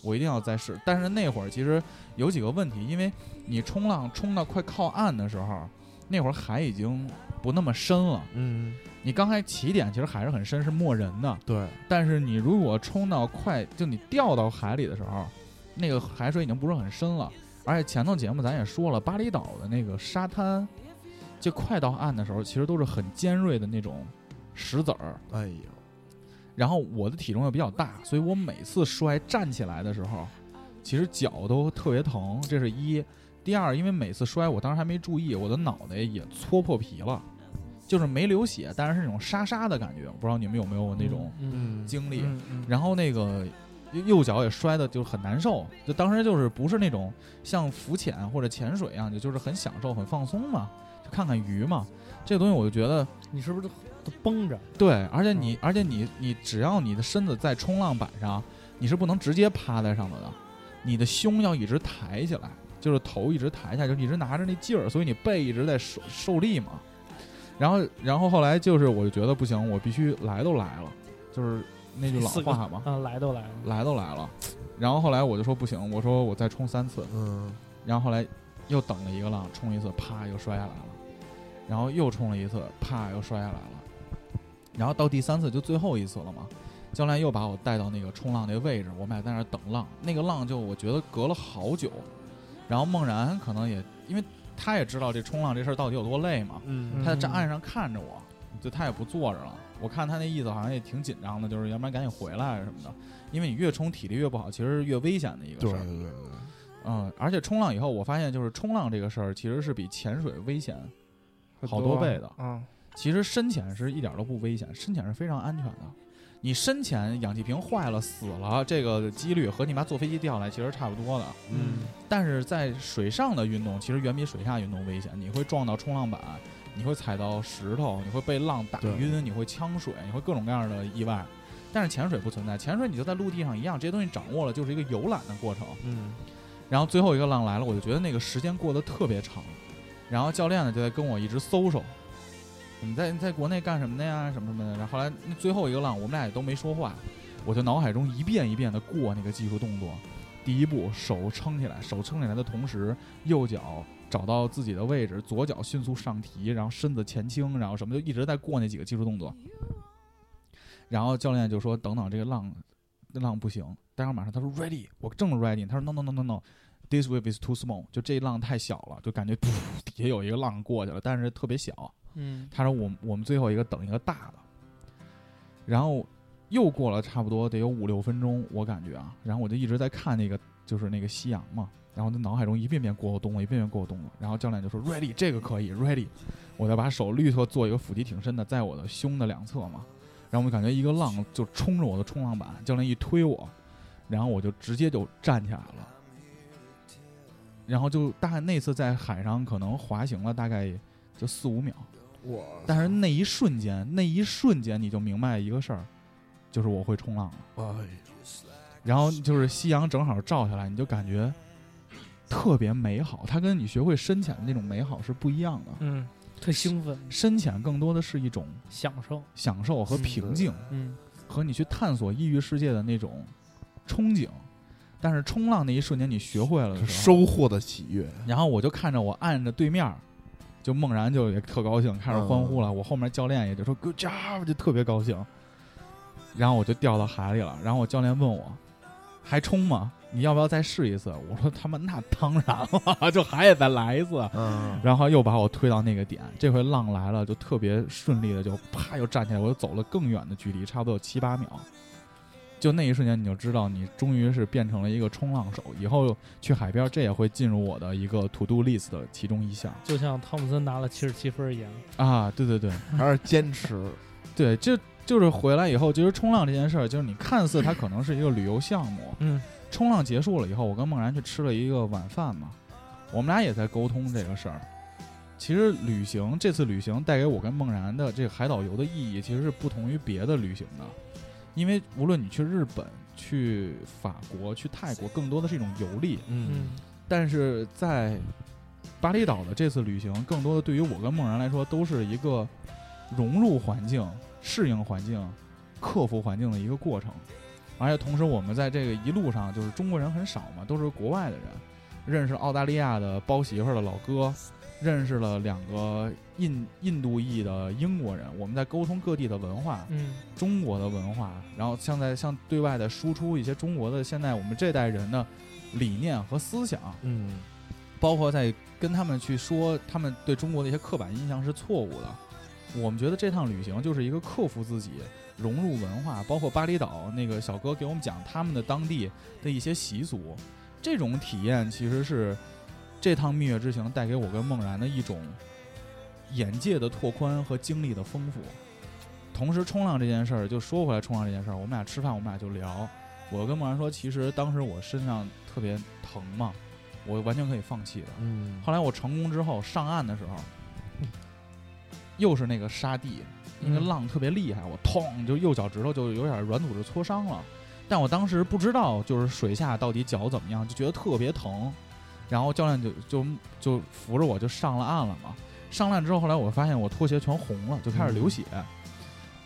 我一定要再试。但是那会儿其实有几个问题，因为你冲浪冲到快靠岸的时候，那会儿海已经不那么深了，嗯，你刚才起点其实海是很深，是没人的，对，但是你如果冲到快，就你掉到海里的时候，那个海水已经不是很深了。而且前头节目咱也说了，巴厘岛的那个沙滩，就快到岸的时候，其实都是很尖锐的那种石子儿。哎呦，然后我的体重又比较大，所以我每次摔站起来的时候，其实脚都特别疼，这是一。第二，因为每次摔，我当时还没注意，我的脑袋也搓破皮了，就是没流血，但是是那种沙沙的感觉。我不知道你们有没有那种嗯，经历？嗯嗯然后那个右右脚也摔的就很难受，就当时就是不是那种像浮潜或者潜水一样，就就是很享受、很放松嘛，就看看鱼嘛。这个东西我就觉得你是不是都都绷着？对，而嗯且你而且你你只要你的身子在冲浪板上，你是不能直接趴在上头的，你的胸要一直抬起来，就是头一直抬起来，就一直拿着那劲儿，所以你背一直在受受力嘛。然后然后后来就是我就觉得不行，我必须来都来了，就是那句老四个话嘛，啊，来都来了，来都来了，然后后来我就说不行，我说我再冲三次，嗯，然后后来又等了一个浪，冲一次，啪又摔下来了，然后又冲了一次，啪又摔下来了，然后到第三次就最后一次了嘛，教练又把我带到那个冲浪那个位置，我们俩在那儿等浪，那个浪就我觉得隔了好久，然后梦然可能也因为他也知道这冲浪这事儿到底有多累嘛，嗯他在站岸上看着我，就他也不坐着了。我看他那意思好像也挺紧张的，就是要不然赶紧回来什么的。因为你越冲体力越不好，其实是越危险的一个对事对儿。对嗯，而且冲浪以后，我发现就是冲浪这个事儿其实是比潜水危险。很好多多倍的嗯，其实深潜是一点都不危险，深潜是非常安全的。你深潜氧气瓶坏了死了，这个几率和你妈坐飞机掉下来其实差不多的。嗯，但是在水上的运动，其实远比水下运动危险。你会撞到冲浪板，你会踩到石头，你会被浪打对晕，你会呛水，你会各种各样的意外。但是潜水不存在，潜水你就在陆地上一样，这些东西掌握了就是一个游览的过程。嗯，然后最后一个浪来了，我就觉得那个时间过得特别长。然后教练呢就在跟我一直搜搜，你在你在国内干什么的呀，什么什么的。然后后来那最后一个浪，我们俩也都没说话，我就脑海中一遍一遍的过那个技术动作。第一步，手撑起来，手撑起来的同时，右脚找到自己的位置，左脚迅速上提，然后身子前倾，然后什么就一直在过那几个技术动作。然后教练就说：“等等，这个浪，浪不行。”待会儿马上他说：“ready，我正 ready。”他说：“no no no no no。” This wave is too small，就这浪太小了，就感觉噗底下有一个浪过去了，但是特别小。嗯，他说我们我们最后一个等一个大的，然后又过了差不多得有五六分钟，我感觉啊，然后我就一直在看那个就是那个夕阳嘛，然后我的脑海中一遍遍过我动作，一遍遍过我动作，然后教练就说 ready 这个可以 ready，我再把手立刻做一个腹肌挺身的，在我的胸的两侧嘛，然后我就感觉一个浪就冲着我的冲浪板，教练一推我，然后我就直接就站起来了。然后就大概那次在海上可能滑行了大概就四五秒，我但是那一瞬间，那一瞬间你就明白一个事儿，就是我会冲浪了。哎，然后就是夕阳正好照下来，你就感觉特别美好。它跟你学会深潜的那种美好是不一样的。嗯，特兴奋，深潜更多的是一种享受，享受和平静，嗯，和你去探索异域世界的那种憧憬。但是冲浪那一瞬间，你学会了嗯的时候，收获的喜悦，然后我就看着我按着对面儿，就梦然就也特高兴，开始欢呼了。我后面教练也就说 “good job”，就特别高兴。然后我就掉到海里了。然后我教练问我：“还冲吗？你要不要再试一次？”我说：“他妈那当然了， (laughs) 就还得再来一次。”嗯，然后又把我推到那个点，这回浪来了，就特别顺利的就啪又站起来，我又走了更远的距离，差不多有七八秒。就那一瞬间，你就知道你终于是变成了一个冲浪手，以后去海边这也会进入我的一个 to do list 的其中一项就像汤姆森拿了七十七分一样，啊！对对对还是坚持，对，这就是回来以后，其实冲浪这件事儿，就是你看似它可能是一个旅游项目，嗯，冲浪结束了以后，我跟梦然去吃了一个晚饭嘛，我们俩也在沟通这个事儿。其实旅行这次旅行带给我跟梦然的这个海岛游的意义，其实是不同于别的旅行的，因为无论你去日本、去法国、去泰国，更多的是一种游历。嗯，但是在巴厘岛的这次旅行，更多的对于我跟梦然来说，都是一个融入环境、适应环境、克服环境的一个过程。而且同时，我们在这个一路上，就是中国人很少嘛，都是国外的人，认识澳大利亚的包媳妇儿的老哥，认识了两个印印度裔的英国人。我们在沟通各地的文化，嗯，中国的文化，然后像在向对外的输出一些中国的现在我们这代人的理念和思想，嗯包括在跟他们去说他们对中国的一些刻板印象是错误的。我们觉得这趟旅行就是一个克服自己、融入文化，包括巴厘岛那个小哥给我们讲他们的当地的一些习俗，这种体验其实是这趟蜜月之行带给我跟梦然的一种眼界的拓宽和经历的丰富。同时，冲浪这件事儿，就说回来，冲浪这件事儿，我们俩吃饭，我们俩就聊。我跟梦然说，其实当时我身上特别疼嘛，我完全可以放弃的。嗯，后来我成功之后上岸的时候，又是那个沙地，因为嗯浪特别厉害，我痛就右脚趾头就有点软骨质挫伤了。但我当时不知道就是水下到底脚怎么样，就觉得特别疼。然后教练就就就扶着我就上了岸了嘛。上岸之后，后来我发现我拖鞋全红了，就开始流血。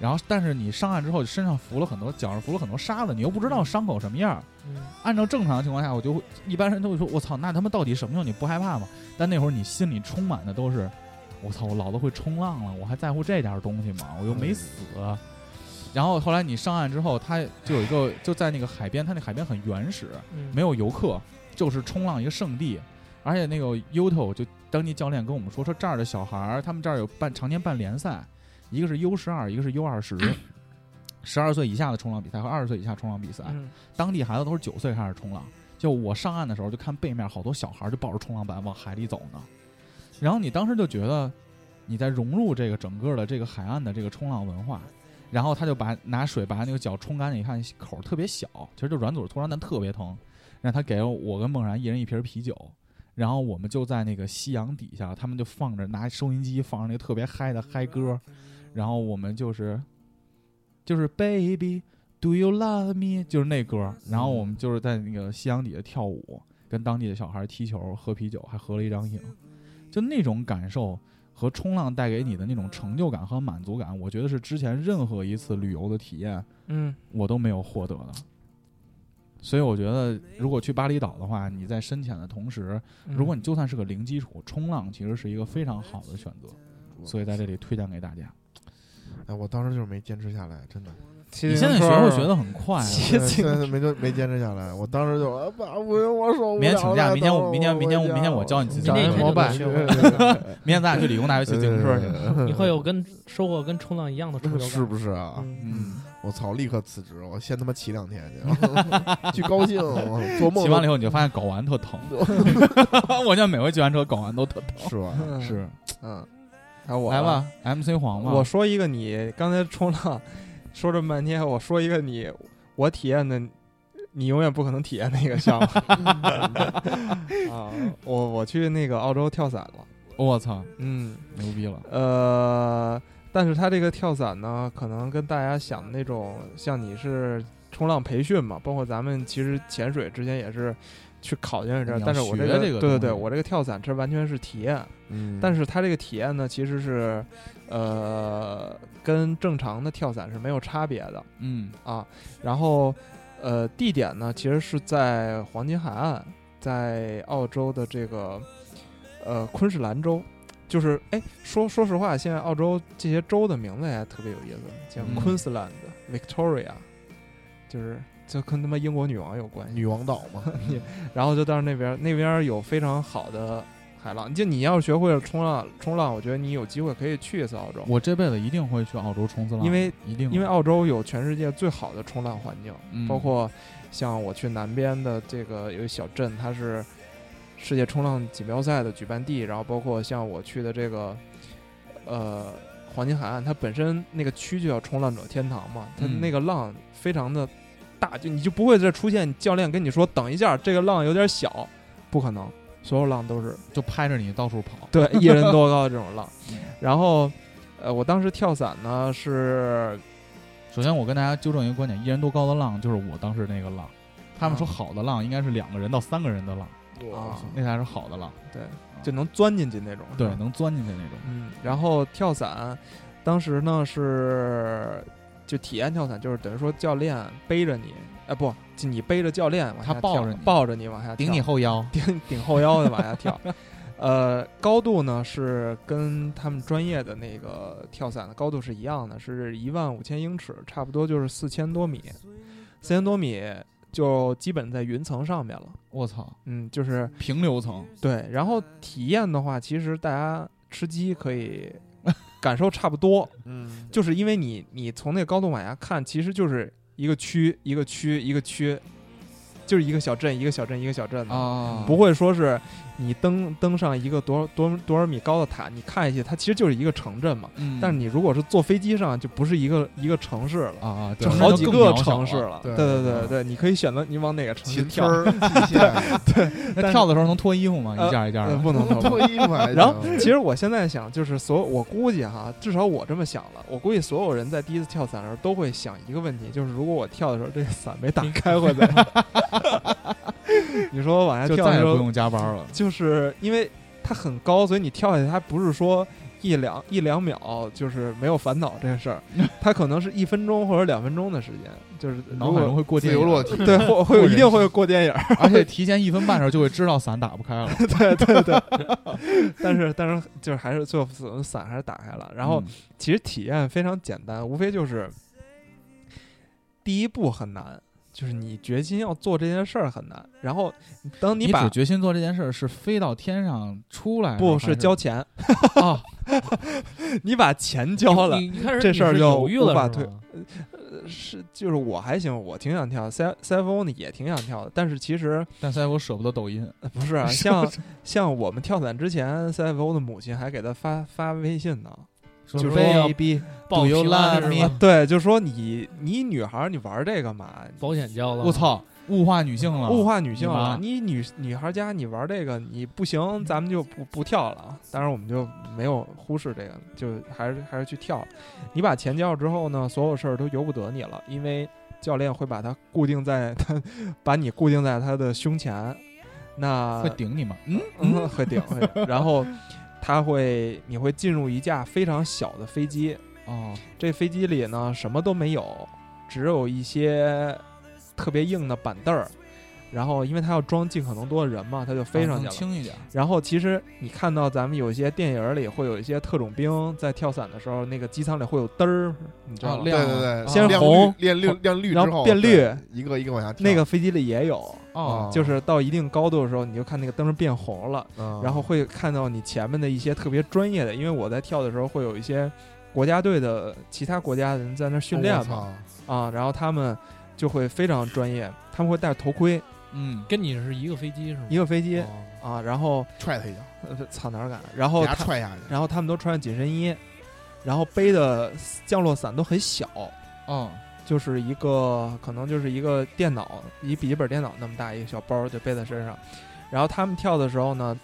然后，但是你上岸之后，身上浮了很多，脚上浮了很多沙子，你又不知道伤口什么样儿。嗯按照正常的情况下，我就会一般人都会说：“我操，那他妈到底什么样？你不害怕吗？”但那会儿你心里充满的都是：“我操，我老子会冲浪了，我还在乎这点东西吗？我又没死。然后后来你上岸之后，他就有一个就在那个海边，他那海边很原始，嗯，没有游客，就是冲浪一个圣地。而且那个 Uto 就当地教练跟我们说，说这儿的小孩儿，他们这儿有办常年办联赛，一个是 U 十二，一个是 U 二十，十二岁以下的冲浪比赛和二十岁以下冲浪比赛。嗯当地孩子都是九岁开始冲浪。就我上岸的时候，就看背面好多小孩就抱着冲浪板往海里走呢。然后你当时就觉得你在融入这个整个的这个海岸的这个冲浪文化，然后他就把拿水把那个脚冲干净，你看口儿特别小，其实就软组织突然但特别疼。然后他给了我跟梦然一人一瓶啤酒，然后我们就在那个夕阳底下，他们就放着拿收音机放着那个特别嗨的嗨歌，然后我们就是就是 baby。Do you love me？就是那歌，然后我们就是在那个夕阳底下跳舞，跟当地的小孩踢球、喝啤酒，还合了一张影，就那种感受和冲浪带给你的那种成就感和满足感，我觉得是之前任何一次旅游的体验嗯，我都没有获得的。所以我觉得，如果去巴厘岛的话，你在深潜的同时，如嗯果你就算是个零基础，冲浪其实是一个非常好的选择。所以在这里推荐给大家。哎，我当时就是没坚持下来，真的，骑你自现在行学车会学的很快啊， (laughs) 骑对自现行在没就没坚持下来，我当时就啊，爸，不行，我受不了了。明天请假，明天我明天明天我我明天我教你自己找明天人一天膜就拜能。学对会 (laughs) 对对了。明天咱俩去理工大学骑自行车去。 (laughs) 去呃你会有跟收获跟冲浪一样的成就感，是不是啊？嗯嗯，我操！立刻辞职，我先他妈骑两天去，巨高兴，我做 (laughs) 梦骑都完了以后你就发现睾丸特 (laughs) 疼， (laughs) 我现在每回骑完车睾丸都特疼。是吧？车，是，嗯，还有我来了吧，MC 黄吧，我说一个你刚才冲浪，说这么半天，我说一个你我体验的，你永远不可能体验那个项目 (laughs) 啊！我我去那个澳洲跳伞了，我操，嗯牛逼了，呃，但是他这个跳伞呢，可能跟大家想的那种像你是冲浪培训嘛，包括咱们其实潜水之前也是去考验一下你，要但是我学这个这个对对东对，西我这个跳伞这完全是体验，嗯但是是它这个体验呢，其实是，呃，跟正常的跳伞是没有差别的嗯，啊。然后，呃，地点呢，其实是在黄金海岸，在澳洲的这个，呃，昆士兰州。就是，哎，说说实话，现在澳洲这些州的名字也特别有意思，像嗯昆士兰的 Victoria，就是就跟他妈英国女王有关系。女王岛嘛， (laughs) 然后就到那边儿，那边儿有非常好的海浪。就你要是学会了冲浪，冲浪，我觉得你有机会可以去一次澳洲，我这辈子一定会去澳洲冲刺浪，因为一定，因为澳洲有全世界最好的冲浪环境，嗯包括像我去南边的这个有一小镇，它是世界冲浪锦标赛的举办地，然后包括像我去的这个，呃。黄金海岸，它本身那个区就叫冲浪者天堂嘛，它嗯那个浪非常的大，就你就不会再出现教练跟你说等一下，这个浪有点小，不可能，所有 (laughs) 浪都是就拍着你到处跑，对，一人多高的这种浪嗯。然后，呃，我当时跳伞呢是，首先，我跟大家纠正一个观点：一人多高的浪就是我当时那个浪。他们说啊好的浪应该是两个人到三个人的浪，啊那才是好的浪，对，就能钻进去那种。哦对是，吧能钻进去那种。嗯。然后跳伞，当时呢是就体验跳伞，就是等于说教练背着你，哎不，就你背着教练往下他抱跳着你抱着你往下顶跳你后腰， (laughs) 顶顶后腰的往下 (laughs) 跳。呃，高度呢是跟他们专业的那个跳伞的高度是一样的，是一万五千英尺，差不多就是四千多米，四千多米就基本在云层上面了。我操，嗯，就是平流层，对。然后体验的话，其实大家吃鸡可以感受差不多，嗯，就是因为你你从那个高度往下看，其实就是一个区一个区一个区，就是一个小镇一个小镇一个小镇的啊，不会说是你登登上一个多少多多少米高的塔，你看一下，它其实就是一个城镇嘛。嗯，但是你如果是坐飞机上，就不是一个一个城市了，啊啊，就对好那几更个渺小城市了，嗯了。对对对对对，你可以选择你往哪个城市秦跳村。儿、蓟县，那跳的时候能脱衣服吗？一件一件呃的， (laughs) (laughs) 不能不能脱衣服还行然后，其实我现在想，就是所有我估计哈，至少我这么想了，我估计所有人在第一次跳伞的时候都会想一个问题，就是如果我跳的时候这个伞没打开会怎样？ (laughs) 你说我往下就跳的再也时不候，用加班了。就是因为它很高，所以你跳下去，它不是说一两一两秒就是没有烦恼这个 (laughs) 事儿，它可能是一分钟或者两分钟的时间，就是脑如海中果会过 (laughs) 自电由落影，(laughs) 体，对会会有一定会过电影儿， (laughs) 而且提前一分半的时候就会知道伞打不开了。对对对，但是但是就是还是最后伞伞还是打开了，然后嗯其实体验非常简单，无非就是第一步很难，就是你决心要做这件事儿很难，然后当你把只决心做这件事儿是飞到天上出来呢，不还是是交钱，啊， (laughs) 你把钱交了你，你开始这你事儿是就犹豫无了法是退吗是就是我还行，我挺想跳 C C F O 呢，也挺想跳的。但是其实、但是我舍不得抖音，呃不是啊，像像我们跳伞之前，C F O 的母亲还给他发发微信呢，就就是是说说逼，报，Do you 平 love 安是 me？吧对，就说你你女孩儿你玩这干嘛？保险交了，我！操，物化女性了，物化女性你了，妈你女女孩家你玩这个你不嗯行，咱们就不不跳了啊。当然我们就没有忽视这个，就还是还是去跳了。你把钱交了之后呢，所有事儿都由不得你了，因为教练会把它固定在他 (laughs) 把你固定在他的胸前，那会顶你吗？嗯，嗯会顶，会顶然后他会你会进入一架非常小的飞机，哦，这飞机里呢什么都没有，只有一些特别硬的板凳儿。然后，因为它要装尽可能多的人嘛，它就啊飞上能去了。轻一点，然后，其实你看到咱们有一些电影儿里会有一些特种兵在跳伞的时候，那个机舱里会有灯儿，你知道啊吗？对亮对对，先亮红绿，亮绿，亮绿然之后后变绿对一个一个往下跳，啊那个飞机里也有，哦，就是到一定高度的时候，你就看那个灯儿变红了，嗯，然后会看到你前面的一些特别专业的，因为我在跳的时候会有一些国家队的其他国家的人在那儿训练我嘛，操，啊，然后他们就会非常专业，他们会戴头盔，嗯，跟你是一个飞机是吗？一个飞机哦啊，然后踹他一脚，呃操哪儿敢，然给后他他踹下去，然后他们都穿着紧身衣，然后背的降落伞都很小，哦，就是一个可能就是一个电脑一笔记本电脑那么大一个小包就背在身上，然后他们跳的时候呢，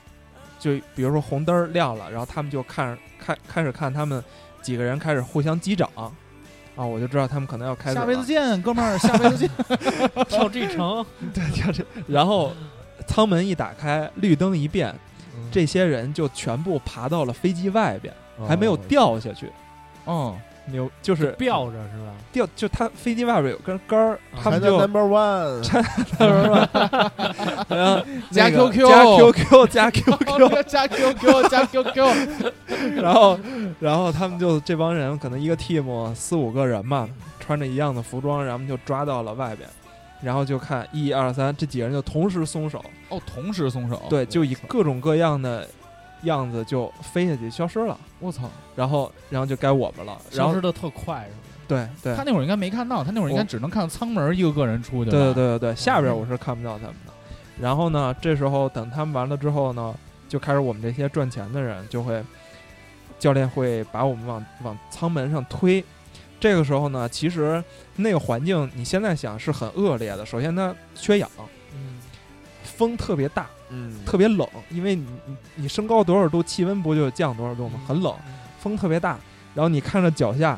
就比如说红灯儿亮了，然后他们就看看开始看他们几个人开始互相击掌，啊，我就知道他们可能要开始下了辈子见，哥们儿，下辈子见，跳这城，然后舱门一打开，绿灯一变，嗯 (laughs) 这些人就全部爬到了飞机外边，哦还没有掉下去。哦，牛就是吊着是吧？掉，就他飞机外边有根杆儿，啊他们排在就 number (laughs) one，然后加那个 QQ 加 QQ (laughs) 加 (laughs) QQ，加 QQ 加 QQ，然后然后他们就这帮人可能一个 team 四五个人嘛，穿着一样的服装，然后就抓到了外边。然后就看一二三，这几个人就同时松手，哦，同时松手，对，就以各种各样的样子就飞下去消失了。我操，然后然后就该我们了，然消后失的特快是吧？对对他那会儿应该没看到，他那会儿应该我只能看到舱门一个个人出去，对对对，对对，下边我是看不到他们的。然后呢，这时候等他们完了之后呢，就开始我们这些赚钱的人就会，教练会把我们往往舱门上推。这个时候呢，其实那个环境你现在想是很恶劣的。首先它缺氧，嗯，风特别大，嗯，特别冷，因为你你你升高多少度，气温不就降多少度吗？很冷。风特别大，然后你看着脚下，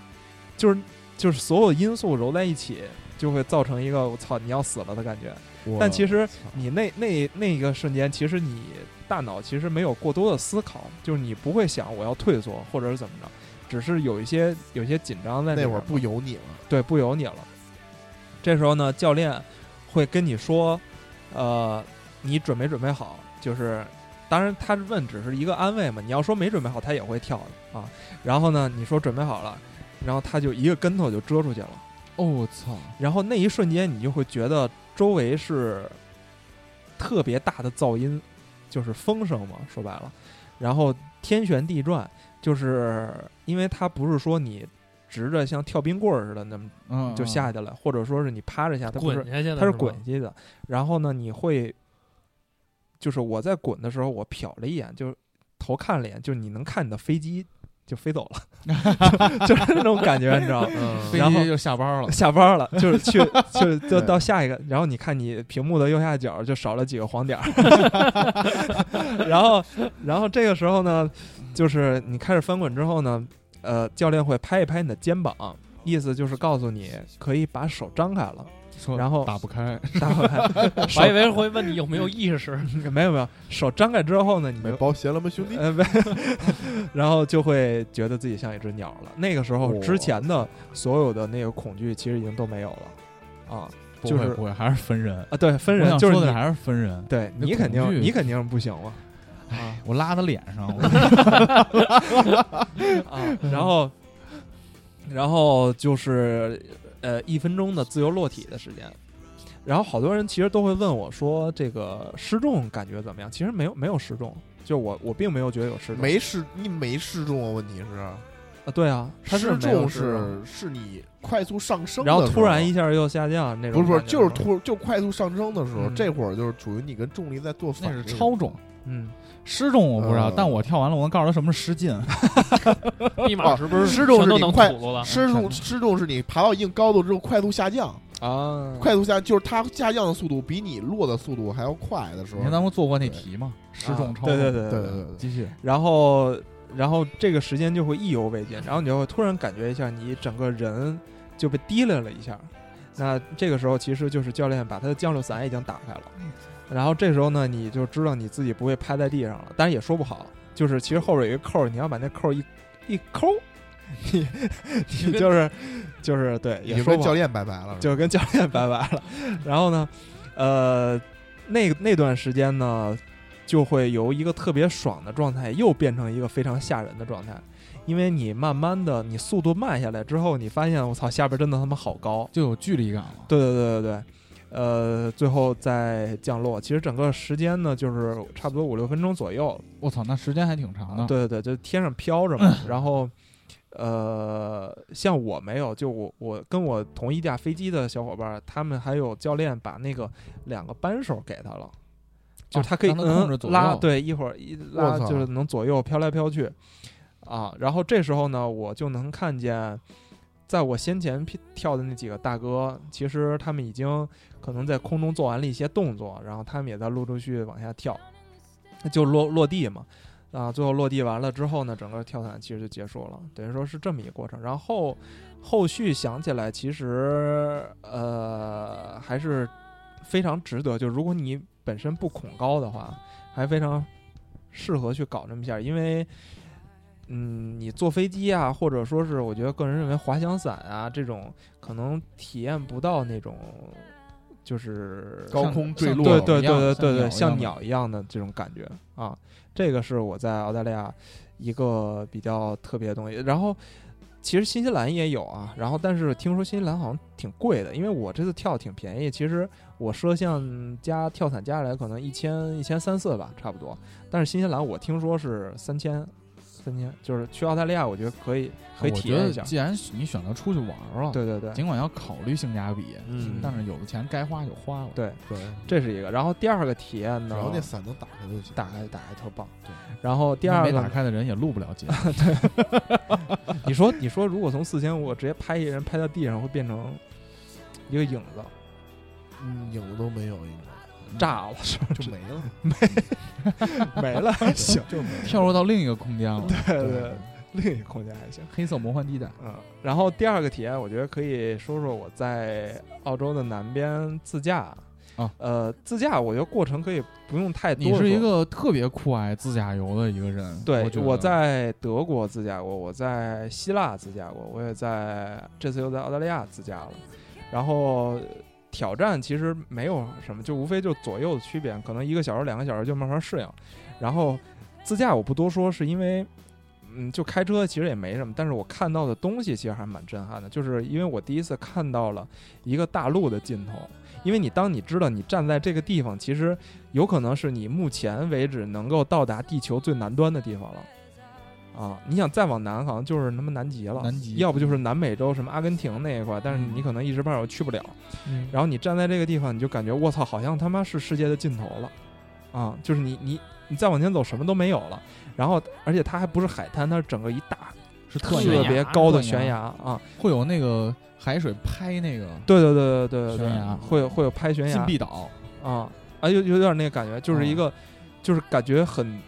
就是就是所有因素揉在一起，就会造成一个我操你要死了的感觉。但其实你那那那个瞬间，其实你大脑其实没有过多的思考，就是你不会想我要退缩或者是怎么着，只是有一些有些紧张在里那面会儿不由你了，对，不由你了。这时候呢，教练会跟你说，呃，你准没准备好？就是，当然他问只是一个安慰嘛。你要说没准备好，他也会跳的啊。然后呢，你说准备好了，然后他就一个跟头就遮出去了。哦，我操！然后那一瞬间，你就会觉得周围是特别大的噪音，就是风声嘛，说白了，然后天旋地转，就是因为它不是说你直着像跳冰棍儿似的那么嗯，就下去了，或者说是你趴着下，它不嗯滚是，下去了，它是吧滚下去的。然后呢，你会就是我在滚的时候，我瞟了一眼，就头看了一眼，就你能看你的飞机就飞走了， (laughs) 就就是那种感觉，你知道吗？嗯飞然后机就下班了。下班了，就是 (laughs) 去，就是就对到下一个，然后你看你屏幕的右下角就少了几个黄点 (laughs) 儿，然后，然后这个时候呢，就是你开始翻滚之后呢，呃，教练会拍一拍你的肩膀，意思就是告诉你可以把手张开了，说然后打不开，打 (laughs) 回来，我还以为会问你有没有意 (laughs) 识，没有没有，手张开之后呢，你没就包闲了吗，兄弟？呃，不 (laughs) 然后就会觉得自己像一只鸟了。那个时候哇哦之前的所有的那个恐惧其实已经都没有了啊不 (laughs) 就会是不会，还是分人。啊！对，分我人想就是说的你还是分人。对那你肯恐惧定你肯定不行了啊我拉他脸上，我 (laughs) 啊！然后然后就是呃一分钟的自由落体的时间。然后好多人其实都会问我说：“这个失重感觉怎么样？”其实没有，没有失重，就我我并没有觉得有失重。没失，你没失重啊？问题是，啊，对啊，它是失没有重失重是是你快速上升的然时候，后突然一下又下降那不种是感不觉是，吗，就是突就快速上升的时候，嗯这会儿就是处于你跟重力在做那反，是超，重，嗯，失重我不知 (laughs) 道，哦嗯但我跳完了，我能告诉他什么是失禁。啊立马哦是不是失重全是都你能快吐噜了？失重失重是你爬到一定高度之后快速下降，啊，快速下就是它下降的速度比你落的速度还要快的时 (laughs) 你候看，咱们做过那题嘛，失重超重。对啊对对啊对对对对，继续。然后然后这个时间就会意犹未尽，然后你就会突然感觉一下你整个人就被提溜了一下，那这个时候其实就是教练把他的降落伞已经打开了，嗯然后这时候呢你就知道你自己不会趴在地上了，但是也说不好，就是其实后边有一个扣儿，你要把那扣儿一一抠，你你就是就是对，也你就说跟不好教练拜拜了，就跟教练拜拜了。然后呢，呃，那那段时间呢，就会由一个特别爽的状态，又变成一个非常吓人的状态，因为你慢慢的，你速度慢下来之后，你发现我操，下边真的他妈好高。就有距离感了。对对对对对。呃，最后再降落，其实整个时间呢，就是差不多五六分钟左右。我操，那时间还挺长的。，嗯啊对对对，就天上飘着嘛。 (clears throat) 然后，呃，像我没有，就我我跟我同一架飞机的小伙伴儿，他们还有教练把那个两个扳手给他了，就是他可以、哦让他控制嗯左右拉，对，一会儿一拉我操就是能左右飘来飘去啊。然后这时候呢，我就能看见。在我先前跳跳的那几个大哥，其实他们已经可能在空中做完了一些动作，然后他们也在陆陆续续往下跳，就落落地嘛。啊，最后落地完了之后呢，整个跳伞其实就结束了，等于说是这么一个过程。然后后续想起来，其实呃还是非常值得，就如果你本身不恐高的话，还非常适合去搞这么一下，因为。嗯，你坐飞机啊，或者说是我觉得个人认为滑翔伞啊这种，可能体验不到那种，就是高空坠落，像对对一样对对对对，像像鸟鸟一样的这种感觉啊，这个是我在澳大利亚一个比较特别的东西。然后其实新西兰也有啊，然后但是听说新西兰好像挺贵的，因为我这次跳挺便宜，其实我摄像加跳伞加起来可能一千一千三四吧，差不多。但是新西兰我听说是三千。三千就是去澳大利亚，我觉得可以可以我体觉验一得下。既然你选择出去玩儿了，对对对，尽管要考虑性价比，哎嗯但是有的钱该花就花了。对对，这是一个。然后第二个体验只呢，要那伞能打开就行，打开打开特棒对。然后第那二没个呢打开的人也录不了节目。 (laughs) 你说，你说，如果从四千五直接拍一人拍到地上，会变成一个影子，嗯，影子都没有，应 (laughs) 该嗯炸了是吧？就没了，没 (laughs) 了，行，就没了，跳入到另一个空间了，对对，另一个空间还行。黑色魔幻地带。嗯，然后第二个体验，我觉得可以说说我在澳洲的南边自驾啊呃，自驾我觉得过程可以不用太多你说。是一个特别酷爱自驾游的一个人。对我觉，得我在德国自驾过，我在希腊自驾过，我也在这次又在澳大利亚自驾了。然后呃挑战其实没有什么，就无非就左右的区别，可能一个小时、两个小时就慢慢适应。然后自驾我不多说，是因为。嗯，就开车其实也没什么，但是我看到的东西其实还蛮震撼的，就是因为我第一次看到了一个大陆的尽头。因为你当你知道你站在这个地方，其实有可能是你目前为止能够到达地球最南端的地方了。啊，你想再往南，好像就是他妈南极了，南极要不就是南美洲什么阿根廷那一块，但是嗯你可能一时半会儿去不了。嗯，然后你站在这个地方，你就感觉我操，好像他妈是世界的尽头了，啊，就是你你你再往前走，什么都没有了。然后，而且它还不是海滩，它是整个一大是特断特崖别高的断悬崖崖啊！会有那个海水拍那个对对对对对悬崖对，会有嗯会有拍悬禁崖闭岛，啊啊，有有点那个感觉，就是一嗯个、就是感觉很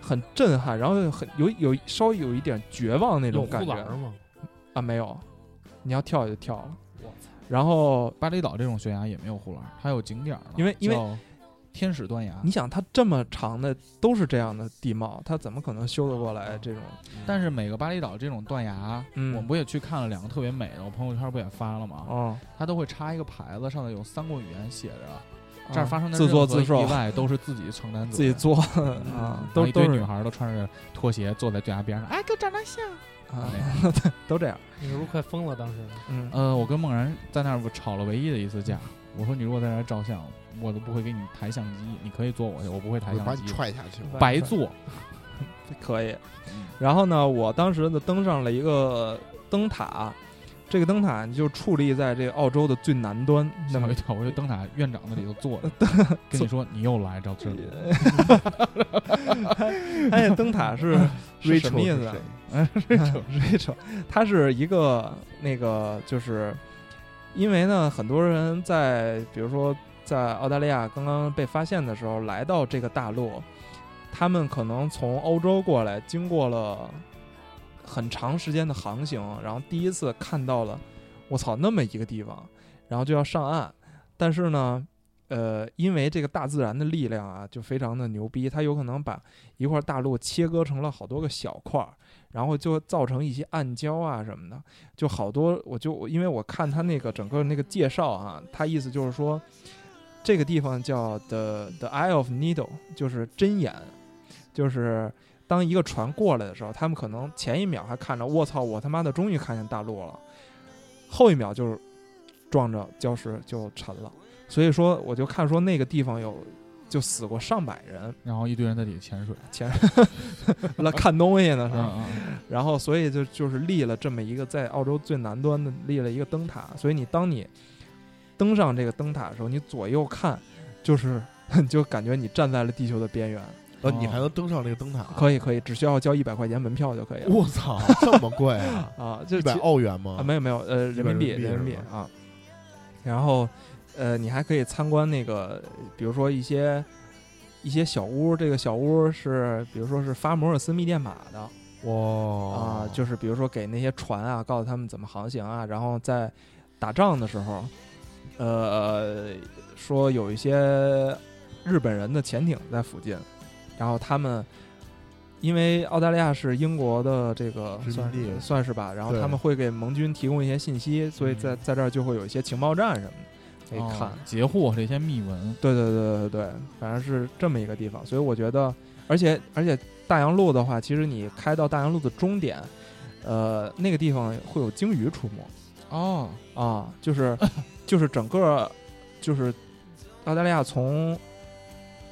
很震撼，然后很有有稍微有一点绝望那有种护感觉 (laughs) 栏吗？啊，没有，你要跳也就跳了。我操！然后巴厘岛这种悬崖也没有护栏，它有景点儿嘛，因为因为叫天使断崖你。想，它这么长的都是这样的地貌，它怎么可能修得过来这种？但是每个巴厘岛这种断崖，嗯我们不也去看了两个特别美的，我朋友圈不也发了吗？哦，它都会插一个牌子，上面有三国语言写着，啊这儿发生的自作自任何受意，外都是自己承 (laughs) 担责自己任。做然啊后，都一都堆是女孩儿都穿着拖鞋坐在断崖边上，哎，给我长张相。啊那，样都这样。你是不是快疯了？当 (laughs) 时嗯，呃，我跟梦然在那儿吵了唯一的一次架。我说你如果在那儿照相，我都不会给你抬相机，你可以坐我去，我不会抬把相你机，踹下去了。白坐。可以。嗯然后呢，我当时呢登上了一个灯塔，这个灯塔就矗立在这个澳洲的最南端，那吓我么一跳，我就灯塔院长那里头坐 (laughs) 着，跟你说你又来照这里，它这哎灯 (laughs) 塔是是什么意思啊？Rachel，它是一个那个，就是因为呢，很多人在比如说在澳大利亚刚刚被发现的时候，来到这个大陆，他们可能从欧洲过来，经过了很长时间的航行，然后第一次看到了，我操，那么一个地方，然后就要上岸，但是呢。呃，因为这个大自然的力量啊，就非常的牛逼，它有可能把一块大陆切割成了好多个小块儿，然后就造成一些暗礁啊什么的，就好多。我就因为我看他那个整个那个介绍啊，他意思就是说，这个地方叫 the the eye of needle，就是针眼，就是当一个船过来的时候，他们可能前一秒还看着我操，我他妈的终于看见大陆了，后一秒就是撞着礁石就沉了。所以说，我就看说那个地方有就死过上百人，然后一堆人在底下 (laughs) 潜水。前 (laughs) 来看东西呢是吧？嗯嗯，然后所以就就是立了这么一个在澳洲最南端的立了一个灯塔，所以你当你登上这个灯塔的时候，你左右看，就是 (laughs) 你就感觉你站在了地球的边缘。呃，你哦还能登上这个灯塔？可以可以，只需要交一百块钱门票就可以了我操，这么贵啊！啊， (laughs) 就一百其澳元吗？啊没有没有呃人民币100人民币人民币是啊，然后呃你还可以参观那个比如说一些一些小屋，这个小屋是比如说是发摩尔斯密电码的，哇啊，就是比如说给那些船啊，告诉他们怎么航行啊，然后在打仗的时候，呃，说有一些日本人的潜艇在附近，然后他们因为澳大利亚是英国的这个殖民算地是算是吧，然后对嗯他们会给盟军提供一些信息，所以在在这儿就会有一些情报站什么的可以看。哦截获这些秘闻，对对对对对，反正是这么一个地方，所以我觉得，而且而且大洋路的话，其实你开到大洋路的终点，呃，那个地方会有鲸鱼出没哦，啊，就是 (laughs) 就是整个就是澳大利亚从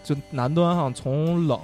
就南端哈、从冷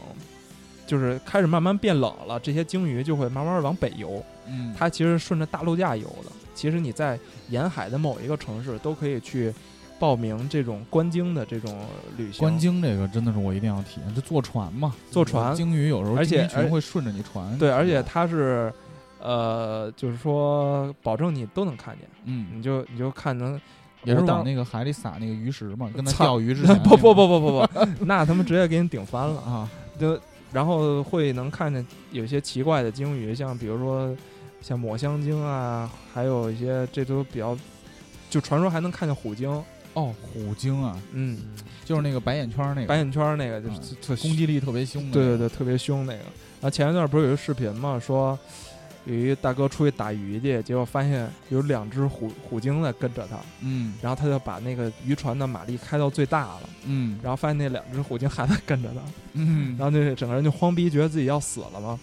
就是开始慢慢变冷了，这些鲸鱼就会慢慢往北游，嗯，它其实顺着大陆架游的。其实你在沿海的某一个城市都可以去报名这种观鲸的这种旅行。观鲸这个真的是我一定要体验，就坐船嘛，坐船鲸鱼有时候而且鲸鱼群而会顺着你船，对，而且它是，呃，就是说保证你都能看见，嗯，你就你就看能。也是我当 (laughs) 往那个海里撒那个鱼食嘛，跟他操钓鱼 (laughs) 之前不不不不不不，那他们直接给你顶那翻个了啊！啊，就然后会能看见有些奇怪的鲸鱼，像比如说像抹香鲸啊，还有一些这都比较，就传说还能看见虎鲸，哦，虎鲸啊，嗯，就是那个白眼圈儿那个，白眼圈儿那个就是啊最最攻击力特别凶的。对对对，特别凶那个。然后前一段不是有一视频嘛，说有一大哥出去打鱼去，结果发现有两只虎虎鲸在跟着他，嗯然后他就把那个渔船的马力开到最大了，嗯然后发现那两只虎鲸还在跟着他，嗯，然后那整个人就慌逼，觉得自己要死了嘛。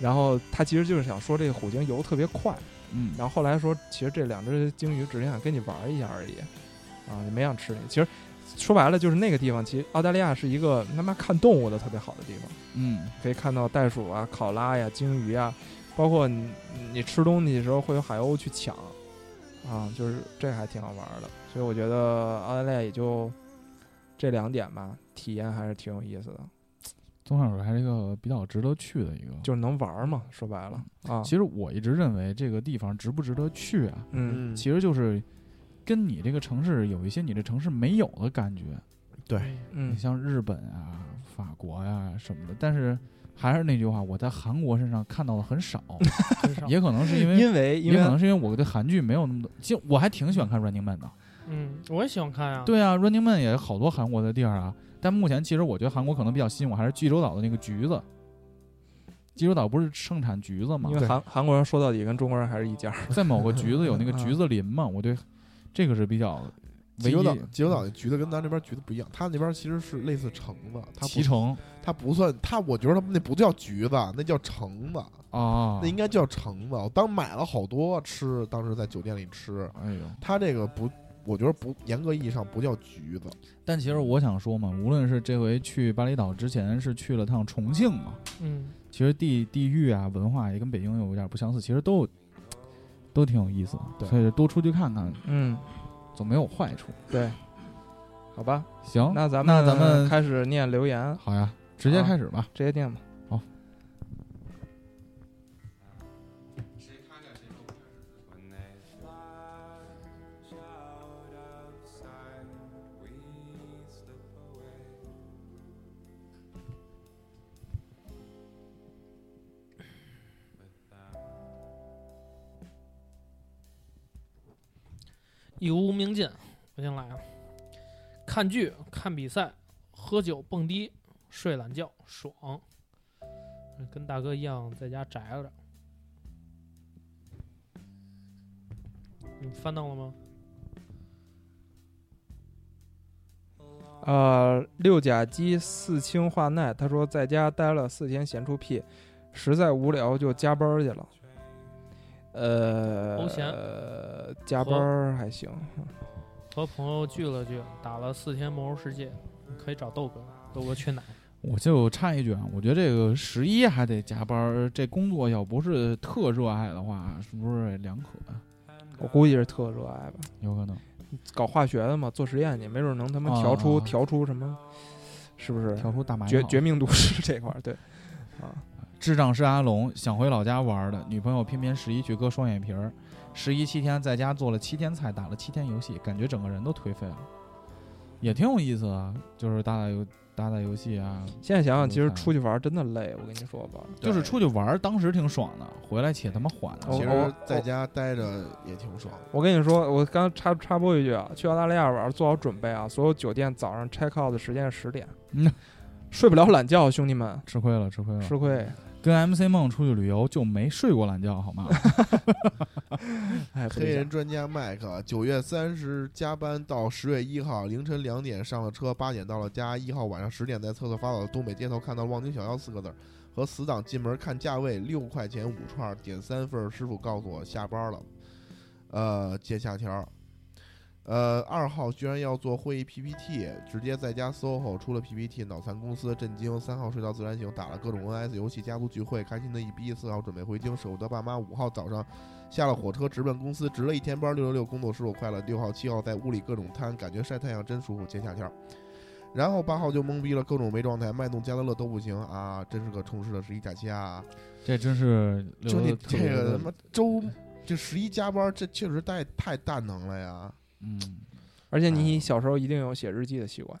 然后他其实就是想说这个虎鲸游得特别快，嗯，然后后来说其实这两只鲸鱼只是想跟你玩一下而已，啊，也没想吃你。其实说白了就是那个地方，其实澳大利亚是一个他妈看动物的特别好的地方。嗯可以看到袋鼠啊、考拉呀、鲸鱼啊，包括你你吃东西的时候会有海鸥去抢，啊，就是这还挺好玩的。所以我觉得澳大利亚也就这两点吧，体验还是挺有意思的，综上所述还是一个比较值得去的一个。就是能玩嘛，说白了啊，其实我一直认为这个地方值不值得去啊，嗯，其实就是跟你这个城市有一些你这城市没有的感觉，对，你嗯像日本啊、法国呀、什么的。但是还是那句话，我在韩国身上看到的很少，很少。也可能是因为。因为因也可能为是因为我对韩剧没有那么多，其实我还挺喜欢看《Running Man》的。嗯，我也喜欢看啊。，对啊，《Running Man》也好多韩国的地儿啊。但目前其实我觉得韩国可能比较吸引我，还是济州岛的那个橘子。济州岛不是盛产橘子吗因？为韩韩国人说到底跟中国人还是一家儿，在某个橘子有那个橘子林嘛，我对这个是比较济唯州岛一济州岛那橘子跟咱这边橘子不一样，它那边其实是类似橙子，它脐不橙它不算它，我觉得他们那不叫橘子，啊那叫橙子，啊那。应该叫橙子。我当买了好多吃，当时在酒店里吃，哎呦，它这个不，我觉得不严格意义上不叫橘子，但其实我想说嘛，无论是这回去巴厘岛之前是去了趟重庆嘛，嗯，其实地地域啊、文化也跟北京有点不相似，其实都有都挺有意思的，对所以多出去看看嗯，总没有坏处。对，好吧，行，那咱们那咱们开啊始念留言，好呀，直接好开始吧。直接念吧， When they flash out of sight, we slip away. 以无明尽，我先来啊。看剧、看比赛、喝酒、蹦迪、睡懒觉，爽。跟大哥一样，在家宅着。你们翻到了吗？呃，六甲基四氢化钠，他说在家待了四天闲出屁，实在无聊就加班儿去了。呃，欧闲呃，加班儿还行，和朋友聚了聚，打了四天魔兽世界，可以找豆哥，豆哥缺奶。我就插一句啊，我觉得这个十一还得加班儿，这工作要不是特热爱的话，是不是两可啊？我估计是特热爱吧，有可能。搞化学的嘛，做实验去，没准能他妈啊调出、啊调出什么，是不是？跳出大麻绝药绝命毒师 (laughs) 这块儿，对，啊，智障是阿龙，想回老家玩的，女朋友偏偏十一去割双眼皮儿，十一七天在家做了七天菜，打了七天游戏，感觉整个人都颓废了，也挺有意思啊，就是打打游打打游戏啊，现在想想，嗯其实看出去玩儿真的累，我跟你说吧，就是出去玩儿，当时挺爽的，回来且他妈缓啊了。哦其哦实在家待着也挺爽的。我跟你说，我刚插插播一句啊，去澳大利亚玩儿做好准备啊，所有酒店早上 check out 的时间是十点，嗯睡不了懒觉，兄弟们吃亏了，吃亏了，吃亏。跟 MC 梦出去旅游就没睡过懒觉，好 (laughs) 吗？哎，不黑理人想专家麦克，九月三十加班到十月一号凌晨两点上了车，八点到了家，一号晚上十点在厕所发抖的东北街头看到“望京小腰”四个字儿，和死党进门看价位六块钱五串儿，点三份儿，师傅告诉我下班了，呃，接下条儿。呃，二号居然要做会议 PPT，直接在家 SOHO 出了 PPT，脑残公司震惊。三号睡到自然醒，打了各种 NS 游戏，家族聚会，开心的一逼。四号准备回京，舍不得爸妈。五号早上下了火车直奔公司，值了一天班，六六六工作使我快乐。六号、七号在屋里各种瘫，感觉晒太阳真舒服，接下条。然后八号就懵逼了，各种没状态，脉动、加德乐都不行啊，真是个充实的十一假期啊！这真是留就得你特这别个的他妈周这十一加班，这确实太太蛋疼了呀！嗯，而且哎你小时候一定有写日记的习惯。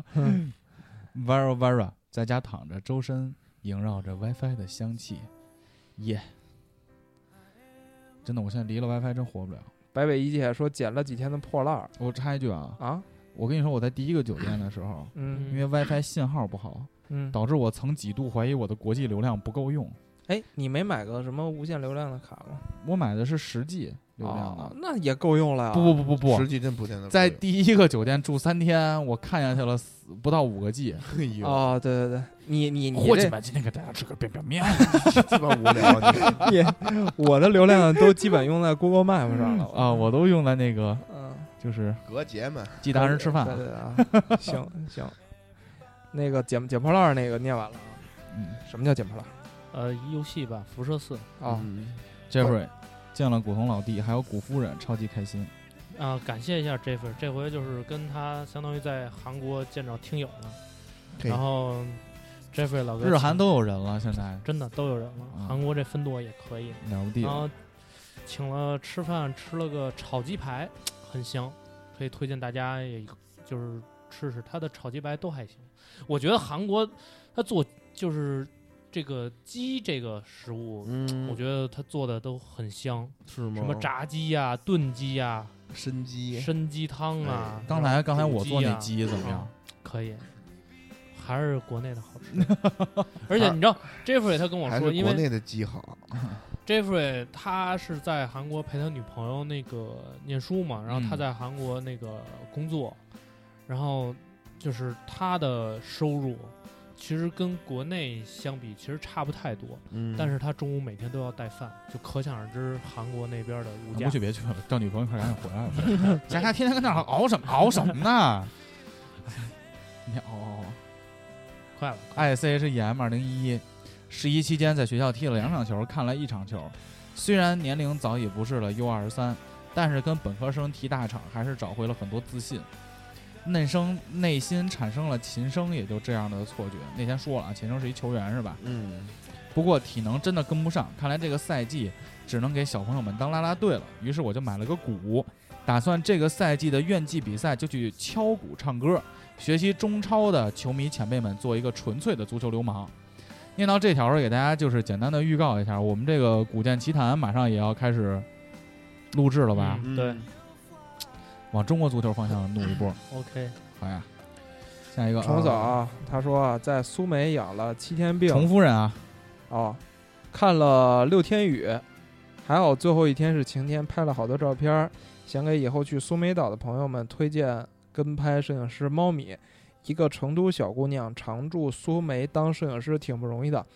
(laughs) Vera Vera 在家躺着，周身萦绕着 WiFi 的香气，耶、真的，我现在离了 WiFi 真活不了。白尾一姐说捡了几天的破烂儿我插一句啊，啊，我跟你说，我在第一个酒店的时候，因嗯为 WiFi 信号不好，嗯，导致我曾几度怀疑我的国际流量不够用。哎，你没买个什么无限流量的卡吗？我买的是实际流量哦的，，那也够用了呀。不不不不实不，际真不见得在第一个酒店住三天，我看下去了四不到五个 G。哎呦，哦，对对对，你你你伙计这们，今天给大家吃个便便面。鸡巴无聊，啊你你 (laughs) 我的流量都基本用在 Google Map 上了 (laughs) 啊，我都用在那个嗯，就是隔节们，记大人吃饭对。对对啊，行行，那个捡捡破烂儿那个念完了啊，嗯，什么叫捡破烂呃，一游戏吧，《辐射四》儿啊？嗯 Jeffrey 见了古潼老弟，还有古夫人，超级开心。啊、感谢一下 Jeff，这回就是跟他相当于在韩国见着听友了，嘿然后 Jeff 老哥日韩都有人了，现在真的都有人了，嗯韩国这分舵也可以。了哎不地然了。后请了吃饭，吃了个炒鸡排，很香，可以推荐大家也就是吃吃。它的炒鸡排都还行，我觉得韩国它做就是这个鸡这个食物，嗯我觉得它做的都很香，是吗什么炸鸡呀、炖鸡呀、参鸡，参鸡汤哎啊。刚然才后刚才我煮做那啊鸡怎么样？可 (laughs) 以。还是国内的好吃，而且你知道，Jeffrey 他跟我还是说，因国为内的鸡好， Jeffrey 他是在韩国陪他女朋友那个念书嘛，然后他嗯在韩国那个工作，然后就是他的收入其实跟国内相比其实差不太多，嗯但是他中午每天都要带饭，就可想而知韩国那边的物价不去。别去了，叫女朋友快点赶紧回来吧。家家天天跟那儿熬什么熬什么呢？ (laughs) 你哦熬熬熬。快了，快了 I C H E M 二零一一，十一期间在学校踢了两场球，看了一场球。虽然年龄早已不是了 U 二三，但是跟本科生踢大场，还是找回了很多自信。内生内心产生了秦升也就这样的错觉。那天说了啊，秦升是一球员是吧？嗯，不过体能真的跟不上，看来这个赛季只能给小朋友们当啦啦队了。于是我就买了个鼓，打算这个赛季的院际比赛就去敲鼓唱歌，学习中超的球迷前辈们做一个纯粹的足球流氓。念到这条儿，给大家就是简单的预告一下，我们这个《古剑奇谭》马上也要开始录制了吧？嗯对往中国足球方向努一波， ，OK，好呀。下一个重走啊，啊，他说啊，在苏梅养了七天病，重夫人啊，哦，看了六天雨，还好最后一天是晴天，拍了好多照片儿，想给以后去苏梅岛的朋友们推荐跟拍摄影师猫米，一个成都小姑娘常驻苏梅当摄影师挺不容易的，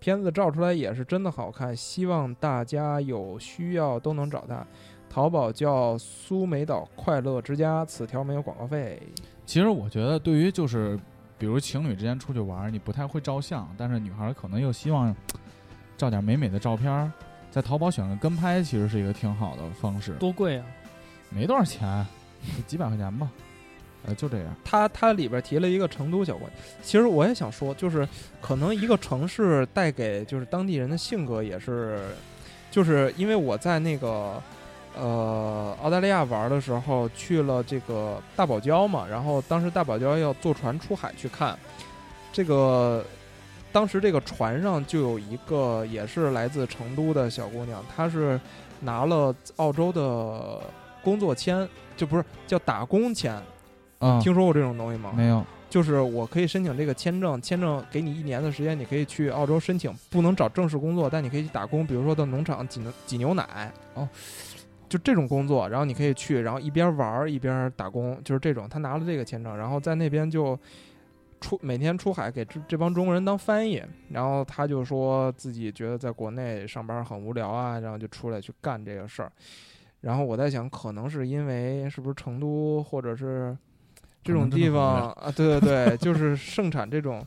片子照出来也是真的好看，希望大家有需要都能找她。淘宝叫苏梅岛快乐之家，此条没有广告费。其实我觉得，对于就是比如情侣之间出去玩儿，你不太会照相，但是女孩儿可能又希望照点美美的照片儿，在淘宝选个跟拍，其实是一个挺好的方式，多贵啊！没多少钱，就几百块钱吧，呃，就这样。它它里边提了一个成都小姑娘，其实我也想说，就是可能一个城市带给就是当地人的性格也是，就是因为我在那个呃澳大利亚玩的时候去了这个大堡礁嘛，然后当时大堡礁要坐船出海去看，这个当时这个船上就有一个也是来自成都的小姑娘，她是拿了澳洲的工作签，就不是叫打工签。啊、听说过这种东西吗？没有，就是我可以申请这个签证，签证给你一年的时间，你可以去澳洲申请，不能找正式工作，但你可以去打工，比如说到农场挤牛挤牛奶，哦，就这种工作，然后你可以去，然后一边玩儿一边打工，就是这种。他拿了这个签证，然后在那边就出每天出海给这这帮中国人当翻译，然后他就说自己觉得在国内上班很无聊啊，然后就出来去干这个事儿。然后我在想，可能是因为是不是成都或者是这种地方啊？对对对，就是盛产这种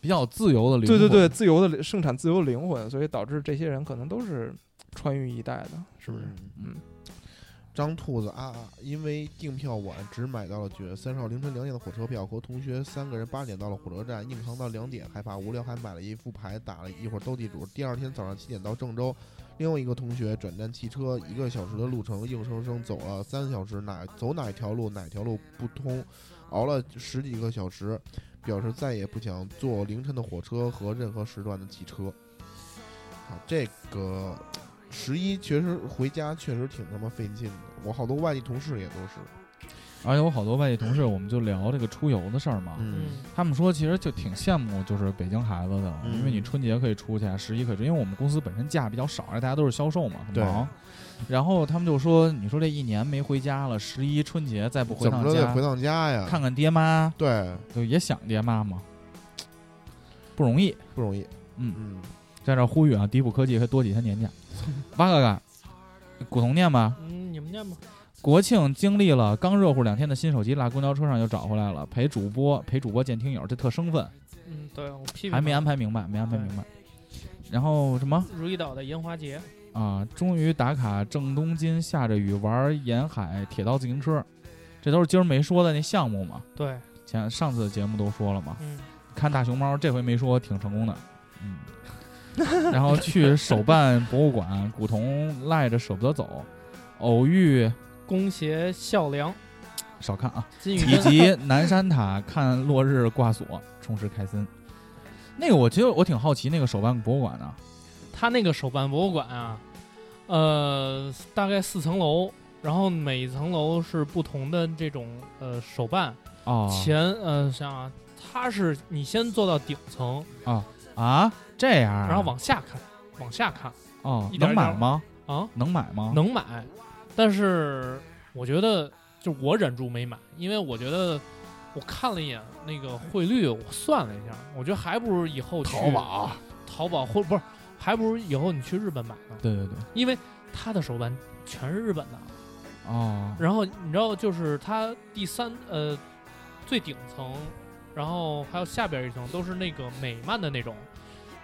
比较自由的灵对魂。对对自由的盛产自由的灵魂，所以导致这些人可能都是穿越一代的，是不是？？嗯嗯，张兔子啊，因为订票晚，只买到了九月三十号凌晨两点的火车票，和同学三个人八点到了火车站，硬扛到两点，害怕无聊，还买了一副牌，打了一会儿斗地主。第二天早上七点到郑州，另外一个同学转战汽车，一个小时的路程，硬生生走了三小时，哪走哪条路哪条路不通，熬了十几个小时，表示再也不想坐凌晨的火车和任何时段的汽车。好，这个十一确实回家确实挺他妈费劲的，我好多外地同事也都是，而且我好多外地同事，我们就聊这个出游的事儿嘛。嗯，他们说其实就挺羡慕就是北京孩子的，嗯因为你春节可以出去，啊十一可以出，因为我们公司本身假比较少，而且大家都是销售嘛，很对忙。然后他们就说：“你说这一年没回家了，十一春节再不回怎趟么着得家回，趟家呀，看看爹妈，对，就也想爹妈嘛，不容易。不容易，嗯嗯，”在这儿呼吁啊，迪普科技可以多几天年 (laughs) 假。八哥哥，古潼念吧，嗯，你们念吧。国庆经历了刚热乎两天的新手机，落公交车上又找回来了，陪主播陪主播见听友，这特生分，嗯，对我批评还没啊他安排明白，没安排明白。然后什么如意岛的烟花节，啊？终于打卡正东金，下着雨玩沿海铁道自行车，这都是今儿没说的那项目嘛。对，前上次的节目都说了嘛，嗯，看大熊猫这回没说，挺成功的，嗯。然后去手办博物馆，古潼赖着舍不得走，偶遇弓鞋孝良，少看啊。 (laughs) 金宇以彬，及南山塔看落日挂锁，充实开森。那个我其实我挺好奇那个手办博物馆啊的，他那个手办博物馆啊，呃，大概四层楼，然后每一层楼是不同的这种呃手办，哦前呃想啊，它是你先坐到顶层，啊这样啊，然后往下看，往下看哦一点能一点买吗？啊，能买吗？能买，但是我觉得就我忍住没买，因为我觉得我看了一眼那个汇率，我算了一下，我觉得还不如以后去淘宝，淘宝或不是，还不如以后你去日本买呢，对对对，因为他的手办全是日本的。哦然后你知道，就是它第三呃最顶层，然后还有下边一层都是那个美漫的那种，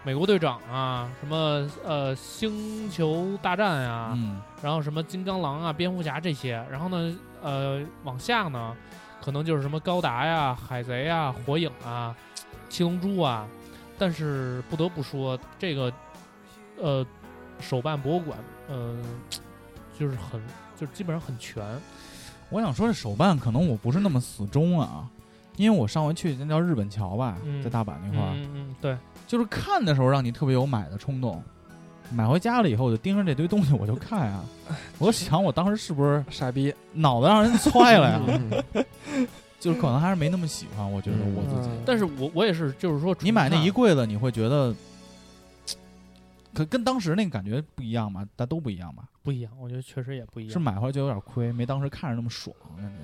美国队长啊，什么呃星球大战啊，嗯然后什么金刚狼啊、蝙蝠侠这些。然后呢，呃，往下呢，可能就是什么高达呀、海贼呀、火影啊、七龙珠啊。但是不得不说，这个呃，手办博物馆，呃，就是很，就是基本上很全。我想说这手办可能我不是那么死忠啊，因为我上回去那叫日本桥吧，嗯在大阪那块儿，嗯嗯，对，就是看的时候让你特别有买的冲动。买回家了以后，我就盯着这堆东西，我就看 (laughs) 啊，我就想我当时是不是傻逼，脑袋让 (laughs) 人踹了呀？嗯就是可能还是没那么喜欢，我觉得嗯我自己。但是我我也是，就是说，你买那一，柜子，你会觉得，可跟当时那个感觉不一样吗？但都不一样吧？不一样，我觉得确实也不一样。是买回来就有点亏，没当时看着那么爽。感觉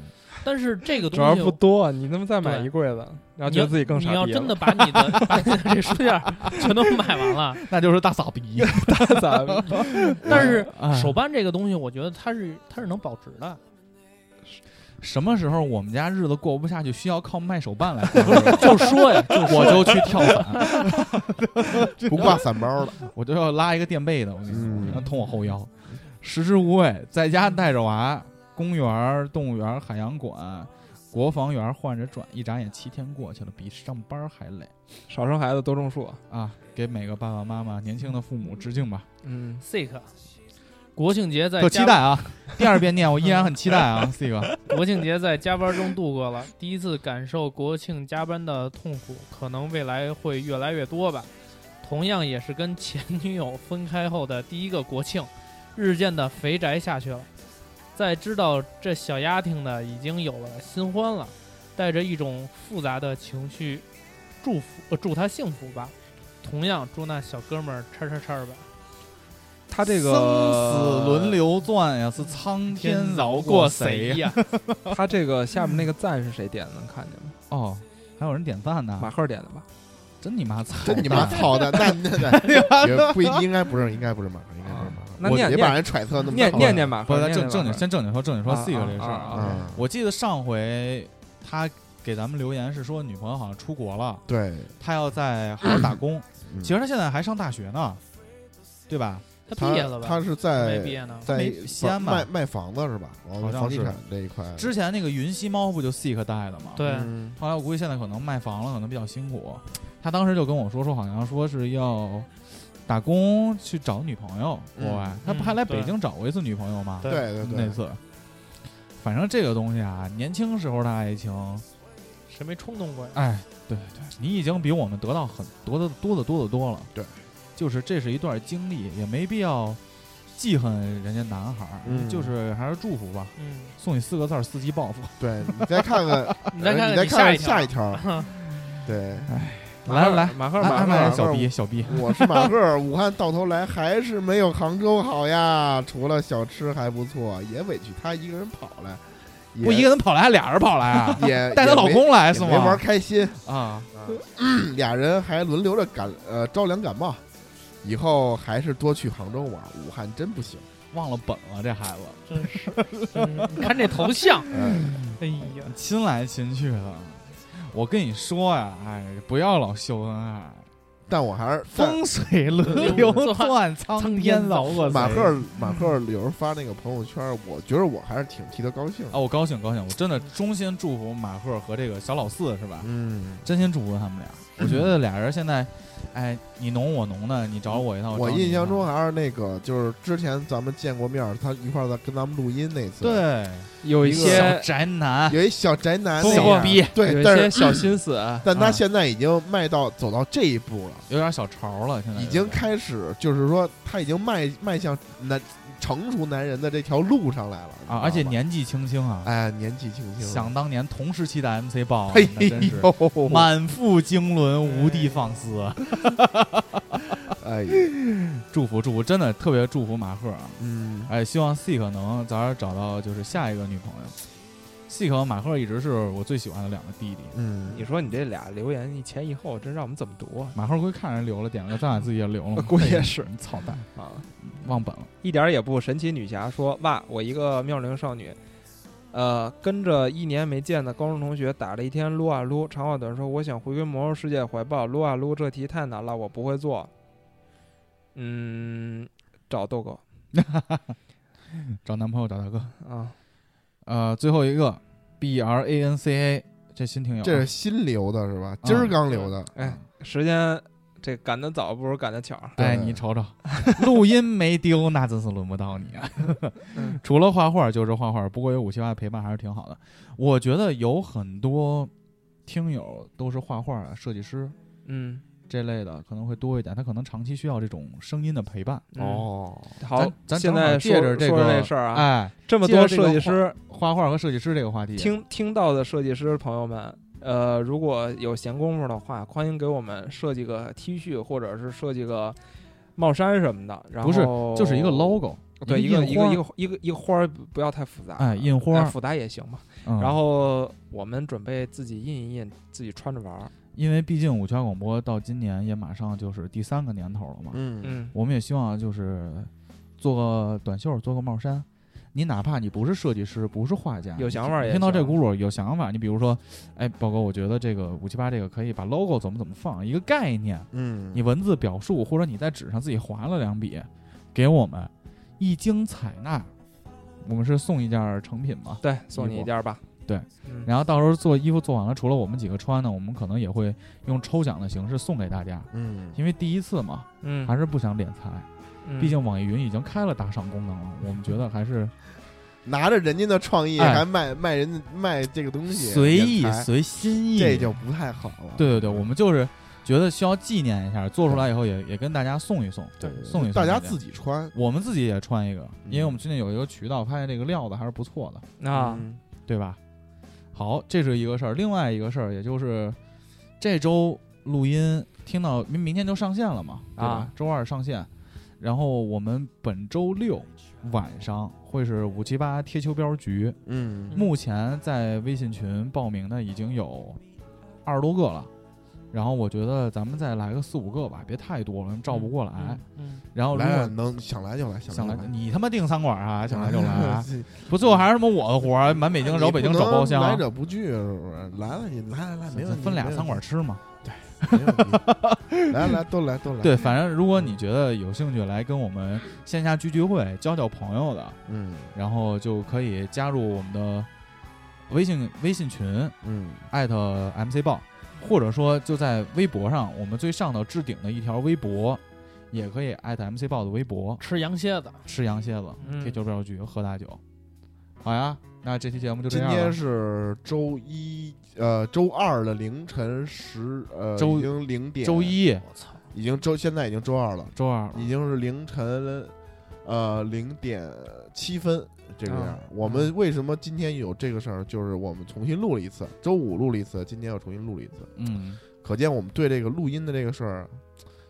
但是这个主要东是西不多，你他妈再买对一柜子，然后你觉得要自己更傻逼你了。要真的把你的 (laughs) 把你的这书架全都买完了， (laughs) 那就是大傻逼。 (laughs) 咱 (laughs) 但是哎手办这个东西，我觉得它是它是能保值的。什么时候我们家日子过不下去，需要靠卖手办来 (laughs) (laughs) 就说呀，我就去跳伞，不挂伞包的， (laughs) 我就要拉一个垫背的，我跟你嗯说，捅我后腰，食之无味。在家带着娃，公园儿、动物园儿、海洋馆、国防园儿换着转，一眨眼七天过去了，比上班儿还累。少生孩子多种树。啊，给每个爸爸妈妈、年轻的父母致敬吧，嗯， Sick，国庆节在特期加待啊！第二遍念，我依然很期待 (laughs) 啊，C 哥。国庆节在加班中度过了，第一次感受国庆加班的痛苦，可能未来会越来越多吧。同样也是跟前女友分开后的第一个国庆，日渐的肥宅下去了。在知道这小丫挺的已经有了新欢了，带着一种复杂的情绪，祝福呃祝她幸福吧。同样祝那小哥们儿叉叉叉吧。他这个生死轮，流转呀，是苍饶过呀？呀？他这个下面那个赞是谁点的？能看见吗？哦，还有人点赞马呢，赫点的吧？ (laughs) 真你妈操！真 (laughs) 你妈操蛋！那那那也不应该不是，应该不是马上，应该不是马上。那我念别把人揣测那么念操念念马不赫，是，咱念正正经念马赫先正经说， (laughs) 正经说啊 C 哥这事儿啊啊嗯，我记得上回他给咱们留言是说，女朋友好像出国了，对，他要在好好打 (clears throat) 工。嗯其实他现在还上大学呢，对吧？他嗯他毕业了吧？他是没在毕业呢。在没西安吧卖卖房子是吧？好哦，像房地是产这一块，之前那个云溪猫不就 Sick 带的吗？对，嗯后来我估计现在可能卖房了，可能比较辛苦。他当时就跟我说说，好像说是要打工去找女朋友，国嗯外、他不嗯还来北对京找过一次女朋友吗？对对对那对，次。反正这个东西啊，年轻时候的爱情，谁没冲动过呀？哎，对对，你已经比我们得到很多的多的多的多了。对，就是这是一段经历，也没必要记恨人家男孩儿，嗯就是还是祝福吧，嗯，送你四个字儿：司机报复。对你再看看， (laughs) 你再呃看你再你看一条下一条， (laughs) 对，来来，马哎克哎马哎克，小逼小逼，我是马克儿，武汉到头来还是没有杭州好呀，除了小吃还不错，也委屈她一个人跑来，也不一个人跑来，还俩人跑来 (laughs) 啊？也带她老公来是也没也没玩吗？开心，啊，俩人还轮流着感呃着凉感冒，以后还是多去杭州玩，武汉真不行。忘了本了，这孩子真是，真是你看这 (laughs) 头像，嗯，哎呀，亲来亲去的。我跟你说呀、哎，不要老秀恩爱，但我还是但风水轮流转，苍天饶过谁马赫儿马赫儿有时候发那个朋友圈，我觉得我还是挺替他高兴的。啊，我高兴高兴，我真的衷心祝福马赫和这个小老四是吧？嗯，真心祝福他们俩。我觉得俩人现在，哎，你侬我侬的，你找我一趟，我哦找你一印象趟中啊还是那个，就是之前咱们见过面儿，他一块儿在跟咱们录音那次，，对有一小些宅男 (laughs) 有一小啊宅男不那不样小儿，逼，有对，一但些是小心思， (clears throat) 但他啊现在已经迈到走到这一步了，有点小潮了，现在已有经点开始就是说他已经迈迈向男成熟男人的这条路上来了啊，而且你知道吧年纪轻轻啊，哎年纪轻哎轻，想当年同时期的 MC 豹，啊嘿哦那真是呦，满腹经纶，无地放矢。哎呀，祝福祝福，真的特别祝福马赫啊！嗯哎，希望 Seek 能早点找到就是下一个女朋友。Seek 和马赫一直是我最喜欢的两个弟弟。嗯你，说你这俩留言一前一后，真让我们怎么读啊？马赫估计看人留了，点了个赞，自己也留呃了嘛。估计也是哎，操蛋，啊，忘本了。一点儿也不神奇。女侠说：“哇，我一个妙龄少女，呃，跟着一年没见的高中同学打了一天撸啊撸。长话短说，我想回归魔兽世界怀抱。撸啊撸这题太难了，我不会做。嗯，找豆哥找男朋友找大哥。啊，呃，最后一个 B R A N C A，这新听友啊，这是新留的是嗯吧？今儿刚留的，哎，时间这赶得早不如赶得巧。哎，对你瞅 (laughs) 瞅，录音没丢，那真是轮不到你啊嗯。 (laughs) 除了画画就是画画，不过有五七八的陪伴还是挺好的。我觉得有很多听友都是画画啊、设计师嗯，这类的，可能会多一点。他可能长期需要这种声音的陪伴。嗯，哦，好，咱咱现正好在借着这这个这事儿啊，哎，这么借着多这个设计师画画和设计师这个话题，听听到的设计师朋友们，呃，如果有闲工夫的话，欢迎给我们设计个 (laughs) T 恤，或者是设计个帽衫什么的。然后不是就是一个 logo，对，一个个一个印一花，个一个一个花儿，不要太复杂。哎印花复杂也行吧。嗯哦哎然后我们准备自己印一印，自己穿着玩儿。因为毕竟五圈广播到今年也马上就是第三个年头了嘛，嗯嗯，我们也希望就是做个短袖，做个帽衫。你哪怕你不是设计师，不是画家，有想法你也听到这行轱辘有想法，你比如说，哎，宝哥，我觉得这个五七八这个可以把 logo 怎么怎么放，一个概念，嗯，你文字表述，或者你在纸上自己划了两笔，给我们一经采纳，我们是送一件儿成品嘛。对，送你衣一服件儿吧。对嗯，然后到时候做衣服做完了，除了我们几个穿呢，我们可能也会用抽奖的形式送给大家，嗯，因为第一次嘛，嗯，还是不想敛财。毕竟网易云已经开了打赏功能了，我们觉得还是拿着人家的创意哎还卖卖人家卖这个东西，随意敛财随心意。这就不太好了。对对对，我们就是觉得需要纪念一下，做出来以后也也跟大家送一送，对，送一送大家家自己穿我们自己也穿一个，嗯因为我们最近有一个渠道发现这个料子还是不错的，嗯 (laughs) 啊，嗯对吧？好，这是一个事儿，另外一个事儿也就是这周录音听到明明天就上线了嘛，对吧？啊周二上线，然后我们本周六晚上会是五七八贴秋膘局，嗯目前在微信群报名的已经有二十多个了，然后我觉得咱们再来个四五个吧，别太多了，照不过来。嗯，然后如来果能想来就来，想来来就，你他妈订餐馆啊，想来就来 (laughs) 啊，自己不最后还是什么我的活儿，满北京找北京找包 (laughs) 你不能来厢，者不拒是不是？来了你来来来，没咱问题，分俩没问餐馆题，吃嘛。没问题来来都来都来，对，反正如果你觉得有兴趣来跟我们线下聚聚会、交交朋友的，嗯然后就可以加入我们的微信微信群，嗯艾特 MC 报，或者说就在微博上，我们最上头置顶的一条微博，也可以艾特 MC 报的微博，吃羊蝎子，吃羊蝎子、嗯贴酒标局、喝大酒。好呀，那这期节目就这今样天了。是周一，呃，周二的凌晨十，呃，周已经零点，周一、我操，啊已经周，现在已经周二了，周二，已经是凌晨，呃零点七分这个样儿啊。我们为什么今天有这个事儿？就是我们重新录了一次，周五录了一次，今天又重新录了一次。嗯，可见我们对这个录音的这个事儿，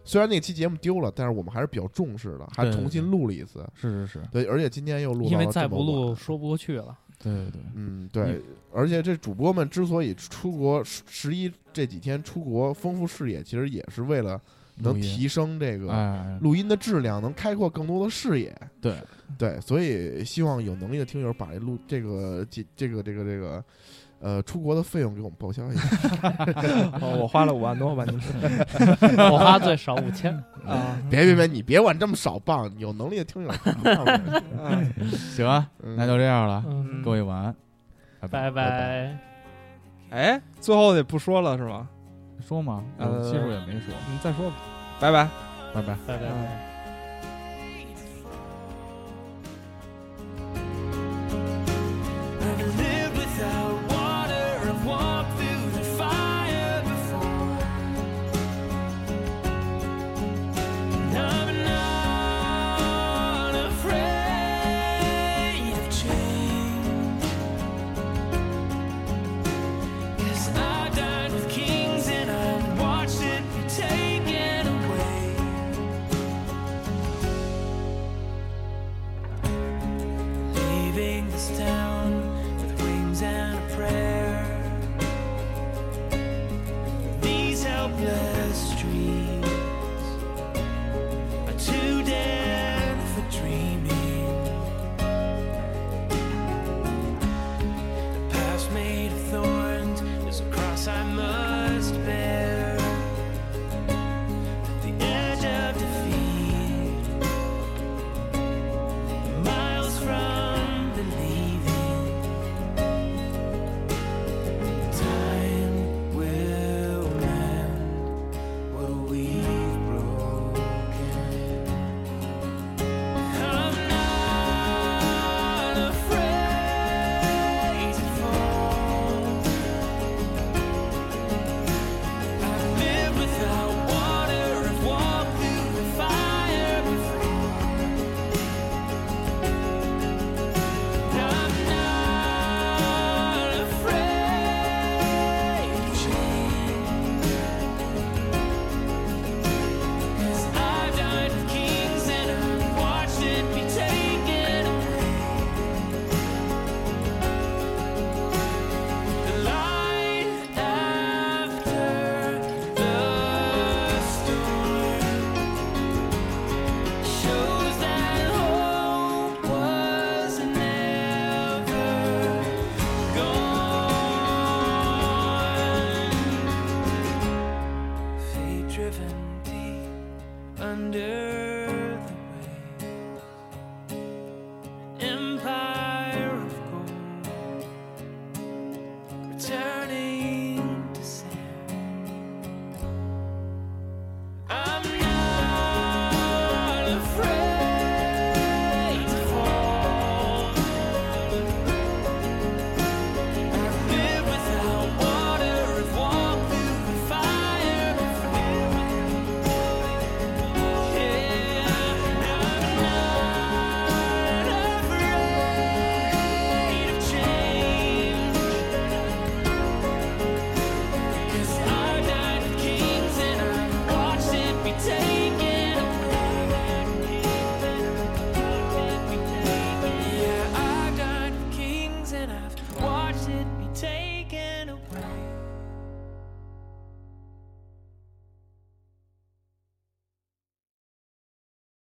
虽然那期节目丢了，但是我们还是比较重视的，还对对重新录了一次。是是是，对，而且今天又录到了因为再这么不录晚说不过去了。对对对，嗯，对，而且这主播们之所以出国十十一这几天出国丰富视野，其实也是为了能录音提升这哎个哎，录音的质量，能开阔更多的视野。对对，所以希望有能力的听友把这录这个这这个这个这个呃出国的费用给我们报销一下。哦我花了五万多吧，您说我花最少五千，啊？别别别，你别管这么少棒，有能力的听友把它报上来。哎行啊，嗯那就这样了，嗯，各位晚安，拜拜。 (laughs) 哎，最后得不说了是吗？说嘛，我呃其实我也没说，你再说吧，拜拜。拜拜。拜拜拜。 I've lived without water, I've walked through the fire before. And I'm not afraid of change. 'Cause I died with kings and I watched it be taken away. leaving this town with wings and a prayer. These helpless dreams are too dead for dreaming. The past made of thorns is a cross I must bear. At the edge of defeat miles from believing time will mend what we've broken. I'm not afraid to fall. I've lived without water, I've walked through the fire before. I'm not afraid of change. 'Cause I've died with kings and I've watched it be taken away. The light after the storm. Shows that hope was never gone. Fate driven deep under